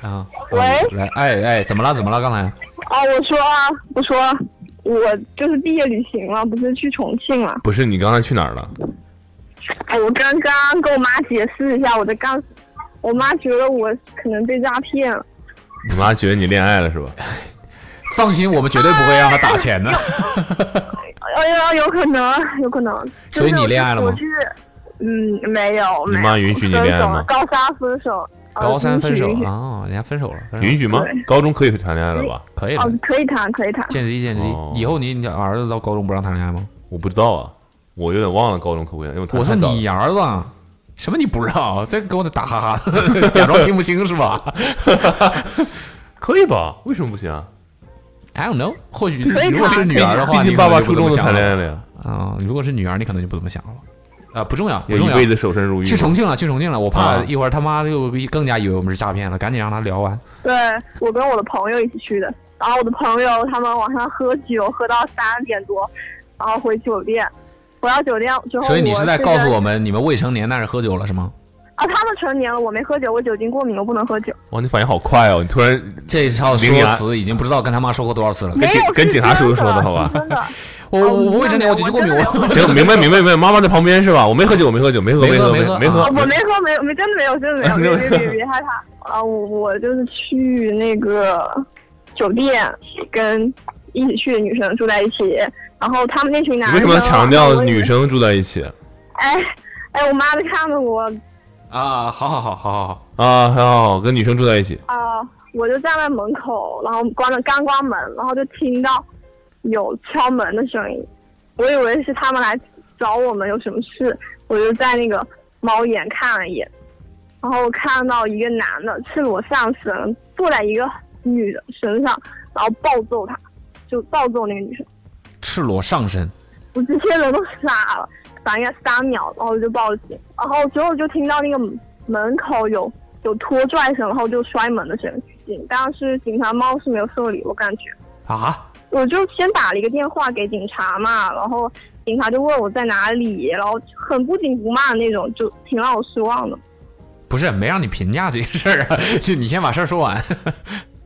[SPEAKER 2] 啊！
[SPEAKER 6] 喂
[SPEAKER 2] 来，哎哎，怎么了？怎么了？刚才
[SPEAKER 6] 哦，我说啊，我说啊，我就是毕业旅行了，不是去重庆了。
[SPEAKER 3] 不是你刚才去哪儿了？
[SPEAKER 6] 哎，我刚刚跟我妈解释一下，我的刚，我妈觉得我可能被诈骗了。
[SPEAKER 3] 你妈觉得你恋爱了是吧？
[SPEAKER 2] 哎放心，我们绝对不会让他打钱 的。
[SPEAKER 6] 哎呀，有可能，有可能。
[SPEAKER 2] 所以你恋爱了吗
[SPEAKER 6] 我就是，嗯，没有，
[SPEAKER 3] 你
[SPEAKER 6] 没有
[SPEAKER 3] 妈允许你
[SPEAKER 6] 分
[SPEAKER 3] 恋爱
[SPEAKER 6] 手
[SPEAKER 3] 吗
[SPEAKER 6] 了高三分手，呃
[SPEAKER 2] 高三分手
[SPEAKER 6] 允许
[SPEAKER 2] 了啊，人家分手了，分手了
[SPEAKER 3] 允许吗？高中可以谈恋爱了吧？
[SPEAKER 2] 可以了
[SPEAKER 6] 哦，，可以谈，可以谈。
[SPEAKER 2] 见识一见识
[SPEAKER 3] 哦
[SPEAKER 2] 一。以后你你儿子到高中不让谈恋爱吗？
[SPEAKER 3] 我不知道啊，我有点忘了高中可不可以，因为我谈
[SPEAKER 2] 我
[SPEAKER 3] 太
[SPEAKER 2] 说
[SPEAKER 3] 早
[SPEAKER 2] 你
[SPEAKER 3] 了。
[SPEAKER 2] 儿子，什么你不让？这给我打哈哈， 假装听不清是吧
[SPEAKER 3] 可以吧？为什么不行啊？
[SPEAKER 2] ？I don't know，或许
[SPEAKER 6] 可以
[SPEAKER 2] 如果是女儿的话，
[SPEAKER 3] 毕
[SPEAKER 2] 你
[SPEAKER 3] 竟爸爸
[SPEAKER 2] 初
[SPEAKER 3] 初中
[SPEAKER 2] 中
[SPEAKER 3] 都
[SPEAKER 2] 想
[SPEAKER 3] 谈恋
[SPEAKER 2] 了
[SPEAKER 3] 爱了呀，
[SPEAKER 2] 啊。如果是女儿，你可能就不怎么想了。啊，不重要，不
[SPEAKER 3] 也
[SPEAKER 2] 重
[SPEAKER 3] 一辈
[SPEAKER 2] 要。
[SPEAKER 3] 子守身如玉嘛。
[SPEAKER 2] 去重庆了，去重庆了，我怕
[SPEAKER 3] 啊
[SPEAKER 2] 一会儿他妈就更加以为我们是诈骗了，赶紧让他聊完。
[SPEAKER 6] 对我跟我的朋友一起去的，然后我的朋友他们晚上喝酒喝到三点多，然后回酒店，回到酒店之后，
[SPEAKER 2] 所以你是在告诉
[SPEAKER 6] 我
[SPEAKER 2] 我们，你们未成年但是喝酒了是吗？
[SPEAKER 6] 啊，他们成年了，我没喝酒，我酒精过敏，我不能喝酒。
[SPEAKER 3] 哇，你反应好快哦！你突然
[SPEAKER 2] 这套
[SPEAKER 3] 零
[SPEAKER 2] 说
[SPEAKER 3] 牙
[SPEAKER 2] 辞已经不知道跟他妈说过多少次了。
[SPEAKER 6] 没哦有，
[SPEAKER 3] 跟
[SPEAKER 6] 是
[SPEAKER 3] 警察叔叔说
[SPEAKER 6] 真
[SPEAKER 3] 的好吧
[SPEAKER 6] 是 真的，啊
[SPEAKER 2] 我我我未成年我酒精过敏，我
[SPEAKER 3] 行，明白明白明白，妈妈在旁边是吧？我没喝酒，我没喝酒，没喝
[SPEAKER 2] 没喝
[SPEAKER 3] 喝
[SPEAKER 2] 没喝
[SPEAKER 3] 没
[SPEAKER 2] 啊
[SPEAKER 6] 我没喝，没没真的没有，真的没有，
[SPEAKER 3] 没有
[SPEAKER 6] 别别别别害怕啊！我我就是去那个酒店跟一起去的女生住在一起，然后他们那群男
[SPEAKER 3] 你
[SPEAKER 6] 生
[SPEAKER 3] 为什么要强调女
[SPEAKER 6] 生？
[SPEAKER 3] 生住在一起
[SPEAKER 6] 哎哎，我妈都看着我
[SPEAKER 2] 啊，好好好好好好，
[SPEAKER 3] 啊？还好跟女生住在一起，
[SPEAKER 6] 啊、我就站在门口，然后关了刚关门，然后就听到有敲门的声音，我以为是他们来找我们有什么事，我就在那个猫眼看了一眼，然后我看到一个男的赤裸上身坐在一个女的身上，然后暴揍她，就暴揍那个女生，
[SPEAKER 2] 赤裸上身。
[SPEAKER 6] 我这些人都傻了，反应三秒，然后我就报警，然后之后就听到那个门口有有拖拽声，然后就摔门的声音，但是警察猫是没有受理，我感觉
[SPEAKER 2] 啊，
[SPEAKER 6] 我就先打了一个电话给警察嘛，然后警察就问我在哪里，然后很不紧不慢的那种，就挺让我失望的。
[SPEAKER 2] 不是没让你评价这个事儿啊， 就你先把事儿说完。
[SPEAKER 3] 啊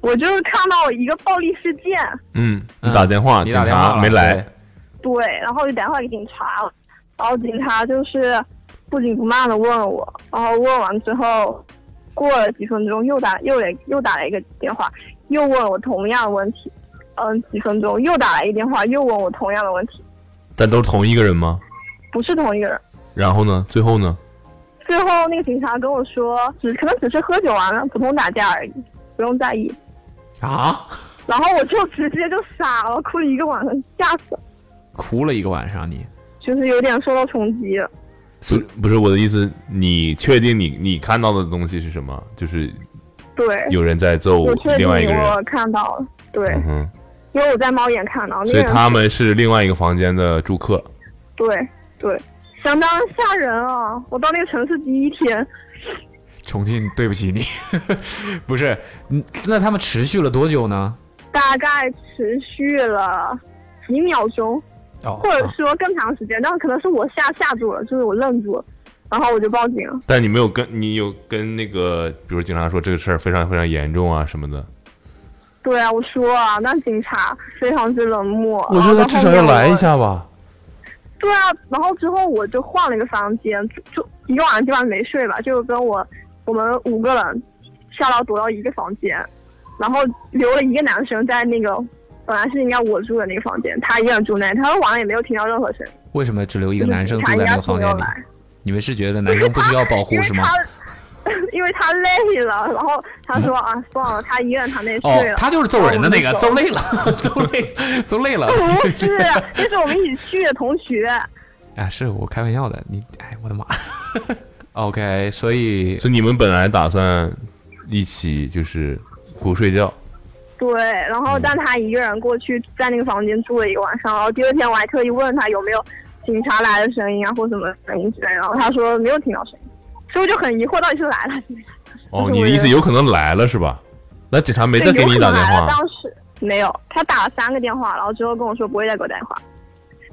[SPEAKER 6] 我就是看到一个暴力事件，
[SPEAKER 3] 嗯，
[SPEAKER 2] 嗯
[SPEAKER 3] 你打电话，
[SPEAKER 2] 你
[SPEAKER 3] 警
[SPEAKER 2] 打电话
[SPEAKER 3] 察
[SPEAKER 2] 了
[SPEAKER 3] 没来，，
[SPEAKER 6] 对，然后我就打电话给警察，然后警察就是不紧不慢的问我，然后问完之后，过了几分钟又打又也又打了一个电话，又问我同样的问题，嗯，几分钟又打来一个电话，又问我同样的问题，
[SPEAKER 3] 但都是同一个人吗？
[SPEAKER 6] 不是同一个人。
[SPEAKER 3] 然后呢？最后呢？
[SPEAKER 6] 最后那个警察跟我说，只可能只是喝酒完了，普通打架而已，不用在意。
[SPEAKER 2] 对啊，
[SPEAKER 6] 然后我就直接就傻了，哭了一个晚上，吓死了，
[SPEAKER 2] 哭了一个晚上你。
[SPEAKER 6] 就是有点受到冲击了。
[SPEAKER 3] 不，不是我的意思，你确定你你看到的东西是什么？就是
[SPEAKER 6] 对，
[SPEAKER 3] 有人在揍
[SPEAKER 6] 呃我确定
[SPEAKER 3] 另外一个人，
[SPEAKER 6] 我看到了，对，
[SPEAKER 3] 嗯哼，
[SPEAKER 6] 因为我在猫眼看到那
[SPEAKER 3] 所
[SPEAKER 6] 个
[SPEAKER 3] 以
[SPEAKER 6] 人，
[SPEAKER 3] 他们是另外一个房间的住客。
[SPEAKER 6] 对对，相当吓人啊！我到那个城市第一天，
[SPEAKER 2] 重庆，对不起你， 不是，嗯那他们持续了多久呢？
[SPEAKER 6] 大概持续了几秒钟，
[SPEAKER 2] 哦
[SPEAKER 6] 或
[SPEAKER 3] 啊
[SPEAKER 6] 者说更长时间，但可能是我吓吓住了，就是我愣住了，然后我就报警了。
[SPEAKER 3] 但你没有跟你有跟那个，比如警察说这个事儿非常非常严重啊什么的。
[SPEAKER 6] 对啊，我说啊，那警察非常之冷漠。啊
[SPEAKER 3] 我觉得至少要来一
[SPEAKER 6] 然后到后面
[SPEAKER 3] 下吧。
[SPEAKER 6] 我。对啊，然后之后我就换了一个房间，就就一个晚上基本上没睡吧，就跟我我们五个人下楼躲到一个房间，然后留了一个男生在那个本来是应该我住的那个房间，他一个人住那，他说晚上也没有听到任何声音，
[SPEAKER 2] 为什么只留一个男生
[SPEAKER 6] 就
[SPEAKER 2] 住
[SPEAKER 6] 是
[SPEAKER 2] 在那
[SPEAKER 6] 警察
[SPEAKER 2] 个
[SPEAKER 6] 应该是
[SPEAKER 2] 房
[SPEAKER 6] 没
[SPEAKER 2] 间
[SPEAKER 6] 有
[SPEAKER 2] 里？
[SPEAKER 6] 来，
[SPEAKER 2] 你们是觉得男生不需要保护
[SPEAKER 6] 因为
[SPEAKER 2] 是吗？
[SPEAKER 6] 他。 因为他累了，然后他说啊，算了，他一个人躺那里
[SPEAKER 2] 哦
[SPEAKER 6] 睡了，。
[SPEAKER 2] 他就是揍人的那个，
[SPEAKER 6] 然后我们就
[SPEAKER 2] 揍
[SPEAKER 6] 走
[SPEAKER 2] 累了， 揍累，揍累了。
[SPEAKER 6] 不是， 那是我们一起去的同学。
[SPEAKER 2] 啊，是我开玩笑的，你，哎，我的妈。OK，所以
[SPEAKER 3] 就你们本来打算一起就是不睡觉，
[SPEAKER 6] 对，然后但他一个人过去在那个房间住了一个晚上，然后第二天我还特意问他有没有警察来的声音啊，或什么声音之类的，然后他说没有听到声音，所以我就很疑惑到底是来了。
[SPEAKER 3] 哦，
[SPEAKER 6] 对
[SPEAKER 3] 你的意思有可能来了是吧？那警察没
[SPEAKER 6] 对
[SPEAKER 3] 再给
[SPEAKER 6] 有可
[SPEAKER 3] 你打
[SPEAKER 6] 能
[SPEAKER 3] 电
[SPEAKER 6] 来了，
[SPEAKER 3] 话，
[SPEAKER 6] 当时没有，他打了三个电话，然后之后跟我说不会再给我打电话，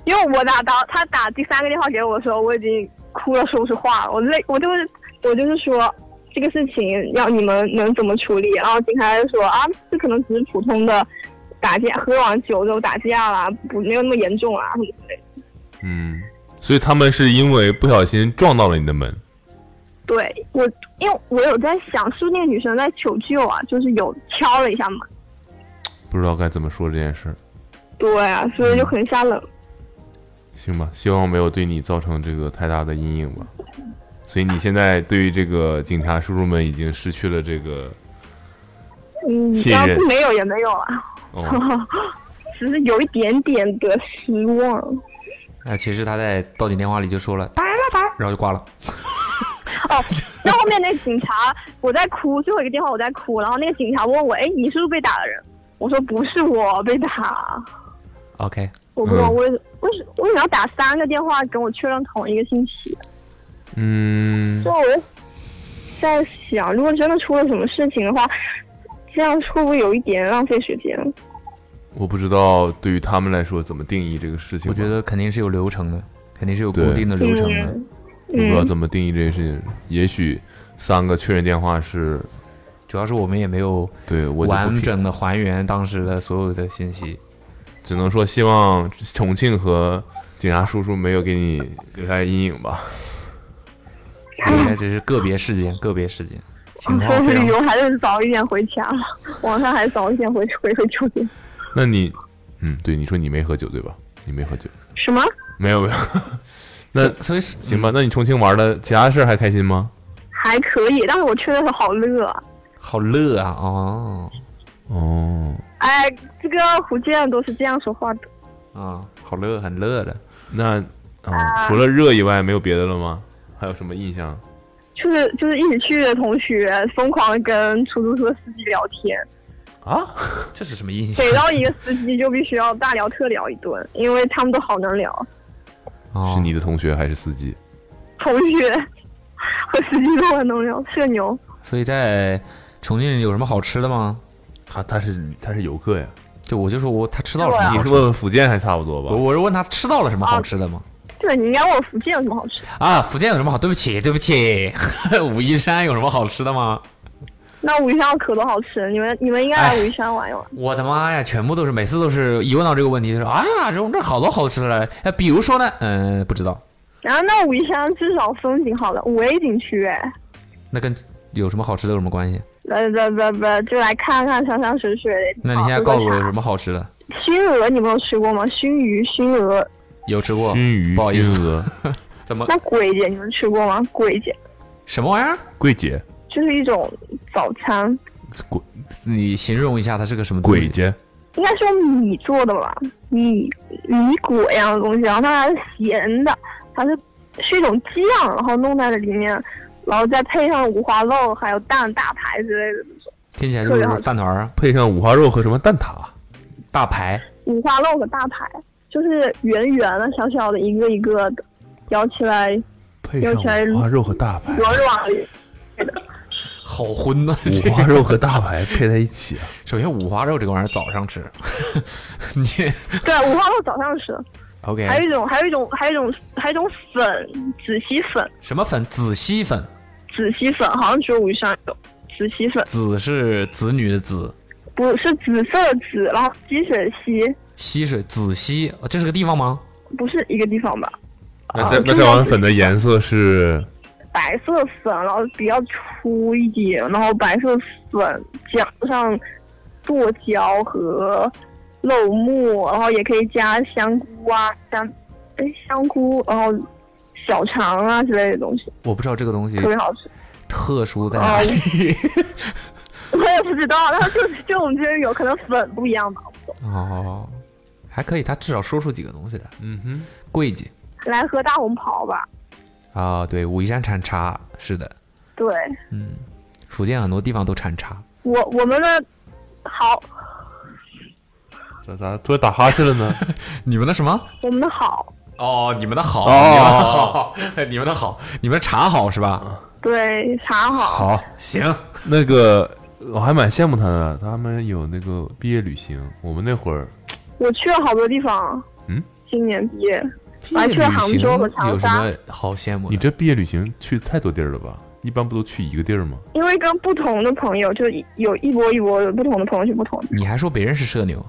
[SPEAKER 6] 因为我打到他打第三个电话给我的时候，我已经哭了，说不出话了，我累，我就是我就是说这个事情要你们能怎么处理，然后警察就说啊，这可能只是普通的打架，喝完酒之后打架啦，不没有那么严重啊啦什么之类的。
[SPEAKER 3] 嗯，所以他们是因为不小心撞到了你的门，
[SPEAKER 6] 对我，因为我有在想，是不是那个女生在求救啊？就是有敲了一下门。
[SPEAKER 3] 不知道该怎么说这件事儿，
[SPEAKER 6] 对啊，所以就很吓人。
[SPEAKER 3] 行吧？希望没有对你造成这个太大的阴影吧。所以你现在对于这个警察叔叔们已经失去了这个
[SPEAKER 6] 嗯，
[SPEAKER 3] 信
[SPEAKER 6] 要
[SPEAKER 3] 任
[SPEAKER 6] 是没有也没有啊了。
[SPEAKER 3] 哦，
[SPEAKER 6] 只是有一点点的失望。
[SPEAKER 2] 那其实他在报警电话里就说了打人了打人了，然后就挂了。
[SPEAKER 6] 哦，那后面那个警察，我在哭，最后一个电话我在哭，然后那个警察问我，哎，你是不是被打的人？我说不是我被打，
[SPEAKER 2] OK，
[SPEAKER 6] 我不懂为为什为什么要打三个电话跟我确认同一个信息？
[SPEAKER 3] 嗯
[SPEAKER 6] 所以我就在想，如果真的出了什么事情的话，这样会不会有一点浪费时间？，
[SPEAKER 3] 我不知道对于他们来说怎么定义这个事情吧。
[SPEAKER 2] 我觉得肯定是有流程的，肯定是有固
[SPEAKER 3] 对
[SPEAKER 2] 定的流程的。
[SPEAKER 3] 我不知道
[SPEAKER 6] 嗯，
[SPEAKER 3] 怎么定义这件事情。也许三个确认电话是
[SPEAKER 2] 主要是我们也没有
[SPEAKER 3] 对我就不
[SPEAKER 2] 完
[SPEAKER 3] 评
[SPEAKER 2] 整的还原当时的所有的信息。
[SPEAKER 3] 只能说希望重庆和警察叔叔没有给你留下阴影吧。
[SPEAKER 2] 应该只是个别事件，个别事件情
[SPEAKER 6] 所
[SPEAKER 2] 况
[SPEAKER 6] 以
[SPEAKER 2] 非常
[SPEAKER 6] 旅。游还是早一点回家，晚上还是早一点回回回酒店。
[SPEAKER 3] 那你，嗯，对，你说你没喝酒对吧？你没喝酒，
[SPEAKER 6] 什么？
[SPEAKER 3] 没有没有。 那
[SPEAKER 2] 所以是
[SPEAKER 3] 行吧，那你重庆玩的其他事儿还开心吗？
[SPEAKER 6] 还可以，但是我去的时候好热啊。
[SPEAKER 2] 好乐啊！哦，
[SPEAKER 3] 哦，
[SPEAKER 6] 哎，这个福建人都是这样说话的。
[SPEAKER 2] 啊，好乐，很乐的。
[SPEAKER 3] 那
[SPEAKER 6] 啊
[SPEAKER 3] 哦，除了热以外，没有别的了吗？还有什么印象？
[SPEAKER 6] 就是就是一起去的同学，疯狂地跟出租车司机聊天，
[SPEAKER 2] 这是什么印象
[SPEAKER 6] 逮？到一个司机就必须要大聊特聊一顿，因为他们都好能聊。
[SPEAKER 2] 哦
[SPEAKER 3] 是你的同学还是司机？
[SPEAKER 6] 同学和司机都很能聊，社牛。
[SPEAKER 2] 所以在重庆有什么好吃的吗？
[SPEAKER 3] 他他是他是游客呀，
[SPEAKER 2] 对，我就说我他吃到了
[SPEAKER 6] 啊
[SPEAKER 2] 什么
[SPEAKER 3] 你
[SPEAKER 2] 好
[SPEAKER 3] 是
[SPEAKER 2] 吃
[SPEAKER 3] 问
[SPEAKER 2] 的？
[SPEAKER 3] 问福建还差不多
[SPEAKER 2] 我
[SPEAKER 3] 吧？
[SPEAKER 2] 我是问他吃到了什么好吃的吗？
[SPEAKER 6] 对，你应该问我福建有什么好吃。
[SPEAKER 2] 啊，福建有什么好？对不起，对不起， 武夷山有什么好吃的吗？
[SPEAKER 6] 那武夷山有可多好吃，你们你们应该
[SPEAKER 2] 哎
[SPEAKER 6] 来武夷山玩一玩。
[SPEAKER 2] 我的妈呀，全部都是，每次都是一问到这个问题，就说哎呀，这这好多好吃的，哎，比如说呢，嗯、不知道，
[SPEAKER 6] 然后那武夷山至少风景好了，五 A 景区哎，呃
[SPEAKER 2] 那跟有什么好吃的有什么关系？
[SPEAKER 6] 来来来来，就来看看山山水水的。
[SPEAKER 2] 那你现在告诉我有什么好吃的？
[SPEAKER 6] 熏鹅，你们有吃过吗？熏鱼、熏鹅，
[SPEAKER 2] 有吃过？
[SPEAKER 11] 熏鱼、
[SPEAKER 2] 不好意思
[SPEAKER 11] 熏鹅、
[SPEAKER 2] 怎么
[SPEAKER 6] 那鬼姐你们吃过吗？鬼姐
[SPEAKER 2] 什么玩意儿？
[SPEAKER 11] 桂姐、
[SPEAKER 6] 就是一种早餐，
[SPEAKER 2] 你形容一下它是个什么东西
[SPEAKER 11] 鬼姐，
[SPEAKER 6] 应该是用米做的吧，米米果一样的东西，然后它还是咸的，它是是一种酱，然后弄在里面，然后再配上五花肉，还有蛋、大排之类的。
[SPEAKER 2] 听起来就是饭团儿啊，
[SPEAKER 3] 配上五花肉和什么蛋挞，
[SPEAKER 2] 大排。
[SPEAKER 6] 五花肉和大排，就是圆圆的、小小的，一个一个的，咬起来
[SPEAKER 3] 配
[SPEAKER 6] 有钱
[SPEAKER 3] 上五花肉和大排，
[SPEAKER 6] 软软的。
[SPEAKER 2] 好荤呐、这
[SPEAKER 3] 五
[SPEAKER 2] 个
[SPEAKER 3] 花肉和大排配在一起 啊，
[SPEAKER 2] 首先，五花肉这个玩意儿早上吃， 你
[SPEAKER 6] 对，五花肉早上吃，
[SPEAKER 2] OK？
[SPEAKER 6] 还有一种，还有一种，还有一种，还有一种粉，紫西粉，
[SPEAKER 2] 什么粉？子熙粉，
[SPEAKER 6] 紫西粉好像只有武夷山有。紫西粉
[SPEAKER 2] 子是子女的子，
[SPEAKER 6] 不是紫色的紫，然后鸡血的西，
[SPEAKER 2] 溪水子熙，哦这是个地方吗？
[SPEAKER 6] 不是一个地方吧？
[SPEAKER 11] 那
[SPEAKER 6] 啊
[SPEAKER 11] 这那
[SPEAKER 6] 就
[SPEAKER 11] 这
[SPEAKER 6] 是
[SPEAKER 11] 碗粉的颜色是
[SPEAKER 6] 白色粉，然后比较粗一点，然后白色粉加上剁椒和肉末，然后也可以加香菇啊，香哎香菇，然后小肠啊之类的东西，
[SPEAKER 2] 我不知道这个东西
[SPEAKER 6] 特别好吃。
[SPEAKER 2] 特殊在哪里。
[SPEAKER 6] 我也不知道，但是就就我们这边有可能粉不一样吧。
[SPEAKER 2] 哦，还可以，他至少说出几个东西来。
[SPEAKER 3] 嗯哼，
[SPEAKER 2] 贵姐
[SPEAKER 6] 来喝大红袍吧，
[SPEAKER 2] 啊，对，武夷山产茶，是的，
[SPEAKER 6] 对
[SPEAKER 2] 嗯，福建很多地方都产茶。
[SPEAKER 6] 我我们的好，
[SPEAKER 3] 这咋突然打哈欠了 呢？
[SPEAKER 2] 你们的什么？
[SPEAKER 6] 我们的好，
[SPEAKER 2] 哦，你们的好，
[SPEAKER 3] 哦
[SPEAKER 2] 你们的好，你 们的好，你们茶好是吧？
[SPEAKER 6] 对茶好，
[SPEAKER 3] 好，
[SPEAKER 2] 行，
[SPEAKER 3] 那个我还蛮羡慕他的，他们有那个毕业旅行，我们那会儿
[SPEAKER 6] 我去了好多地方，
[SPEAKER 3] 嗯，
[SPEAKER 6] 今年毕业。
[SPEAKER 2] 毕
[SPEAKER 6] 还
[SPEAKER 2] 业
[SPEAKER 6] 去了
[SPEAKER 2] 旅
[SPEAKER 6] 杭
[SPEAKER 2] 行
[SPEAKER 6] 州和长
[SPEAKER 2] 有什
[SPEAKER 6] 沙
[SPEAKER 2] 么好羡慕的？
[SPEAKER 3] 你这毕业旅行去太多地儿了吧？一般不都去一个地儿吗？
[SPEAKER 6] 因为跟不同的朋友，就有一波一波有不同的朋友去不同的
[SPEAKER 2] 你还说别人是社牛，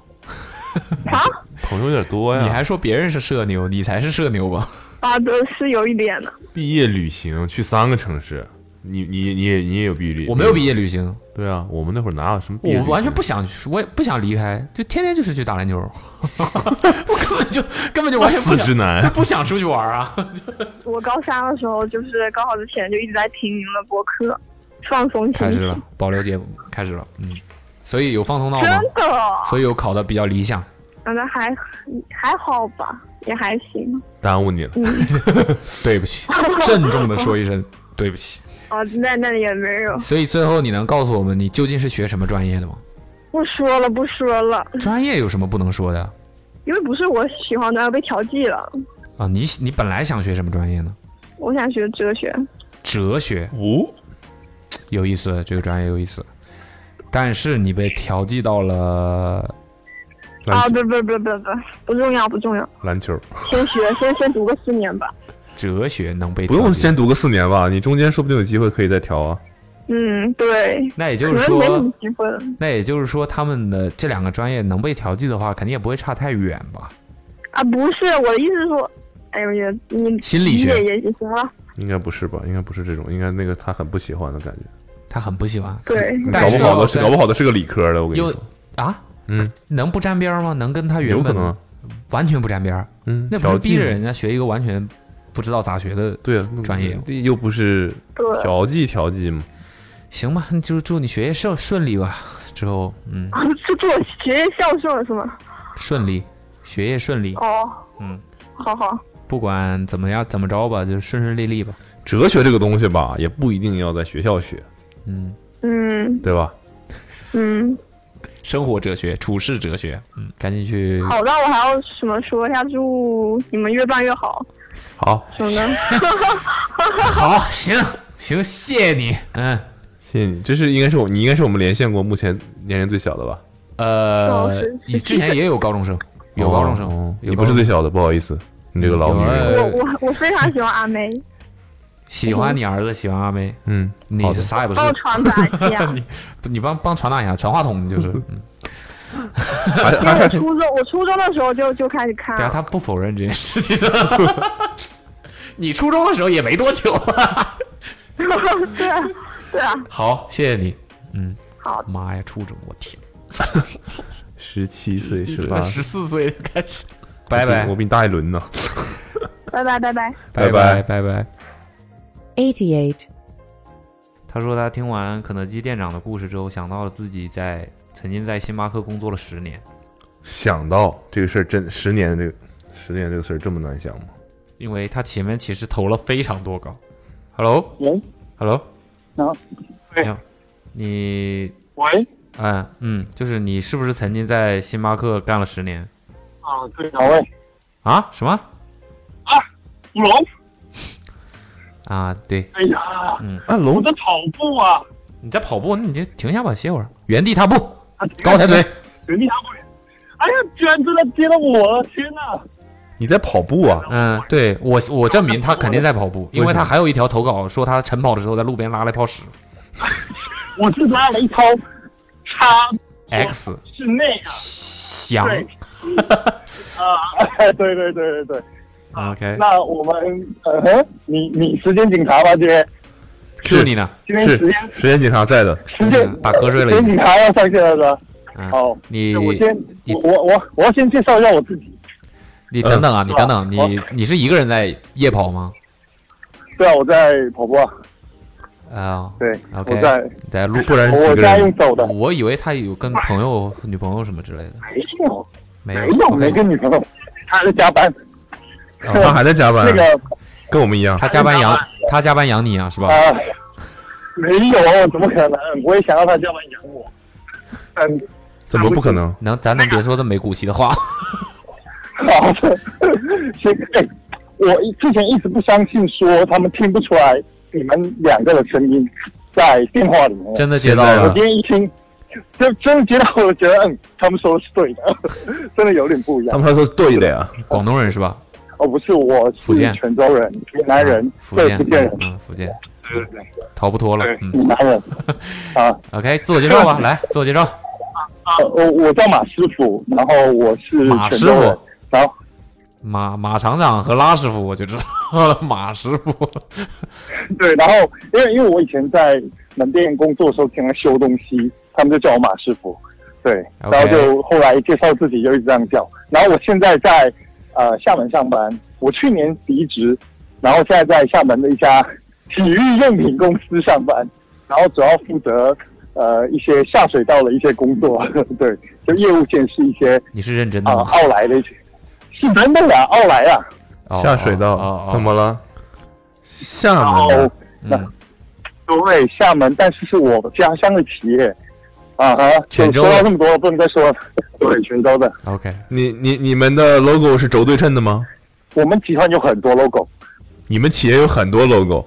[SPEAKER 6] 啊
[SPEAKER 3] 朋友有点多 呀。
[SPEAKER 2] 你还说别人是社牛，你才是社牛吧？
[SPEAKER 6] 啊，对，是有一点的。
[SPEAKER 3] 毕业旅行去三个城市，你你你也你也有毕业旅？
[SPEAKER 2] 我没有毕业旅行，
[SPEAKER 3] 对啊，我们那会儿哪有什么毕业旅
[SPEAKER 2] 我
[SPEAKER 3] 行？
[SPEAKER 2] 完 全不想去，我也不想离开，就天天就是去打篮球，我根本就根本就完全不
[SPEAKER 3] 死直
[SPEAKER 2] 想，
[SPEAKER 3] 男
[SPEAKER 2] 就。不想出去玩啊。
[SPEAKER 6] 我高三的时候，就是高考之前就一直在听你们的播客，放松心
[SPEAKER 2] 开始
[SPEAKER 6] 情。
[SPEAKER 2] 了，保留节目开始了，嗯，所以有放松到
[SPEAKER 6] 真
[SPEAKER 2] 吗？
[SPEAKER 6] 的，
[SPEAKER 2] 所以有考的比较理想，
[SPEAKER 6] 长得还还好吧，也还行
[SPEAKER 3] 耽误你了，
[SPEAKER 2] 对不起，郑重的说一声对不起。
[SPEAKER 6] 啊。那那也没有，
[SPEAKER 2] 所以最后你能告诉我们你究竟是学什么专业的吗？
[SPEAKER 6] 不说了，不说了，
[SPEAKER 2] 专业有什么不能说的啊
[SPEAKER 6] 因为不是我喜欢的，要被调剂了。
[SPEAKER 2] 啊？你你本来想学什么专业呢？
[SPEAKER 6] 我想学哲学，
[SPEAKER 2] 哲学
[SPEAKER 3] 哦，
[SPEAKER 2] 有意思，这个专业有意思，但是你被调剂到了
[SPEAKER 6] 啊，不不不不不，不重要不重要，
[SPEAKER 3] 篮球
[SPEAKER 6] 先学先先读个四年吧。
[SPEAKER 2] 哲学，能被
[SPEAKER 3] 不
[SPEAKER 2] 调
[SPEAKER 3] 用
[SPEAKER 2] 剂
[SPEAKER 3] 先读个四年吧，你中间说不定有机会可以再调啊。
[SPEAKER 6] 嗯，对，
[SPEAKER 2] 那也
[SPEAKER 6] 可
[SPEAKER 2] 就是
[SPEAKER 6] 能没什么
[SPEAKER 2] 说，
[SPEAKER 6] 机会了。
[SPEAKER 2] 那也就是说，他们的这两个专业能被调剂的话，肯定也不会差太远吧？
[SPEAKER 6] 啊，不是，我的意思是说，哎呦，也你
[SPEAKER 2] 心理学
[SPEAKER 6] 理解也也行了。
[SPEAKER 3] 应该不是吧？应该不是这种，应该那个他很不喜欢的感觉。
[SPEAKER 2] 他很不喜欢，
[SPEAKER 6] 对，
[SPEAKER 3] 你
[SPEAKER 2] 但
[SPEAKER 3] 搞
[SPEAKER 2] 是
[SPEAKER 3] 不好的是
[SPEAKER 2] 在
[SPEAKER 3] 搞不好的是个理科的，我跟你
[SPEAKER 2] 有
[SPEAKER 3] 说，
[SPEAKER 2] 啊，
[SPEAKER 3] 嗯，
[SPEAKER 2] 能不沾边儿吗？能跟他原
[SPEAKER 3] 有可
[SPEAKER 2] 本
[SPEAKER 3] 能啊，
[SPEAKER 2] 完全不沾边儿，
[SPEAKER 3] 嗯，
[SPEAKER 2] 那不是
[SPEAKER 3] 调剂
[SPEAKER 2] 逼
[SPEAKER 3] 嘛
[SPEAKER 2] 着人家学一个完全不知道咋学的？
[SPEAKER 3] 对啊，那
[SPEAKER 2] 专业哦
[SPEAKER 3] 又不是
[SPEAKER 6] 对
[SPEAKER 3] 调剂调剂嘛，
[SPEAKER 2] 行吧，那就祝你学业顺顺利吧。之后，嗯，
[SPEAKER 6] 哦是做学业孝顺是吗？
[SPEAKER 2] 顺利，学业顺利，
[SPEAKER 6] 哦，
[SPEAKER 2] 嗯，
[SPEAKER 6] 好好，
[SPEAKER 2] 不管怎么样怎么着吧，就顺顺利利吧。
[SPEAKER 3] 哲学这个东西吧，也不一定要在学校学，
[SPEAKER 2] 嗯，
[SPEAKER 6] 嗯
[SPEAKER 3] 对吧？
[SPEAKER 6] 嗯，
[SPEAKER 2] 生活哲学、处世哲学，嗯，赶紧去
[SPEAKER 6] 好，那我还要什么说一下？祝你们越办越好
[SPEAKER 3] 好，
[SPEAKER 6] 什 么的。
[SPEAKER 2] 好，行行，谢谢你，嗯，
[SPEAKER 3] 谢谢你，这是应该是我你应该是我们连线过目前年龄最小的吧？
[SPEAKER 6] 高
[SPEAKER 2] 呃
[SPEAKER 6] 中，
[SPEAKER 2] 以之前也有高中 生，有高中生，
[SPEAKER 3] 哦
[SPEAKER 2] 有
[SPEAKER 3] 你
[SPEAKER 2] 高
[SPEAKER 3] 不是
[SPEAKER 2] 中
[SPEAKER 3] 最
[SPEAKER 2] 生啊
[SPEAKER 3] 小的，不好意思，你这个老女人。
[SPEAKER 2] 呃
[SPEAKER 6] 我我我非常喜欢阿妹，
[SPEAKER 2] 喜欢你儿子，喜欢阿妹，
[SPEAKER 3] 嗯，
[SPEAKER 2] 你
[SPEAKER 3] 好的
[SPEAKER 2] 是啥也不是
[SPEAKER 6] 帮我，传啊达
[SPEAKER 2] 。
[SPEAKER 6] 一下
[SPEAKER 2] 你你帮帮传达一下，传话筒就是，嗯
[SPEAKER 3] 还
[SPEAKER 6] 因为
[SPEAKER 3] 还
[SPEAKER 6] 我 初中，我初中的时候就就开始看
[SPEAKER 2] 对啊，
[SPEAKER 6] 了，
[SPEAKER 2] 他不否认这件事 情。你初中的时候也没多久啊。
[SPEAKER 6] 对啊对啊，
[SPEAKER 2] 好，谢谢你。嗯，
[SPEAKER 6] 好
[SPEAKER 2] 妈呀，初中，我天，
[SPEAKER 3] 十七岁是吧？
[SPEAKER 2] 十四岁开始，拜拜
[SPEAKER 3] 我比你大一轮呢。
[SPEAKER 6] 拜拜拜拜。
[SPEAKER 2] 拜
[SPEAKER 3] 拜
[SPEAKER 2] 拜拜。
[SPEAKER 1] 88.
[SPEAKER 2] 他说他听完肯德基店长的故事之后，想到了自己在曾经在星巴克工作了十年，
[SPEAKER 3] 想到这个事儿，真十年这个十年这个事儿这么难想吗？
[SPEAKER 2] 因为他前面其实投了非常多稿。Hello，Hello，
[SPEAKER 8] 喂，啊，喂
[SPEAKER 2] 你好，你，
[SPEAKER 8] 喂，
[SPEAKER 2] 嗯嗯，就是你是不是曾经在星巴克干了十年
[SPEAKER 8] 啊，对啊，喂，
[SPEAKER 2] 啊？什么
[SPEAKER 8] 乌龙，
[SPEAKER 2] 啊？对，
[SPEAKER 8] 哎呀，
[SPEAKER 2] 嗯
[SPEAKER 3] 啊，
[SPEAKER 8] 我
[SPEAKER 3] 龙
[SPEAKER 8] 在跑步啊，
[SPEAKER 2] 你在跑步，那你就停下吧，歇会儿，原地踏步，高抬
[SPEAKER 4] 哎
[SPEAKER 2] 腿。
[SPEAKER 8] 原地还不远，哎呀，居然真的接到我了，天哪！
[SPEAKER 3] 你在跑步啊？
[SPEAKER 2] 嗯，对我我证明他肯定在跑步，因为他还有一条投稿说他晨跑的时候在路边拉了一泡屎。
[SPEAKER 8] 我是拉了一泡插
[SPEAKER 2] X
[SPEAKER 8] 室内啊，
[SPEAKER 2] 翔
[SPEAKER 8] 对，啊， 对对对对对。
[SPEAKER 2] ，OK，
[SPEAKER 8] 啊那我们呃，哼你你时间警察吧，这边
[SPEAKER 2] 是你呢？
[SPEAKER 8] 今天
[SPEAKER 3] 是
[SPEAKER 8] 时间
[SPEAKER 3] 时间警察在的，
[SPEAKER 8] 时间
[SPEAKER 2] 打瞌睡了
[SPEAKER 8] 时
[SPEAKER 2] 已
[SPEAKER 8] 间
[SPEAKER 2] 经
[SPEAKER 8] 警。察要上线了是吧？
[SPEAKER 2] 嗯，
[SPEAKER 8] 好，
[SPEAKER 2] 你
[SPEAKER 8] 我先
[SPEAKER 2] 你
[SPEAKER 8] 我我我我要先介绍一下我自己。
[SPEAKER 2] 你等等啊，你等等，
[SPEAKER 8] 嗯好
[SPEAKER 2] 你你是一个人在夜跑吗？
[SPEAKER 8] 对啊，我在跑步啊，
[SPEAKER 2] 啊，
[SPEAKER 8] 对
[SPEAKER 2] ，OK，
[SPEAKER 8] 我在
[SPEAKER 2] 你在路，
[SPEAKER 3] 不然几
[SPEAKER 8] 我
[SPEAKER 3] 个
[SPEAKER 8] 在
[SPEAKER 3] 人
[SPEAKER 8] 用走的，
[SPEAKER 2] 我以为他有跟朋友、女朋友什么之类的，
[SPEAKER 8] 没有
[SPEAKER 2] 没有
[SPEAKER 8] 没有没
[SPEAKER 2] ，OK，哦
[SPEAKER 8] 跟女朋友，他在加班。
[SPEAKER 3] 他还在加班啊
[SPEAKER 8] 那，个
[SPEAKER 3] 跟我们一样。
[SPEAKER 2] 他加班养他加班养你啊，是吧？
[SPEAKER 8] 啊，没有，怎么可能？我也想要他加班养我。 嗯，
[SPEAKER 3] 怎么不可能？
[SPEAKER 2] 能咱能别说这没骨气的话？
[SPEAKER 8] 好的，这个哎，我之前一直不相信说他们听不出来你们两个的声音在电话里面。
[SPEAKER 2] 真的接
[SPEAKER 3] 现
[SPEAKER 2] 到
[SPEAKER 3] 在
[SPEAKER 8] 我
[SPEAKER 2] 了
[SPEAKER 3] 啊
[SPEAKER 8] 今，天一听，就真的觉得我觉得嗯，他们说的是对的， 真的有点不一
[SPEAKER 3] 他
[SPEAKER 8] 样。
[SPEAKER 3] 们还说是对的呀。
[SPEAKER 2] 广东人是吧？
[SPEAKER 8] 哦，不是，我
[SPEAKER 2] 福
[SPEAKER 8] 是
[SPEAKER 2] 建啊
[SPEAKER 8] 泉州人，闽南人，
[SPEAKER 2] 福
[SPEAKER 8] 对，
[SPEAKER 2] 建
[SPEAKER 8] 福建人，，
[SPEAKER 2] 嗯，福建
[SPEAKER 8] 对对对，
[SPEAKER 2] 逃不脱了，嗯
[SPEAKER 8] 闽南人。啊，
[SPEAKER 2] ，OK，自我介绍吧，来自我介绍，
[SPEAKER 8] 呃我我叫马师傅，然后我是
[SPEAKER 2] 马
[SPEAKER 8] 泉
[SPEAKER 2] 师
[SPEAKER 8] 州人
[SPEAKER 2] 傅，
[SPEAKER 8] 然后
[SPEAKER 2] 马马厂长和拉师傅，我就知道了，马师傅，
[SPEAKER 8] 对，然后因为因为我以前在门店工作的时候，经常修东西，他们就叫我马师傅，对
[SPEAKER 2] OK
[SPEAKER 8] 然后就后来介绍自己就一直这样叫。然后我现在在呃厦门上班，我去年离职，然后现在在厦门的一家体育用品公司上班，然后主要负责呃一些下水道的一些工作， 对，就业务线是一些
[SPEAKER 2] 你是认真
[SPEAKER 8] 啊、
[SPEAKER 2] 的吗？
[SPEAKER 8] 奥莱的一些，是真的呀，奥莱啊，
[SPEAKER 2] 哦
[SPEAKER 3] 下水
[SPEAKER 2] 哦
[SPEAKER 3] 道
[SPEAKER 2] 哦
[SPEAKER 3] 怎么了？厦
[SPEAKER 8] 然后
[SPEAKER 3] 门的
[SPEAKER 8] 哦那
[SPEAKER 2] 嗯
[SPEAKER 8] 对，厦门，但是是我家乡的企业，啊哈，
[SPEAKER 2] 泉州
[SPEAKER 8] 就说到这么多了，不能再说了。对，泉州的，
[SPEAKER 2] ，OK，
[SPEAKER 3] 你你你们的 logo 是轴对称的吗？
[SPEAKER 8] 我们集团有很多 logo，
[SPEAKER 3] 你们企业有很多 logo，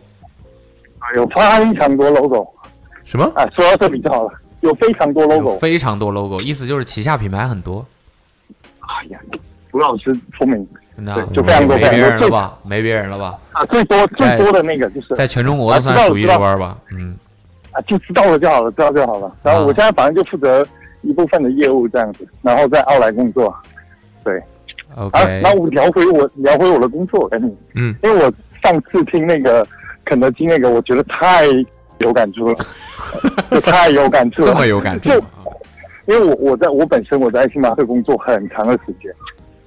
[SPEAKER 8] 啊有非常多 logo
[SPEAKER 3] 什么？
[SPEAKER 8] 啊。说到这里就好了，有非常多
[SPEAKER 2] 有
[SPEAKER 8] logo。
[SPEAKER 2] 非常多 logo，意思就是旗下品牌很多，
[SPEAKER 8] 哎呀，吴老师聪明
[SPEAKER 2] 你知道
[SPEAKER 8] 对
[SPEAKER 2] 吗嗯
[SPEAKER 8] 就非常多
[SPEAKER 2] 没别
[SPEAKER 8] 非
[SPEAKER 2] 人
[SPEAKER 8] 常
[SPEAKER 2] 了
[SPEAKER 8] 多
[SPEAKER 2] 吧？没别人了吧？
[SPEAKER 8] 啊，最多最
[SPEAKER 2] 在
[SPEAKER 8] 多的那个就是
[SPEAKER 2] 在全中国都算
[SPEAKER 8] 啊知道了
[SPEAKER 2] 数一
[SPEAKER 8] 知道
[SPEAKER 2] 数二吧？嗯，
[SPEAKER 8] 啊，就知道了就好了，知道就好了。然后我
[SPEAKER 2] 啊
[SPEAKER 8] 现在反正就负责一部分的业务这样子，然后在奥莱工作。啊，
[SPEAKER 2] OK，
[SPEAKER 8] 那我聊回我聊回我的工作，我跟你，
[SPEAKER 3] 嗯，
[SPEAKER 8] 因为我上次听那个肯德基那个，我觉得太有感 触了，就太有感触了，
[SPEAKER 2] 这么有感触
[SPEAKER 8] 就因为我我在我本身我在星巴克工作很长的时间，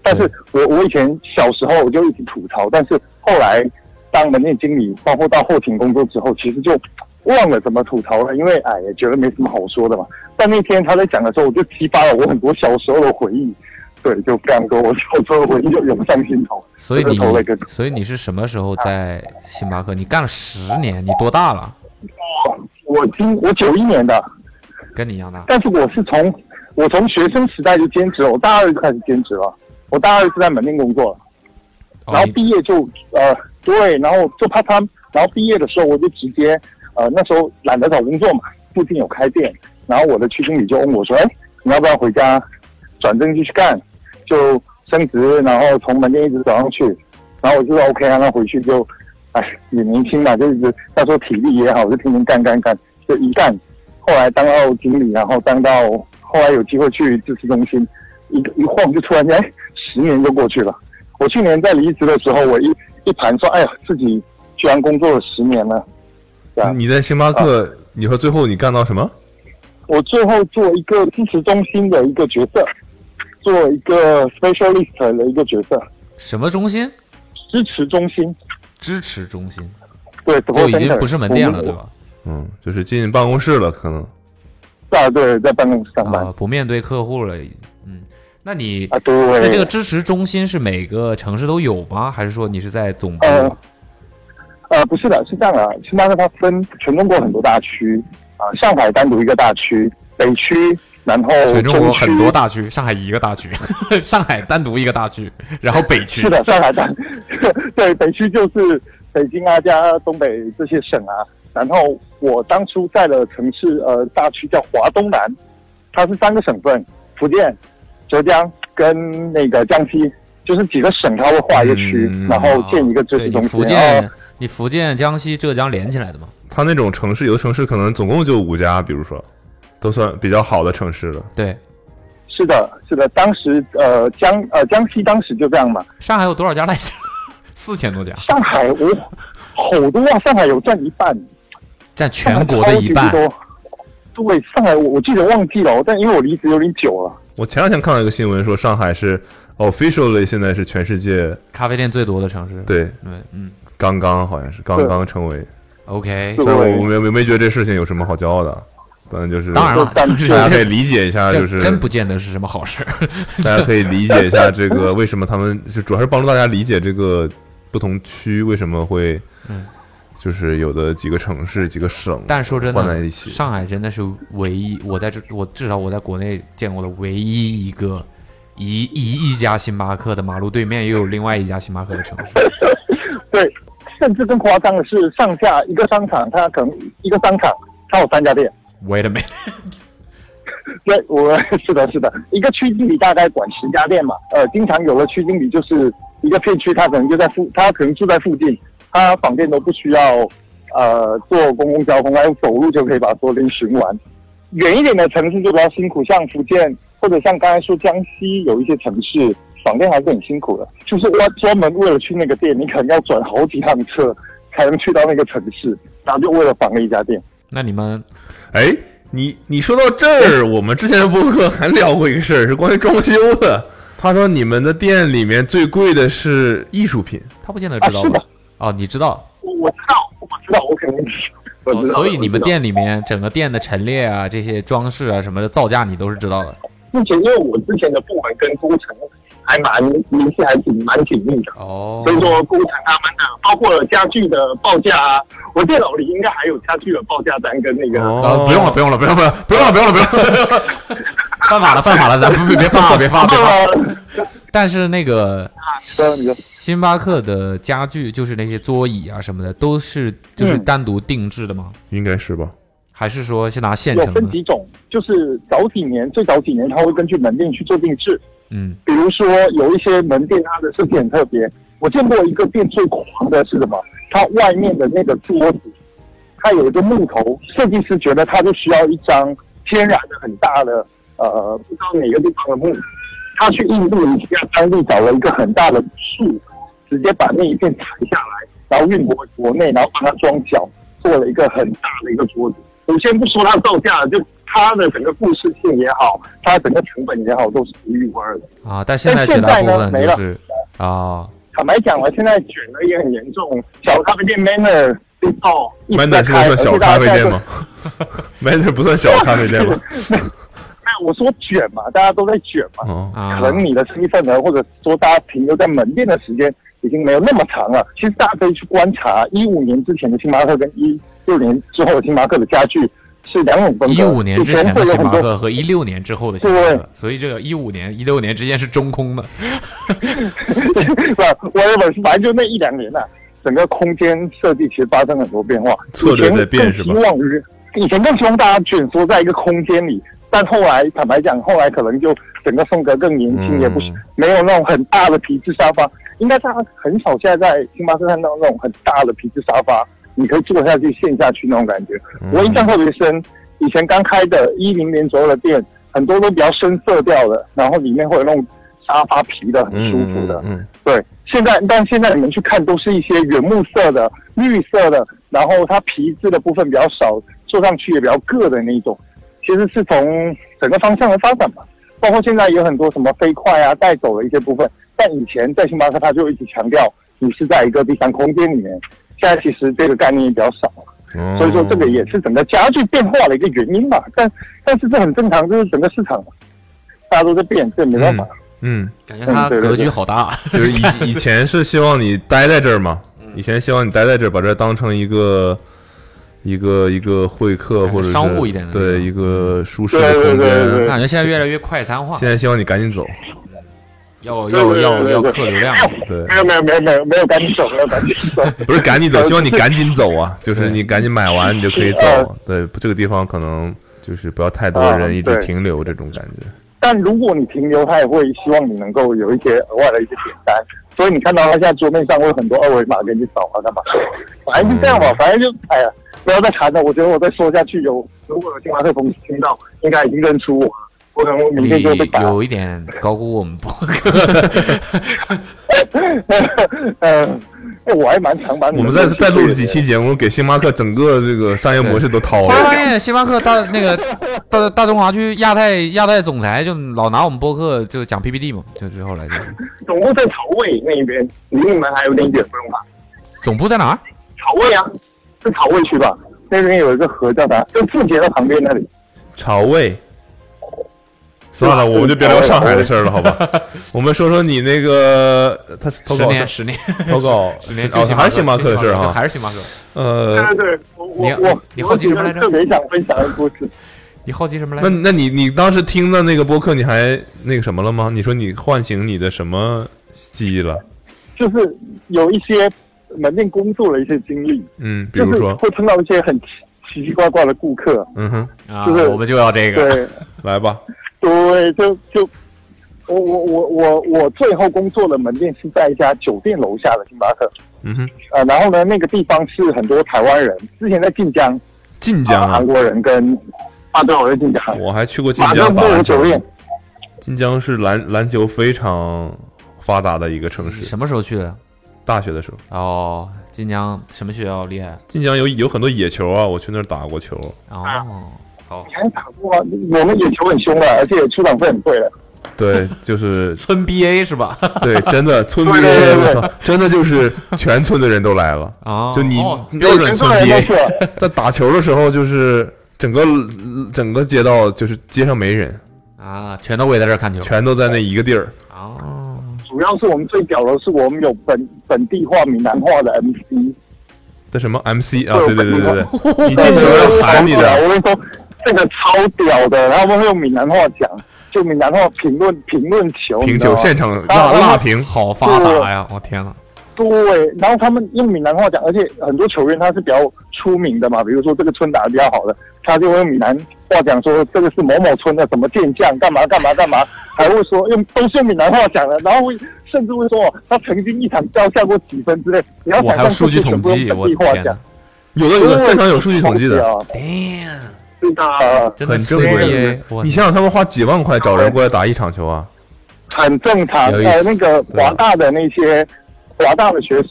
[SPEAKER 8] 但是我我以前小时候我就一直吐槽，但是后来当门店经理，包括到后勤工作之后，其实就忘了怎么吐槽了，因为哎也觉得没什么好说的嘛。但那天他在讲的时候，我就激发了我很多小时候的回忆，对，就非常多，我小时候的回忆就涌上心头。
[SPEAKER 2] 所以
[SPEAKER 8] 我
[SPEAKER 2] 你
[SPEAKER 8] 就投了一个
[SPEAKER 2] 所以你是什么时候在星巴克？你干了十年，你多大了？
[SPEAKER 8] 我今我九一年的，
[SPEAKER 2] 跟你一样大。
[SPEAKER 8] 但是我是从我从学生时代就兼职了，我大二就开始兼职了，我大二是在门店工作了。
[SPEAKER 2] 哦
[SPEAKER 8] 然后
[SPEAKER 2] 你
[SPEAKER 8] 毕业就呃对，然后就怕他，然后毕业的时候我就直接呃那时候懒得找工作嘛，附近有开店，然后我的区经理就问我说，哎，你要不要回家转正继续干？就升职，然后从门店一直走上去。然后我就说 OK 啊，那回去就，哎，也年轻嘛，就一直他说体力也好，我就天天干干干，就一干。后来当到经理，然后当到后来有机会去支持中心，一一晃就突然间哎十年就过去了。我去年在离职的时候，我一一盘算，哎呀，自己居然工作了十年了。对啊
[SPEAKER 3] 你在星巴克，你说最后你干到什么？
[SPEAKER 8] 我最后做一个支持中心的一个角色，做一个 specialist 的一个角色，
[SPEAKER 2] 什么中心？
[SPEAKER 8] 支持中心，
[SPEAKER 2] 支持中心，
[SPEAKER 8] 对，
[SPEAKER 2] 就已经不是门店了，对？吧？
[SPEAKER 3] 嗯，就是进办公室了，可能。
[SPEAKER 8] 啊，对，在办公室上班
[SPEAKER 2] 啊，不面对客户了，已经。嗯，那你
[SPEAKER 8] 啊，对，
[SPEAKER 2] 那这个支持中心是每个城市都有吗？还是说你是在总部？
[SPEAKER 8] 呃呃，不是的，是这样的，星巴克它分全中国很多大区啊、上海单独一个大区，北区，然后
[SPEAKER 2] 全中国
[SPEAKER 8] 中区
[SPEAKER 2] 很多大区，上海一个大区， 上海单独一个大区，然后北区
[SPEAKER 8] 是的，上海站， 对，北区就是北京啊加东北这些省啊。然后我当初在的城市呃大区叫华东南，它是三个省份，福建、浙江跟那个江西，就是几个省它会划一个区，
[SPEAKER 3] 嗯
[SPEAKER 8] 然后建一个知
[SPEAKER 2] 哦对
[SPEAKER 8] 识
[SPEAKER 2] 你
[SPEAKER 8] 中心。哦
[SPEAKER 2] 福
[SPEAKER 8] 然后
[SPEAKER 2] 建、你福建、江西、浙江连起来的嘛？
[SPEAKER 3] 他那种城市，有的城市可能总共就五家，比如说，都算比较好的城市了。
[SPEAKER 2] 对，
[SPEAKER 8] 是的，是的，当时呃江呃江西当时就这样嘛，
[SPEAKER 2] 上海有多少家来着？四千多家，
[SPEAKER 8] 上海我好多啊，上海有占一半，
[SPEAKER 2] 占全国的一半
[SPEAKER 8] 上海。超级多。对，上海我我记得忘记了，但因为我离职有点久了。
[SPEAKER 3] 我前两天看到一个新闻说，上海是 officially 现在是全世界
[SPEAKER 2] 咖啡店最多的城市。
[SPEAKER 3] 对
[SPEAKER 2] 对，嗯
[SPEAKER 3] 刚刚好像是刚刚成为，
[SPEAKER 2] ，OK。
[SPEAKER 8] 对
[SPEAKER 3] 但我我没我没觉得这事情有什么好骄傲的，当然就是
[SPEAKER 2] 当然了，
[SPEAKER 8] 但
[SPEAKER 2] 就是
[SPEAKER 3] 大家可
[SPEAKER 2] 这
[SPEAKER 3] 以理解一下，
[SPEAKER 2] 这
[SPEAKER 3] 就是
[SPEAKER 2] 真不见得是什么好事。
[SPEAKER 3] 大家可以理解一下这个为什么他们就主要是帮助大家理解这个不同区为什么会，就是有的几个城市几个省，
[SPEAKER 2] 嗯但是说真
[SPEAKER 3] 换在一
[SPEAKER 2] 的，
[SPEAKER 3] 起，
[SPEAKER 2] 上海真的是唯一我在这我至少我在国内见过的唯一一个一一一家星巴克的马路对面又有另外一家星巴克的城市。
[SPEAKER 8] 对，甚至更夸张的是，上下一个商场，它可能一个商场它有三家店。
[SPEAKER 2] Wait a minute，
[SPEAKER 8] 对，我 是的，是的，一个区经理大概管十家店嘛。呃，经常有的区经理就是一个片区，他可能就在附，他可能住在附近，他访店都不需要呃坐公共交通，他用走路就可以把所有店巡完。远一点的城市就比较辛苦，像福建或者像刚才说江西有一些城市，访店还是很辛苦的，就是我专门为了去那个店，你可能要转好几趟车才能去到那个城市，然后就为了访那一家店。
[SPEAKER 2] 那你们
[SPEAKER 3] 哎，你你说到这儿，我们之前的播客还聊过一个事儿，是关于装修的。他说你们的店里面最贵的是艺术品，
[SPEAKER 2] 他不见得知道
[SPEAKER 8] 啊是
[SPEAKER 2] 吧
[SPEAKER 8] 的？
[SPEAKER 2] 哦，你知道，
[SPEAKER 8] 我知道，我知道，我肯定是。 我
[SPEAKER 2] 哦
[SPEAKER 8] 知道
[SPEAKER 2] 所以你们
[SPEAKER 8] 我知道
[SPEAKER 2] 店里面整个店的陈列啊，这些装饰啊什么的造价你都是知道的。
[SPEAKER 8] 目前因为我之前的部门跟工程还蛮联系还挺蛮紧密的，
[SPEAKER 2] 哦
[SPEAKER 8] 所以说工程他们的包括家具的报价啊，我电脑里应该还有家具的报价单跟那个。
[SPEAKER 3] 哦
[SPEAKER 2] 啊，不用了，不用了，不用了，不用了，不用了，不用了， 犯法了，犯法了，咱别别发啊，别发啊，别 发啊。
[SPEAKER 8] 呃
[SPEAKER 2] 但是那个
[SPEAKER 8] 对你说
[SPEAKER 2] 星巴克的家具，就是那些桌椅啊什么的，都是就是单独定制的吗？
[SPEAKER 3] 应该是吧？
[SPEAKER 2] 还是说是拿现
[SPEAKER 8] 有
[SPEAKER 2] 成
[SPEAKER 8] 分
[SPEAKER 2] 的？
[SPEAKER 8] 几种，就是早几年最早几年他会根据门店去做定制，
[SPEAKER 2] 嗯，
[SPEAKER 8] 比如说有一些门店它的设计很特别，我见过一个店最狂的是什么？它外面的那个桌子，它有一个木头，设计师觉得它就需要一张天然的很大的呃不知道哪个地方的木，他去印度尼西亚当地找了一个很大的树，直接把那一片裁下来，然后运回国内，然后把它装脚，做了一个很大的一个桌子。我先不说它造价，就它的整个故事性也好，它的整个成本也好，都是独一无二的。
[SPEAKER 2] 啊，但现在
[SPEAKER 8] 但
[SPEAKER 2] 绝
[SPEAKER 8] 现
[SPEAKER 2] 大
[SPEAKER 8] 在
[SPEAKER 2] 部
[SPEAKER 8] 呢
[SPEAKER 2] 分
[SPEAKER 8] 没
[SPEAKER 2] 就
[SPEAKER 8] 了
[SPEAKER 2] 是啊，
[SPEAKER 8] 坦白讲了，现在卷的也很严重，小咖啡店 Manner 就到一
[SPEAKER 3] 麦
[SPEAKER 8] 直
[SPEAKER 3] 奶
[SPEAKER 8] 在
[SPEAKER 3] 是那
[SPEAKER 8] 开，
[SPEAKER 3] 算小咖啡店
[SPEAKER 8] 而
[SPEAKER 3] 吗？ 麦奶不算小咖啡店 吗？
[SPEAKER 8] 且大家在？那我说卷嘛，大家都在卷嘛，
[SPEAKER 3] 哦，
[SPEAKER 2] 啊
[SPEAKER 8] 可能你的生意份额，或者说大家停留在门店的时间已经没有那么长了。其实大家可以去观察，一五年之前的星巴克跟一六年之后的星巴克的家具是两种风格。
[SPEAKER 2] 一五年之前的
[SPEAKER 8] 会有
[SPEAKER 2] 星
[SPEAKER 8] 很
[SPEAKER 2] 巴
[SPEAKER 8] 多
[SPEAKER 2] 克和一六年之后的星巴克，所以这个一五年、一六年之间是中空的。
[SPEAKER 8] 不，whatever，反正就那一两年呐、啊整个空间设计其实发生很多变化。
[SPEAKER 3] 策略在变是吧
[SPEAKER 8] 以前更希望于以前更希望大家卷缩在一个空间里，但后来坦白讲，后来可能就整个风格更年轻，也不
[SPEAKER 3] 嗯
[SPEAKER 8] 是没有那种很大的皮质沙发。应该大家很少现在在星巴克看到那种很大的皮质沙发，你可以坐下去陷下去那种感觉。
[SPEAKER 3] 嗯
[SPEAKER 8] 我印象特别深，以前刚开的一零年左右的店，很多都比较深色调的，然后里面会有那种沙发皮的，很舒服的。
[SPEAKER 3] 嗯，
[SPEAKER 8] 对，现在但现在你们去看都是一些原木色的、绿色的，然后它皮质的部分比较少，坐上去也比较硌的那一种。其实是从整个方向的发展吧，包括现在有很多什么飞快啊带走的一些部分，但以前在星巴克它就一直强调你是在一个第三空间里面，现在其实这个概念也比较少。
[SPEAKER 3] 哦嗯
[SPEAKER 8] 所以说这个也是整个家具变化的一个原因吧，但但是这很正常，就是整个市场嘛大家都在变，这没办法。
[SPEAKER 3] 嗯，
[SPEAKER 2] 感觉他格局好大，
[SPEAKER 3] 就是以 以前是希望你待在这儿嘛，以前希望你待在这儿，把这儿当成一个一个一个会客或者是
[SPEAKER 2] 商务一点的
[SPEAKER 3] 对一个舒适的空
[SPEAKER 2] 我
[SPEAKER 3] 间。
[SPEAKER 2] 感觉现在越来越快餐化，
[SPEAKER 3] 现在希望你赶紧走，
[SPEAKER 2] 要要要要
[SPEAKER 8] 对对对对
[SPEAKER 2] 客流量，
[SPEAKER 3] 对，
[SPEAKER 8] 没有没有没有没有没有赶紧走，没有赶紧走。
[SPEAKER 3] 不是赶紧走，希望你赶紧走 啊，就是你赶紧买完你就可以走。
[SPEAKER 8] 嗯
[SPEAKER 3] 对，这个地方可能就是不要太多的人一直
[SPEAKER 8] 嗯对
[SPEAKER 3] 停留这种感觉。
[SPEAKER 8] 但如果你停留，他也会希望你能够有一些额外的一些点单。所以你看到他现在桌面上会有很多二维码给你扫啊，干嘛？反正就这样
[SPEAKER 3] 嗯
[SPEAKER 8] 吧，反正就哎呀，不要再谈了。我觉得我再说下去，有如果有星巴克同事听到，应该已经认出我了。我可能明天
[SPEAKER 2] 你
[SPEAKER 8] 就会被打。
[SPEAKER 2] 有一点高估我们博客，
[SPEAKER 8] 嗯， 哎，我还蛮常把你
[SPEAKER 3] 我们再再录了几期节目，给星巴克整个这个商业模式都掏
[SPEAKER 2] 突然发
[SPEAKER 3] 了。
[SPEAKER 2] 现星巴克大那个大大中华区亚太亚太总裁就老拿我们播客就讲 PPT 嘛，就是后来就是
[SPEAKER 8] 总部在曹魏那边，离你们还有点远，不用吧？
[SPEAKER 2] 总部在哪儿？
[SPEAKER 8] 曹魏啊，是曹魏区吧？那边有一个河叫啥？就字节的旁边那里。
[SPEAKER 3] 曹魏，算了，我们就别聊上海的事儿了， 好吧？我们说说你那个，他是投
[SPEAKER 2] 十
[SPEAKER 3] 稿
[SPEAKER 2] 年
[SPEAKER 3] 是
[SPEAKER 2] 十年
[SPEAKER 3] 投稿
[SPEAKER 2] 十年，
[SPEAKER 3] 哦
[SPEAKER 2] 就
[SPEAKER 3] 还是星巴克的事儿
[SPEAKER 2] 就
[SPEAKER 3] 哈。
[SPEAKER 2] 还是星巴克。
[SPEAKER 3] 呃，
[SPEAKER 8] 对对对，我我
[SPEAKER 2] 你
[SPEAKER 8] 我
[SPEAKER 2] 你好奇什么来着
[SPEAKER 8] 我特别想分享的故事，
[SPEAKER 2] 你好奇什么来
[SPEAKER 3] 那
[SPEAKER 2] 着？
[SPEAKER 3] 那你你当时听的那个播客，你还那个什么了吗？你说你唤醒你的什么记忆了？
[SPEAKER 8] 就是有一些门店工作的一些经历，
[SPEAKER 3] 嗯，比
[SPEAKER 8] 就
[SPEAKER 3] 如
[SPEAKER 8] 是
[SPEAKER 3] 说，
[SPEAKER 8] 会碰到一些很奇奇奇怪怪的顾客，
[SPEAKER 3] 嗯哼，
[SPEAKER 2] 啊
[SPEAKER 8] 就是
[SPEAKER 2] 我们就要这个。
[SPEAKER 8] 对
[SPEAKER 3] 来吧，
[SPEAKER 8] 对，就就我我我我我最后工作的门店是在一家酒店楼下的星巴克，
[SPEAKER 3] 嗯哼，
[SPEAKER 8] 呃，然后呢，那个地方是很多台湾人，之前在晋江，
[SPEAKER 3] 晋
[SPEAKER 8] 啊
[SPEAKER 3] 江啊
[SPEAKER 8] 韩，国人跟啊，对，我在晋江，
[SPEAKER 3] 我还去过晋
[SPEAKER 8] 马
[SPEAKER 3] 江
[SPEAKER 8] 上
[SPEAKER 3] 打
[SPEAKER 8] 步入
[SPEAKER 3] 篮
[SPEAKER 8] 酒
[SPEAKER 3] 球。
[SPEAKER 8] 店，
[SPEAKER 3] 晋江是篮篮球非常发达的一个城市。
[SPEAKER 2] 什么时候去的？
[SPEAKER 3] 大学的时候，
[SPEAKER 2] 哦，晋江什么学校厉害？
[SPEAKER 3] 晋江有有很多野球啊，我去那儿打过球。
[SPEAKER 2] 哦，好
[SPEAKER 8] 你，还打过啊？我们野球很凶的，啊而且出场费很贵啊的。
[SPEAKER 3] 对， 就是
[SPEAKER 2] 村 BA 是 吧？
[SPEAKER 3] 对，真的村 B，
[SPEAKER 8] 对对对对
[SPEAKER 3] 我操，真的就是全村的人都来了。
[SPEAKER 2] 哦，
[SPEAKER 3] 就你
[SPEAKER 2] 哦
[SPEAKER 3] 标准
[SPEAKER 8] 全
[SPEAKER 3] 村
[SPEAKER 8] 村人
[SPEAKER 3] B，
[SPEAKER 8] 都去啊了，
[SPEAKER 3] 在打球的时候，就是整个整个街道就是街上没人，
[SPEAKER 2] 啊，全都围在这儿看球。
[SPEAKER 3] 全都在那一个地儿。
[SPEAKER 2] 哦，
[SPEAKER 8] 主要是我们最屌的是我们有本本地化、闽南话的 MC，
[SPEAKER 3] 这什么 MC 啊？对
[SPEAKER 8] 对
[SPEAKER 3] 对对
[SPEAKER 8] 我
[SPEAKER 3] 对对，你进
[SPEAKER 8] 对
[SPEAKER 3] 球要喊你的。
[SPEAKER 8] 我跟你说，这个超屌的，他们会用闽南话讲，就闽南话评论评论球，
[SPEAKER 3] 平
[SPEAKER 8] 你知
[SPEAKER 3] 球
[SPEAKER 8] 道吗
[SPEAKER 3] 现场
[SPEAKER 8] 然
[SPEAKER 3] 辣
[SPEAKER 8] 后
[SPEAKER 3] 辣平，
[SPEAKER 2] 好发达呀！我天哪，
[SPEAKER 8] 对，然后他们用闽南话讲，而且很多球员他是比较出名的嘛，比如说这个村打的比较好的，他就会用闽南话讲说这个是某某村的什么健将，干嘛干嘛干嘛，还会说用都是用闽南话讲的，然后会甚至会说哦他曾经一场掉下过几分之类，你要
[SPEAKER 2] 我
[SPEAKER 8] 想
[SPEAKER 2] 还有
[SPEAKER 8] 象
[SPEAKER 2] 数据
[SPEAKER 8] 这些
[SPEAKER 2] 统
[SPEAKER 8] 全部用
[SPEAKER 2] 计，哎我
[SPEAKER 8] 本地
[SPEAKER 2] 的
[SPEAKER 8] 话
[SPEAKER 2] 天
[SPEAKER 8] 讲
[SPEAKER 2] 哪，
[SPEAKER 3] 有的有的现场有数据统计的，
[SPEAKER 8] 好屌
[SPEAKER 2] ，damn，
[SPEAKER 8] 是的，
[SPEAKER 2] 真的
[SPEAKER 3] 很正
[SPEAKER 2] 村
[SPEAKER 3] 规
[SPEAKER 2] BA。我
[SPEAKER 3] 你想想，他们花几万块找人过来打一场球啊？
[SPEAKER 8] 很正常。
[SPEAKER 3] 有意思
[SPEAKER 8] 呃，那个华大的那些华大的学生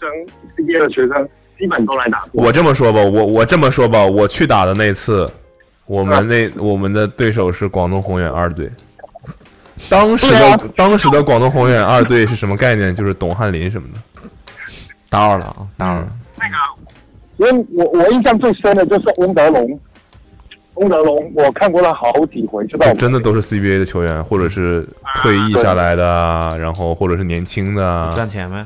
[SPEAKER 8] 毕业的学生，基本都来打过。
[SPEAKER 3] 我这么说吧，我我这么说吧，我去打的那次，我们那我们的对手是广东宏远二队。当时的、当时的广东宏远二队是什么概念？就是董翰林什么的。
[SPEAKER 2] 打扰了啊，打扰了。
[SPEAKER 8] 因为我我印象最深的就是翁德龙，翁德龙我看过他好几回，就
[SPEAKER 3] 就
[SPEAKER 8] 在我们
[SPEAKER 3] 哎真的都是 CBA 的球员，或者是退役下来的啊，然后或者是年轻的啊，
[SPEAKER 2] 赚钱呗，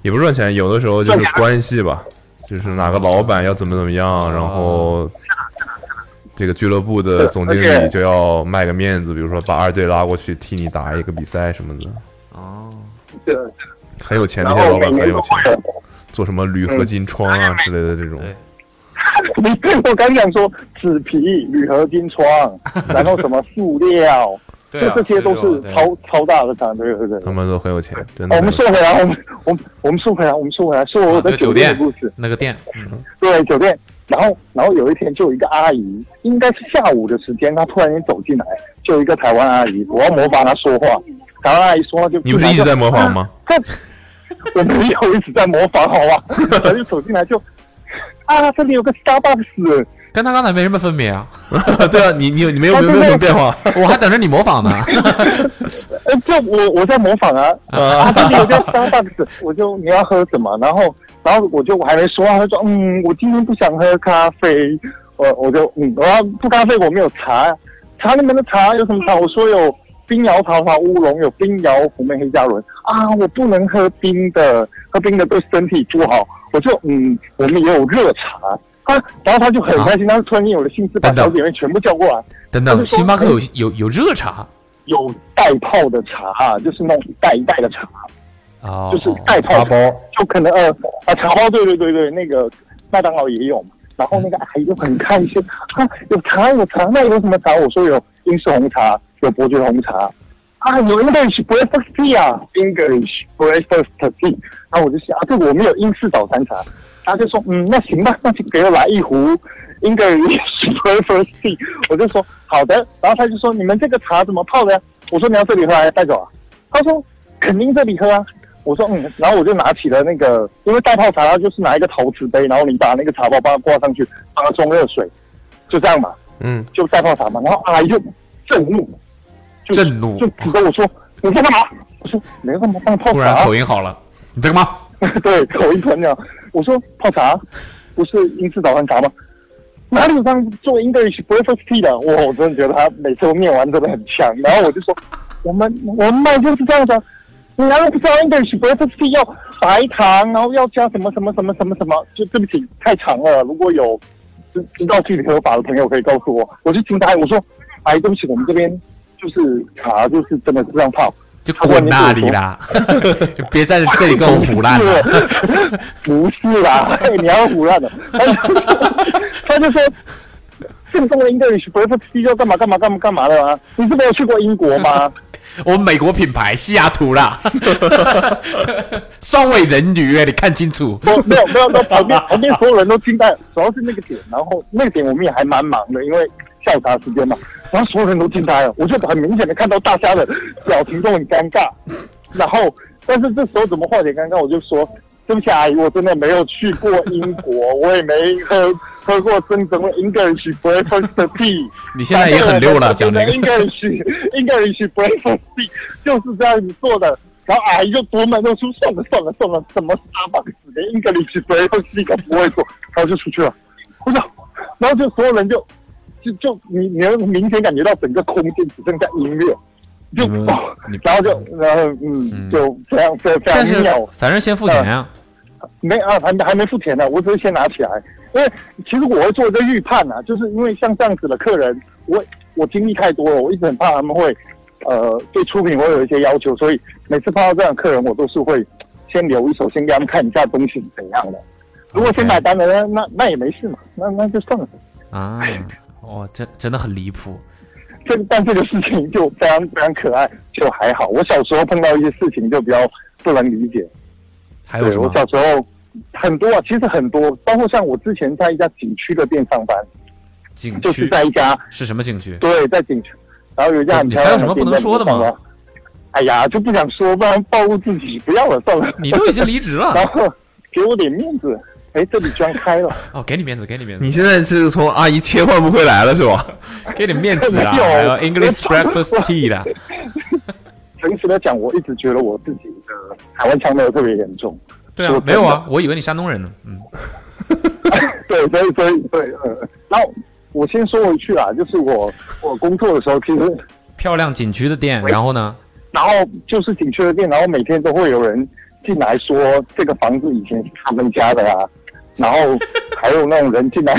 [SPEAKER 3] 也不是赚钱，有的时候就是关系吧，就是哪个老板要怎么怎么样，然后这个俱乐部的总经
[SPEAKER 8] 而
[SPEAKER 3] 理
[SPEAKER 8] 且
[SPEAKER 3] 就要卖个面子，比如说把二队拉过去替你打一个比赛什么的，
[SPEAKER 2] 哦，
[SPEAKER 8] 这
[SPEAKER 3] 很有钱，
[SPEAKER 8] 然
[SPEAKER 3] 那些老
[SPEAKER 8] 后每
[SPEAKER 3] 板很
[SPEAKER 8] 年
[SPEAKER 3] 有
[SPEAKER 8] 都
[SPEAKER 3] 钱
[SPEAKER 8] 会，有嗯
[SPEAKER 3] 做什么铝合金窗啊之类的这种，
[SPEAKER 2] 对，
[SPEAKER 8] 你我刚想说纸皮、铝合金窗，然后什么塑料，
[SPEAKER 11] 对啊
[SPEAKER 8] 这这些都
[SPEAKER 11] 这种
[SPEAKER 8] 是
[SPEAKER 11] 对
[SPEAKER 8] 超超大的厂，对对对。
[SPEAKER 3] 他们都很有钱，真
[SPEAKER 8] 哦
[SPEAKER 3] 的很有
[SPEAKER 8] 我们
[SPEAKER 3] 钱。
[SPEAKER 8] 说回来，我们我们我们说回来，我们说回来，说我在
[SPEAKER 11] 啊就酒
[SPEAKER 8] 店的
[SPEAKER 11] 店
[SPEAKER 8] 故事。
[SPEAKER 2] 那个店，嗯，
[SPEAKER 8] 对，酒店。然后，然后有一天就有一个阿姨，应该是下午的时间，她突然间走进来，就有一个台湾阿姨，我要模仿她说话。台湾阿姨说话就
[SPEAKER 3] 你不是一直在模仿 吗？
[SPEAKER 8] 她我没有一直在模仿，好 吧？她就走进来就啊，这里有个 Starbucks，
[SPEAKER 2] 跟他刚才没什么分别啊，
[SPEAKER 3] 对啊，你你你没有
[SPEAKER 8] 他
[SPEAKER 3] 没有没有什
[SPEAKER 8] 现在
[SPEAKER 3] 么变化
[SPEAKER 2] 我还等着你模仿 呢。
[SPEAKER 8] 呃，就我我在模仿啊，啊，这里有个 Starbucks，我就你要喝什么？然后，然后我就我还没说话，她说嗯，我今天不想喝咖啡，我我就嗯，我要不咖啡我没有茶，茶你们的茶有什么茶？我说有冰摇桃花乌龙，有冰摇红梅黑加仑啊，我不能喝冰的，喝冰的对身体不好。我就嗯，我们也有热茶。啊，然后他就很开心，他就突然间有了兴致，把
[SPEAKER 2] 啊等等
[SPEAKER 8] 小姐妹全部叫过来，
[SPEAKER 2] 等等，星巴克有有有热茶
[SPEAKER 8] 有带泡的茶，就是那种一袋一袋的茶，
[SPEAKER 2] 哦，
[SPEAKER 8] 就是带泡
[SPEAKER 3] 茶
[SPEAKER 8] 的
[SPEAKER 3] 包，
[SPEAKER 8] 就可能呃啊茶包，对对对对，那个麦当劳也有嘛。然后那个阿姨就很开心啊，有茶有茶，那有什么茶？我说有英式红茶，有伯爵红茶，啊有 English breakfast tea 啊，English breakfast tea。然后我就想啊，这个我们有英式早餐茶，他就说嗯，那行吧，那就给我来一壶 English breakfast tea。我就说好的，然后他就说你们这个茶怎么泡的呀？我说你要这里喝还是带走啊？他说肯定这里喝啊。我说嗯，然后我就拿起了那个，因为带泡茶它就是拿一个陶瓷杯，然后你把那个茶包把它挂上去，把它装热水，就这样嘛，
[SPEAKER 3] 嗯，
[SPEAKER 8] 就带泡茶嘛。然后阿姨就震怒，就
[SPEAKER 2] 震怒
[SPEAKER 8] 就指着我说：“你在干嘛？”我说：“没干嘛，放泡
[SPEAKER 2] 突
[SPEAKER 8] 茶。”啊
[SPEAKER 2] 然口音好了，你在干嘛？
[SPEAKER 8] 对，口音很鸟。我说泡茶不是英式早餐茶吗？哪里有这样做 English breakfast tea 的？我我真的觉得他每次都念完真的很强。然后我就说，我们我们卖就是这样的，你难道不知道 English breakfast tea 要白糖，然后要加什么什么什么什么什么？就对不起，太长了。如果有知知道具体合法的朋友可以告诉我。我就听他，我说，哎，对不起，我们这边就是茶，就是真的是这样泡。
[SPEAKER 2] 就滚那里啦！ 就别在这里跟我胡乱了。
[SPEAKER 8] 不是啦，嘿你要啊胡乱的。他就他就说， 这个中文 English breakfast tea 要干嘛干嘛干嘛干嘛的啊？你是没有去过英国吗？
[SPEAKER 2] 我们美国品牌西雅图啦， 双尾人鱼哎，你看清楚。
[SPEAKER 8] 我没有没有，那旁边旁边所有人都惊呆，主要是那个点，然后那个点我们也还蛮忙的，因为下午茶时间嘛，然后所有人都惊呆了，我就很明显的看到大家的表情都很尴尬，然后但是这时候怎么化解尴尬，我就说。对不起，阿姨，我真的没有去过英国，我也没喝喝过正宗的 English breakfast tea。
[SPEAKER 2] 你现在也很溜 了，讲这个
[SPEAKER 8] 应该是应该是 b r e a k 就是这样子做的。然后阿姨就夺门而出，算了算了算了，什么 Starbucks 连 English breakfast 都不会做，然后就出去了。我操！然后就所有人就就就你你能明显感觉到整个空间只剩下音乐，就、
[SPEAKER 2] 你们
[SPEAKER 8] 哦
[SPEAKER 2] 你
[SPEAKER 8] 然后就然后嗯
[SPEAKER 2] 嗯
[SPEAKER 8] 就非常非常非
[SPEAKER 2] 但
[SPEAKER 8] 常
[SPEAKER 2] 是
[SPEAKER 8] 妙，
[SPEAKER 2] 反正先付钱呀、
[SPEAKER 8] 没啊还没还没付钱呢，我只是先拿起来，因为其实我会做一个预判啊，就是因为像这样子的客人，我我经历太多了，我一直很怕他们会，呃，对出品会有一些要求，所以每次碰到这样的客人，我都是会先留一手，先给他们看一下东西是怎样的。如果先买单的，那那那也没事嘛，那那就算了。嗯
[SPEAKER 2] 啊！哇，这真的很离谱。
[SPEAKER 8] 这个但这个事情就非常非常可爱，就还好。我小时候碰到一些事情就比较不能理解，
[SPEAKER 2] 还有
[SPEAKER 8] 对，
[SPEAKER 2] 什
[SPEAKER 8] 我
[SPEAKER 2] 么？
[SPEAKER 8] 小时候很多啊，其实很多，包括像我之前在一家景区的店上班，
[SPEAKER 2] 景区
[SPEAKER 8] 就是在一家
[SPEAKER 2] 是什么景区？
[SPEAKER 8] 对，在景区，然后有一家很
[SPEAKER 2] 你
[SPEAKER 8] 漂亮
[SPEAKER 2] 还有什么
[SPEAKER 8] 店
[SPEAKER 2] 不能说的吗
[SPEAKER 8] 在景区上班？哎呀，就不想说，不然暴露自己，不要了，算了。
[SPEAKER 2] 你都已经离职
[SPEAKER 8] 然
[SPEAKER 2] 了
[SPEAKER 8] 后给我点面子，哎，这里居然开了，
[SPEAKER 2] 哦，给你面子，给你面子，
[SPEAKER 3] 你现在是从阿姨切换不回来了是吧？
[SPEAKER 2] 给点面子啦！
[SPEAKER 8] 没有
[SPEAKER 2] 还有 English breakfast tea 啦，
[SPEAKER 8] 诚实的讲，我一直觉得我自己的台湾腔没有特别严重。
[SPEAKER 2] 对
[SPEAKER 8] 我
[SPEAKER 2] 啊
[SPEAKER 8] 真，的
[SPEAKER 2] 没有啊，我以为你山东人呢。嗯，
[SPEAKER 8] 对，所以所以对，呃，然后我先说回去啦，就是我我工作的时候，其实
[SPEAKER 2] 漂亮景区的店，
[SPEAKER 8] 喂
[SPEAKER 2] 然后呢？
[SPEAKER 8] 然后就是景区的店，然后每天都会有人进来说这个房子以前是他们家的啊，然后还有那种人进来，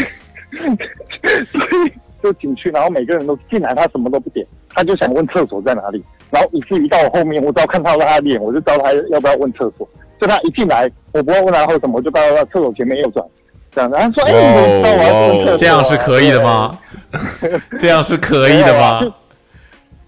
[SPEAKER 8] 所以就景区，然后每个人都进来，他什么都不点，他就想问厕所在哪里，然后以至于到我后面，我只要看到他的脸，我就知道他要不要问厕所，所以他一进来，我不会问他后什么，我就到他厕所前面右转，这样子，他说：“哎，你上完
[SPEAKER 3] 哇哦，这样是可以的？ 吗？这样是可以的吗
[SPEAKER 8] 对？啊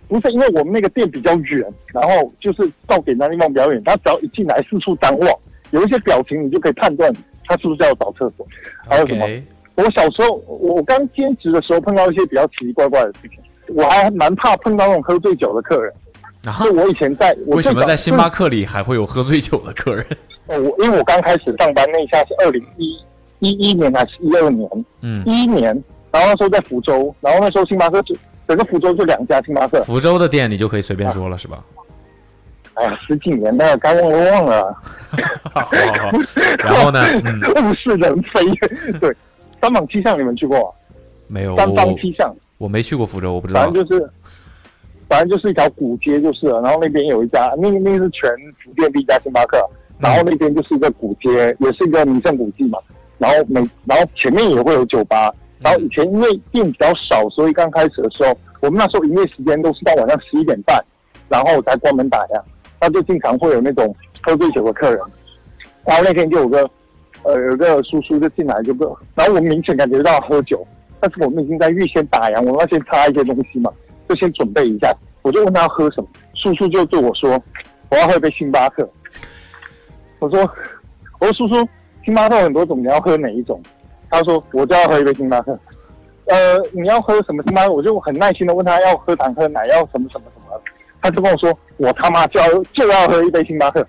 [SPEAKER 8] 不是，因为我们那个店比较远，然后就是到点的地方比较远，他只要一进来四处张望，有一些表情你就可以判断他是不是要找厕所，啊还有什么
[SPEAKER 2] OK，
[SPEAKER 8] 我小时候，我我刚兼职的时候碰到一些比较奇奇怪怪的事情，我还蛮怕碰到那种喝醉酒的客人。
[SPEAKER 2] 啊
[SPEAKER 8] 就我以前在，我
[SPEAKER 11] 为什么
[SPEAKER 8] 最早
[SPEAKER 11] 在星巴克里还会有喝醉酒的客人？
[SPEAKER 8] 呃我因为我刚开始上班那一下是二零一一一年还是一二年？
[SPEAKER 2] 嗯，
[SPEAKER 8] 一一年，然后那时候在福州，然后那时候星巴克就整个福州就两家星巴克，
[SPEAKER 2] 福州的店你就可以随便说了是 吧？
[SPEAKER 8] 哎呀，十几年了，该忘都忘了。
[SPEAKER 2] 好好好，然后呢？ 嗯，
[SPEAKER 8] 物是人非。对，三坊七巷你们去过吗？啊
[SPEAKER 2] 没有，
[SPEAKER 8] 三坊
[SPEAKER 2] 我
[SPEAKER 8] 七巷，
[SPEAKER 2] 我没去过福州，我不知道
[SPEAKER 8] 反。正就是，反正就是一条古街就是了。然后那边有一家，那个那个是全福建第一家星巴克，
[SPEAKER 2] 嗯
[SPEAKER 8] 然后那边就是一个古街，也是一个名胜古迹嘛。然后每然后前面也会有酒吧。
[SPEAKER 2] 嗯
[SPEAKER 8] 然后以前因为店比较少，所以刚开始的时候，我们那时候营业时间都是到晚上十一点半，然后才关门打烊。那就经常会有那种喝醉酒的客人。然后那天就有个呃有个叔叔就进来就不，然后我明显感觉到他喝酒，但是我们已经在预先打烊，我们要先擦一些东西嘛，就先准备一下。我就问他要喝什么，叔叔就对我说：“我要喝一杯星巴克。”我说：“我说叔叔，星巴克有很多种，你要喝哪一种？”他说：“我就要喝一杯星巴克。”呃，你要喝什么星巴克？我就很耐心的问他要喝糖喝奶要什么什么什么，他就跟我说：“我他妈就要就要喝一杯星巴克。”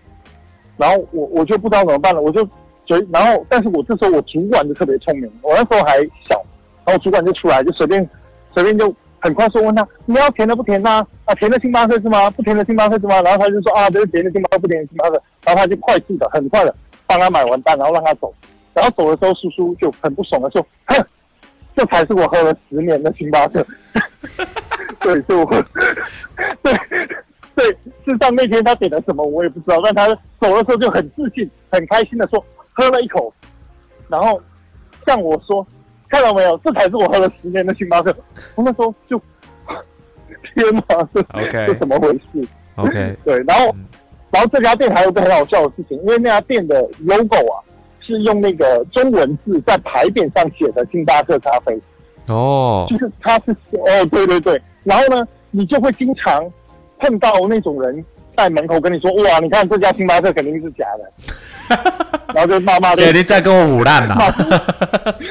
[SPEAKER 8] 然后我我就不知道怎么办了，我就所以然后但是我这时候我主管就特别聪明，我那时候还小，然后主管就出来就随便随便就很快速问他你要甜的不甜的啊？啊甜的星巴克是吗？不甜的星巴克是吗？然后他就说啊这是甜的星巴克，不甜的星巴克，然后他就快速的很快的帮他买完单，然后让他走，然后走的时候叔叔就很不爽的说 哼。这才是我喝了十年的星巴克， 对，就我， 对，对，事实上那天他点了什么我也不知道，但他走的时候就很自信、很开心的说喝了一口，然后向我说，看到没有，这才是我喝了十年的星巴克。我那时候就， 天哪，这
[SPEAKER 2] OK
[SPEAKER 8] 这怎么回事？
[SPEAKER 2] OK，
[SPEAKER 8] 对，然后
[SPEAKER 2] 嗯，
[SPEAKER 8] 然后这家店还有一个很好笑的事情，因为那家店的 logo 啊是用那个中文字在牌匾上写的星巴克咖啡。
[SPEAKER 2] 哦
[SPEAKER 8] 就是他是哦，对对对，然后呢，你就会经常碰到那种人在门口跟你说，哇，你看这家星巴克肯定是假的， 然后就骂骂的
[SPEAKER 11] 对，，你在跟我捂烂呢？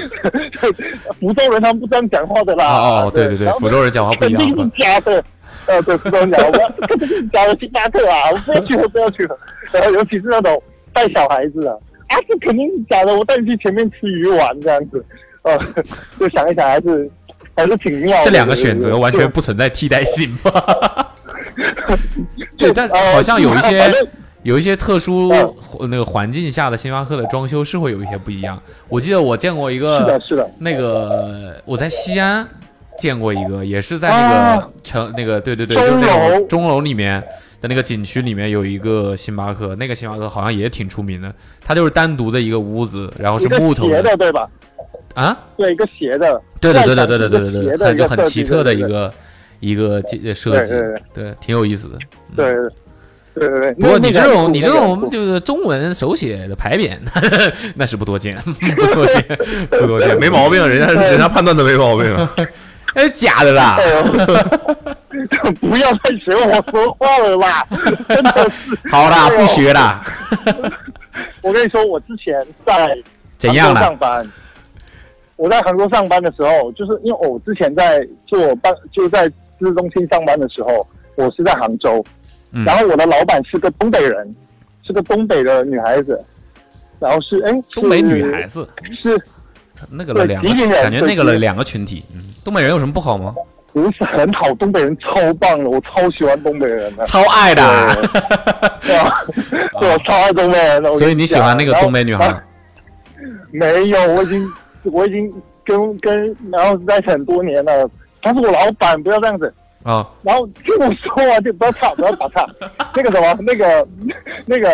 [SPEAKER 8] 福州人他们不这样讲话的啦，
[SPEAKER 11] 哦哦，对对对，
[SPEAKER 8] 啊然后
[SPEAKER 11] 福州人讲话不一样
[SPEAKER 8] 肯定是哦假的。呃，对，福州人讲，我肯定是假的星巴克啊，我不要去喝，不要去喝。然后尤其是那种带小孩子的，啊，这肯定是假的，我带你去前面吃鱼丸这样子，呃，就想一想还是还是挺妙的。
[SPEAKER 11] 这两个选择完
[SPEAKER 8] 对
[SPEAKER 11] 全不存在替代 性吧？
[SPEAKER 8] 就
[SPEAKER 11] 对，但
[SPEAKER 8] 呃
[SPEAKER 11] 好像有一些
[SPEAKER 8] 反正
[SPEAKER 11] 有一些特殊
[SPEAKER 8] 嗯
[SPEAKER 11] 呃那个环境下的星巴克的装修是会有一些不一样。我记得我见过一
[SPEAKER 8] 是
[SPEAKER 11] 个
[SPEAKER 8] 的，是的，
[SPEAKER 11] 那个我在西安见过一个，也是在那
[SPEAKER 8] 啊
[SPEAKER 11] 个城、那个对对对，
[SPEAKER 8] 钟
[SPEAKER 11] 就是那
[SPEAKER 8] 楼
[SPEAKER 11] 种钟楼里面的那个景区里面有一个星巴克，那个星巴克好像也挺出名的，它就是单独的一个屋子，然后
[SPEAKER 8] 一
[SPEAKER 11] 是
[SPEAKER 8] 个
[SPEAKER 11] 木头
[SPEAKER 8] 斜的对吧？
[SPEAKER 11] 啊，
[SPEAKER 8] 对，一个斜的，
[SPEAKER 11] 对对对对
[SPEAKER 8] 外墙
[SPEAKER 11] 对对
[SPEAKER 8] 是
[SPEAKER 11] 对对
[SPEAKER 8] 一个斜
[SPEAKER 11] 对，
[SPEAKER 8] 的
[SPEAKER 11] 它
[SPEAKER 8] 一
[SPEAKER 11] 就
[SPEAKER 8] 个
[SPEAKER 11] 很
[SPEAKER 8] 设
[SPEAKER 11] 奇
[SPEAKER 8] 计
[SPEAKER 11] 特的
[SPEAKER 8] 对
[SPEAKER 11] 一个一个建设
[SPEAKER 8] 对
[SPEAKER 11] 计
[SPEAKER 8] 对对，
[SPEAKER 11] 对，挺有意思的。嗯
[SPEAKER 8] 对对对对对。
[SPEAKER 11] 不过
[SPEAKER 8] 那
[SPEAKER 11] 你
[SPEAKER 8] 那
[SPEAKER 11] 这
[SPEAKER 8] 个很
[SPEAKER 11] 种
[SPEAKER 8] 酷
[SPEAKER 11] 你
[SPEAKER 8] 那
[SPEAKER 11] 这
[SPEAKER 8] 个很
[SPEAKER 11] 种
[SPEAKER 8] 酷
[SPEAKER 11] 就是中文手写的牌匾， 那是不多见， 不多见， 不多见，
[SPEAKER 3] 没毛。病，人家人家判断的没毛病。啊
[SPEAKER 11] 哎，假的啦！
[SPEAKER 8] 不要再学我说话了啦！真的是，
[SPEAKER 11] 好啦，
[SPEAKER 8] 对
[SPEAKER 11] 不
[SPEAKER 8] 哦
[SPEAKER 11] 学 啦，
[SPEAKER 8] 我跟你说，我之前在
[SPEAKER 11] 怎样
[SPEAKER 8] 杭州
[SPEAKER 11] 了？
[SPEAKER 8] 上班，我在杭州上班的时候，就是因为我之前在做办，就在市中心上班的时候，我是在杭州，
[SPEAKER 11] 嗯，
[SPEAKER 8] 然后我的老板是个东北人，是个东北的女孩子，然后是哎，是
[SPEAKER 2] 东北女孩子，
[SPEAKER 8] 是
[SPEAKER 2] 那个了
[SPEAKER 8] 对
[SPEAKER 2] 两个
[SPEAKER 8] 吉林人
[SPEAKER 2] 感觉那个了
[SPEAKER 8] 对
[SPEAKER 2] 两个群体。嗯，东北人有什么不好吗？
[SPEAKER 8] 不是很好，东北人超棒的，我超喜欢东北人的
[SPEAKER 11] 超爱的，
[SPEAKER 8] 对，对啊， 对我超爱东北人的。我跟
[SPEAKER 11] 所以你喜
[SPEAKER 8] 讲
[SPEAKER 11] 欢那个
[SPEAKER 8] 然后
[SPEAKER 11] 东北女孩
[SPEAKER 8] 啊没有，我已经我已经跟跟然后在一起很多年了，他是我老板，不要这样子。
[SPEAKER 11] 啊？
[SPEAKER 8] 然后听我说啊完就不要吵，不要 打岔。那个什么，那个那个，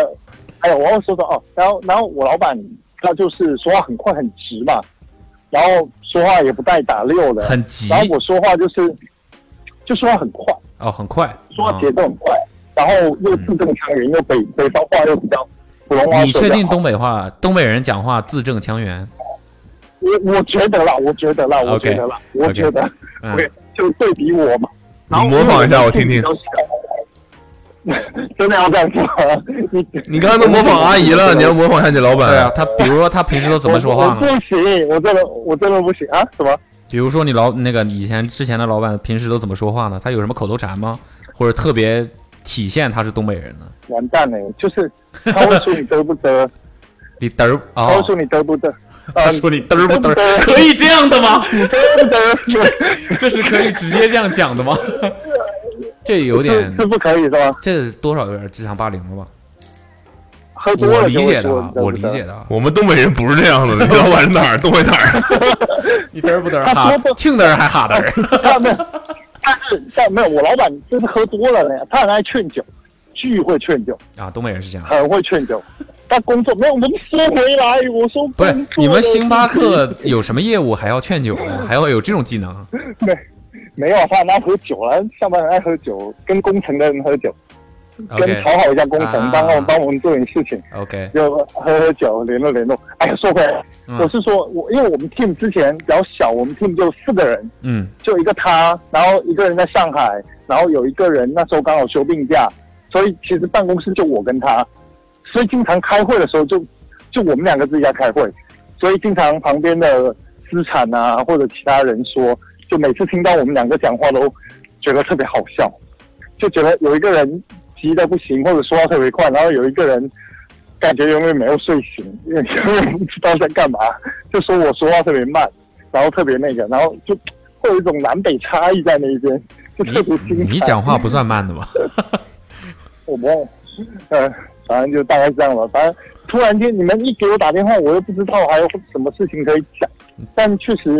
[SPEAKER 8] 哎呀，我要说说哦。然后然后我老板他就是说话很快很直嘛，然后说话也不带打溜的，
[SPEAKER 11] 很急
[SPEAKER 8] 然后我说话就是就说话很快。
[SPEAKER 11] 哦，很快。
[SPEAKER 8] 说
[SPEAKER 11] 啊
[SPEAKER 8] 话节奏很快，然后又字正腔圆，又北北方话又比较普通话。
[SPEAKER 11] 你确定？东北话东北人讲话字正腔圆？
[SPEAKER 8] 我我觉得啦，我觉得啦，我
[SPEAKER 11] OK，
[SPEAKER 8] 觉得啦我觉得，
[SPEAKER 11] 嗯
[SPEAKER 8] 对，就对比我嘛。
[SPEAKER 3] 你模仿一下我听听。
[SPEAKER 8] 真的要这样说？你
[SPEAKER 3] 你刚才都模仿阿姨了，你要模仿一下你老板。
[SPEAKER 2] 对啊，他比如说他平时都怎么说话
[SPEAKER 8] 我
[SPEAKER 2] 呢？
[SPEAKER 8] 我不行，我真的我真的不行啊！什么？
[SPEAKER 2] 比如说你老那个以前之前的老板平时都怎么说话呢？他有什么口头禅吗？或者特别体现他是东北人呢？
[SPEAKER 8] 完蛋了，就是他会说你得不 得，
[SPEAKER 2] 哦你嘚儿
[SPEAKER 8] 他
[SPEAKER 2] 啊
[SPEAKER 8] 会，说你得不得，嗯
[SPEAKER 11] 他说
[SPEAKER 2] 嗯
[SPEAKER 11] 你嘚儿不嘚儿？
[SPEAKER 8] 得
[SPEAKER 2] 可以这样的吗？
[SPEAKER 8] 不
[SPEAKER 2] 嗯
[SPEAKER 8] 得，
[SPEAKER 2] 这是可以直接这样讲的吗？这有点
[SPEAKER 8] 是，是不可以是吧？
[SPEAKER 2] 这多少有点职场霸凌了吧？
[SPEAKER 8] 喝多
[SPEAKER 2] 我
[SPEAKER 8] 了
[SPEAKER 2] 理
[SPEAKER 8] 就会
[SPEAKER 2] 解的
[SPEAKER 8] 说你
[SPEAKER 2] 啊
[SPEAKER 8] 得，不
[SPEAKER 2] 我理
[SPEAKER 8] 得
[SPEAKER 2] 解。的啊。
[SPEAKER 3] 我们东北人不是这样的，你老板是哪儿？东北哪儿？啊
[SPEAKER 2] 你嘚儿不嘚儿哈？庆嘚儿还哈嘚儿？
[SPEAKER 8] 他没有， 但是但没有，我老板真是喝多了呢，他很爱劝酒，巨会劝酒，
[SPEAKER 2] 啊，东北人是这样。
[SPEAKER 8] 很会劝酒。但工作没有，我们说回来，我说
[SPEAKER 2] 不是
[SPEAKER 8] 工作
[SPEAKER 2] 你们
[SPEAKER 8] 的
[SPEAKER 2] 星巴
[SPEAKER 8] 事情
[SPEAKER 2] 克有什么业务还要劝酒呢？还要有这种技能啊？
[SPEAKER 8] 没有，他很爱喝酒啊，上班很爱喝酒，跟工程的人喝酒
[SPEAKER 2] OK
[SPEAKER 8] 跟讨好一下工程，帮我
[SPEAKER 2] 啊
[SPEAKER 8] 们帮我们做点事情，
[SPEAKER 2] OK，
[SPEAKER 8] 就喝喝酒，联络联络。哎呀，说回来，
[SPEAKER 2] 嗯
[SPEAKER 8] 我是说我因为我们 team 之前比较小，我们 team 就四个人，
[SPEAKER 2] 嗯
[SPEAKER 8] 就一个他，然后一个人在上海，然后有一个人那时候刚好休病假，所以其实办公室就我跟他，所以经常开会的时候就就我们两个自己在开会，所以经常旁边的资产啊或者其他人说，就每次听到我们两个讲话都觉得特别好笑，就觉得有一个人急得不行或者说话特别快，然后有一个人。感觉永远没有睡醒，因为永远不知道在干嘛，就说我说话特别慢，然后特别那个，然后就会有一种南北差异在那一边， 就特别精
[SPEAKER 2] 你
[SPEAKER 8] 彩。
[SPEAKER 2] 你讲话不算慢 的吧？
[SPEAKER 8] 我忘了，呃，反正就大概是这样吧。反正突然间你们一给我打电话，我又不知道还有什么事情可以讲。但确实，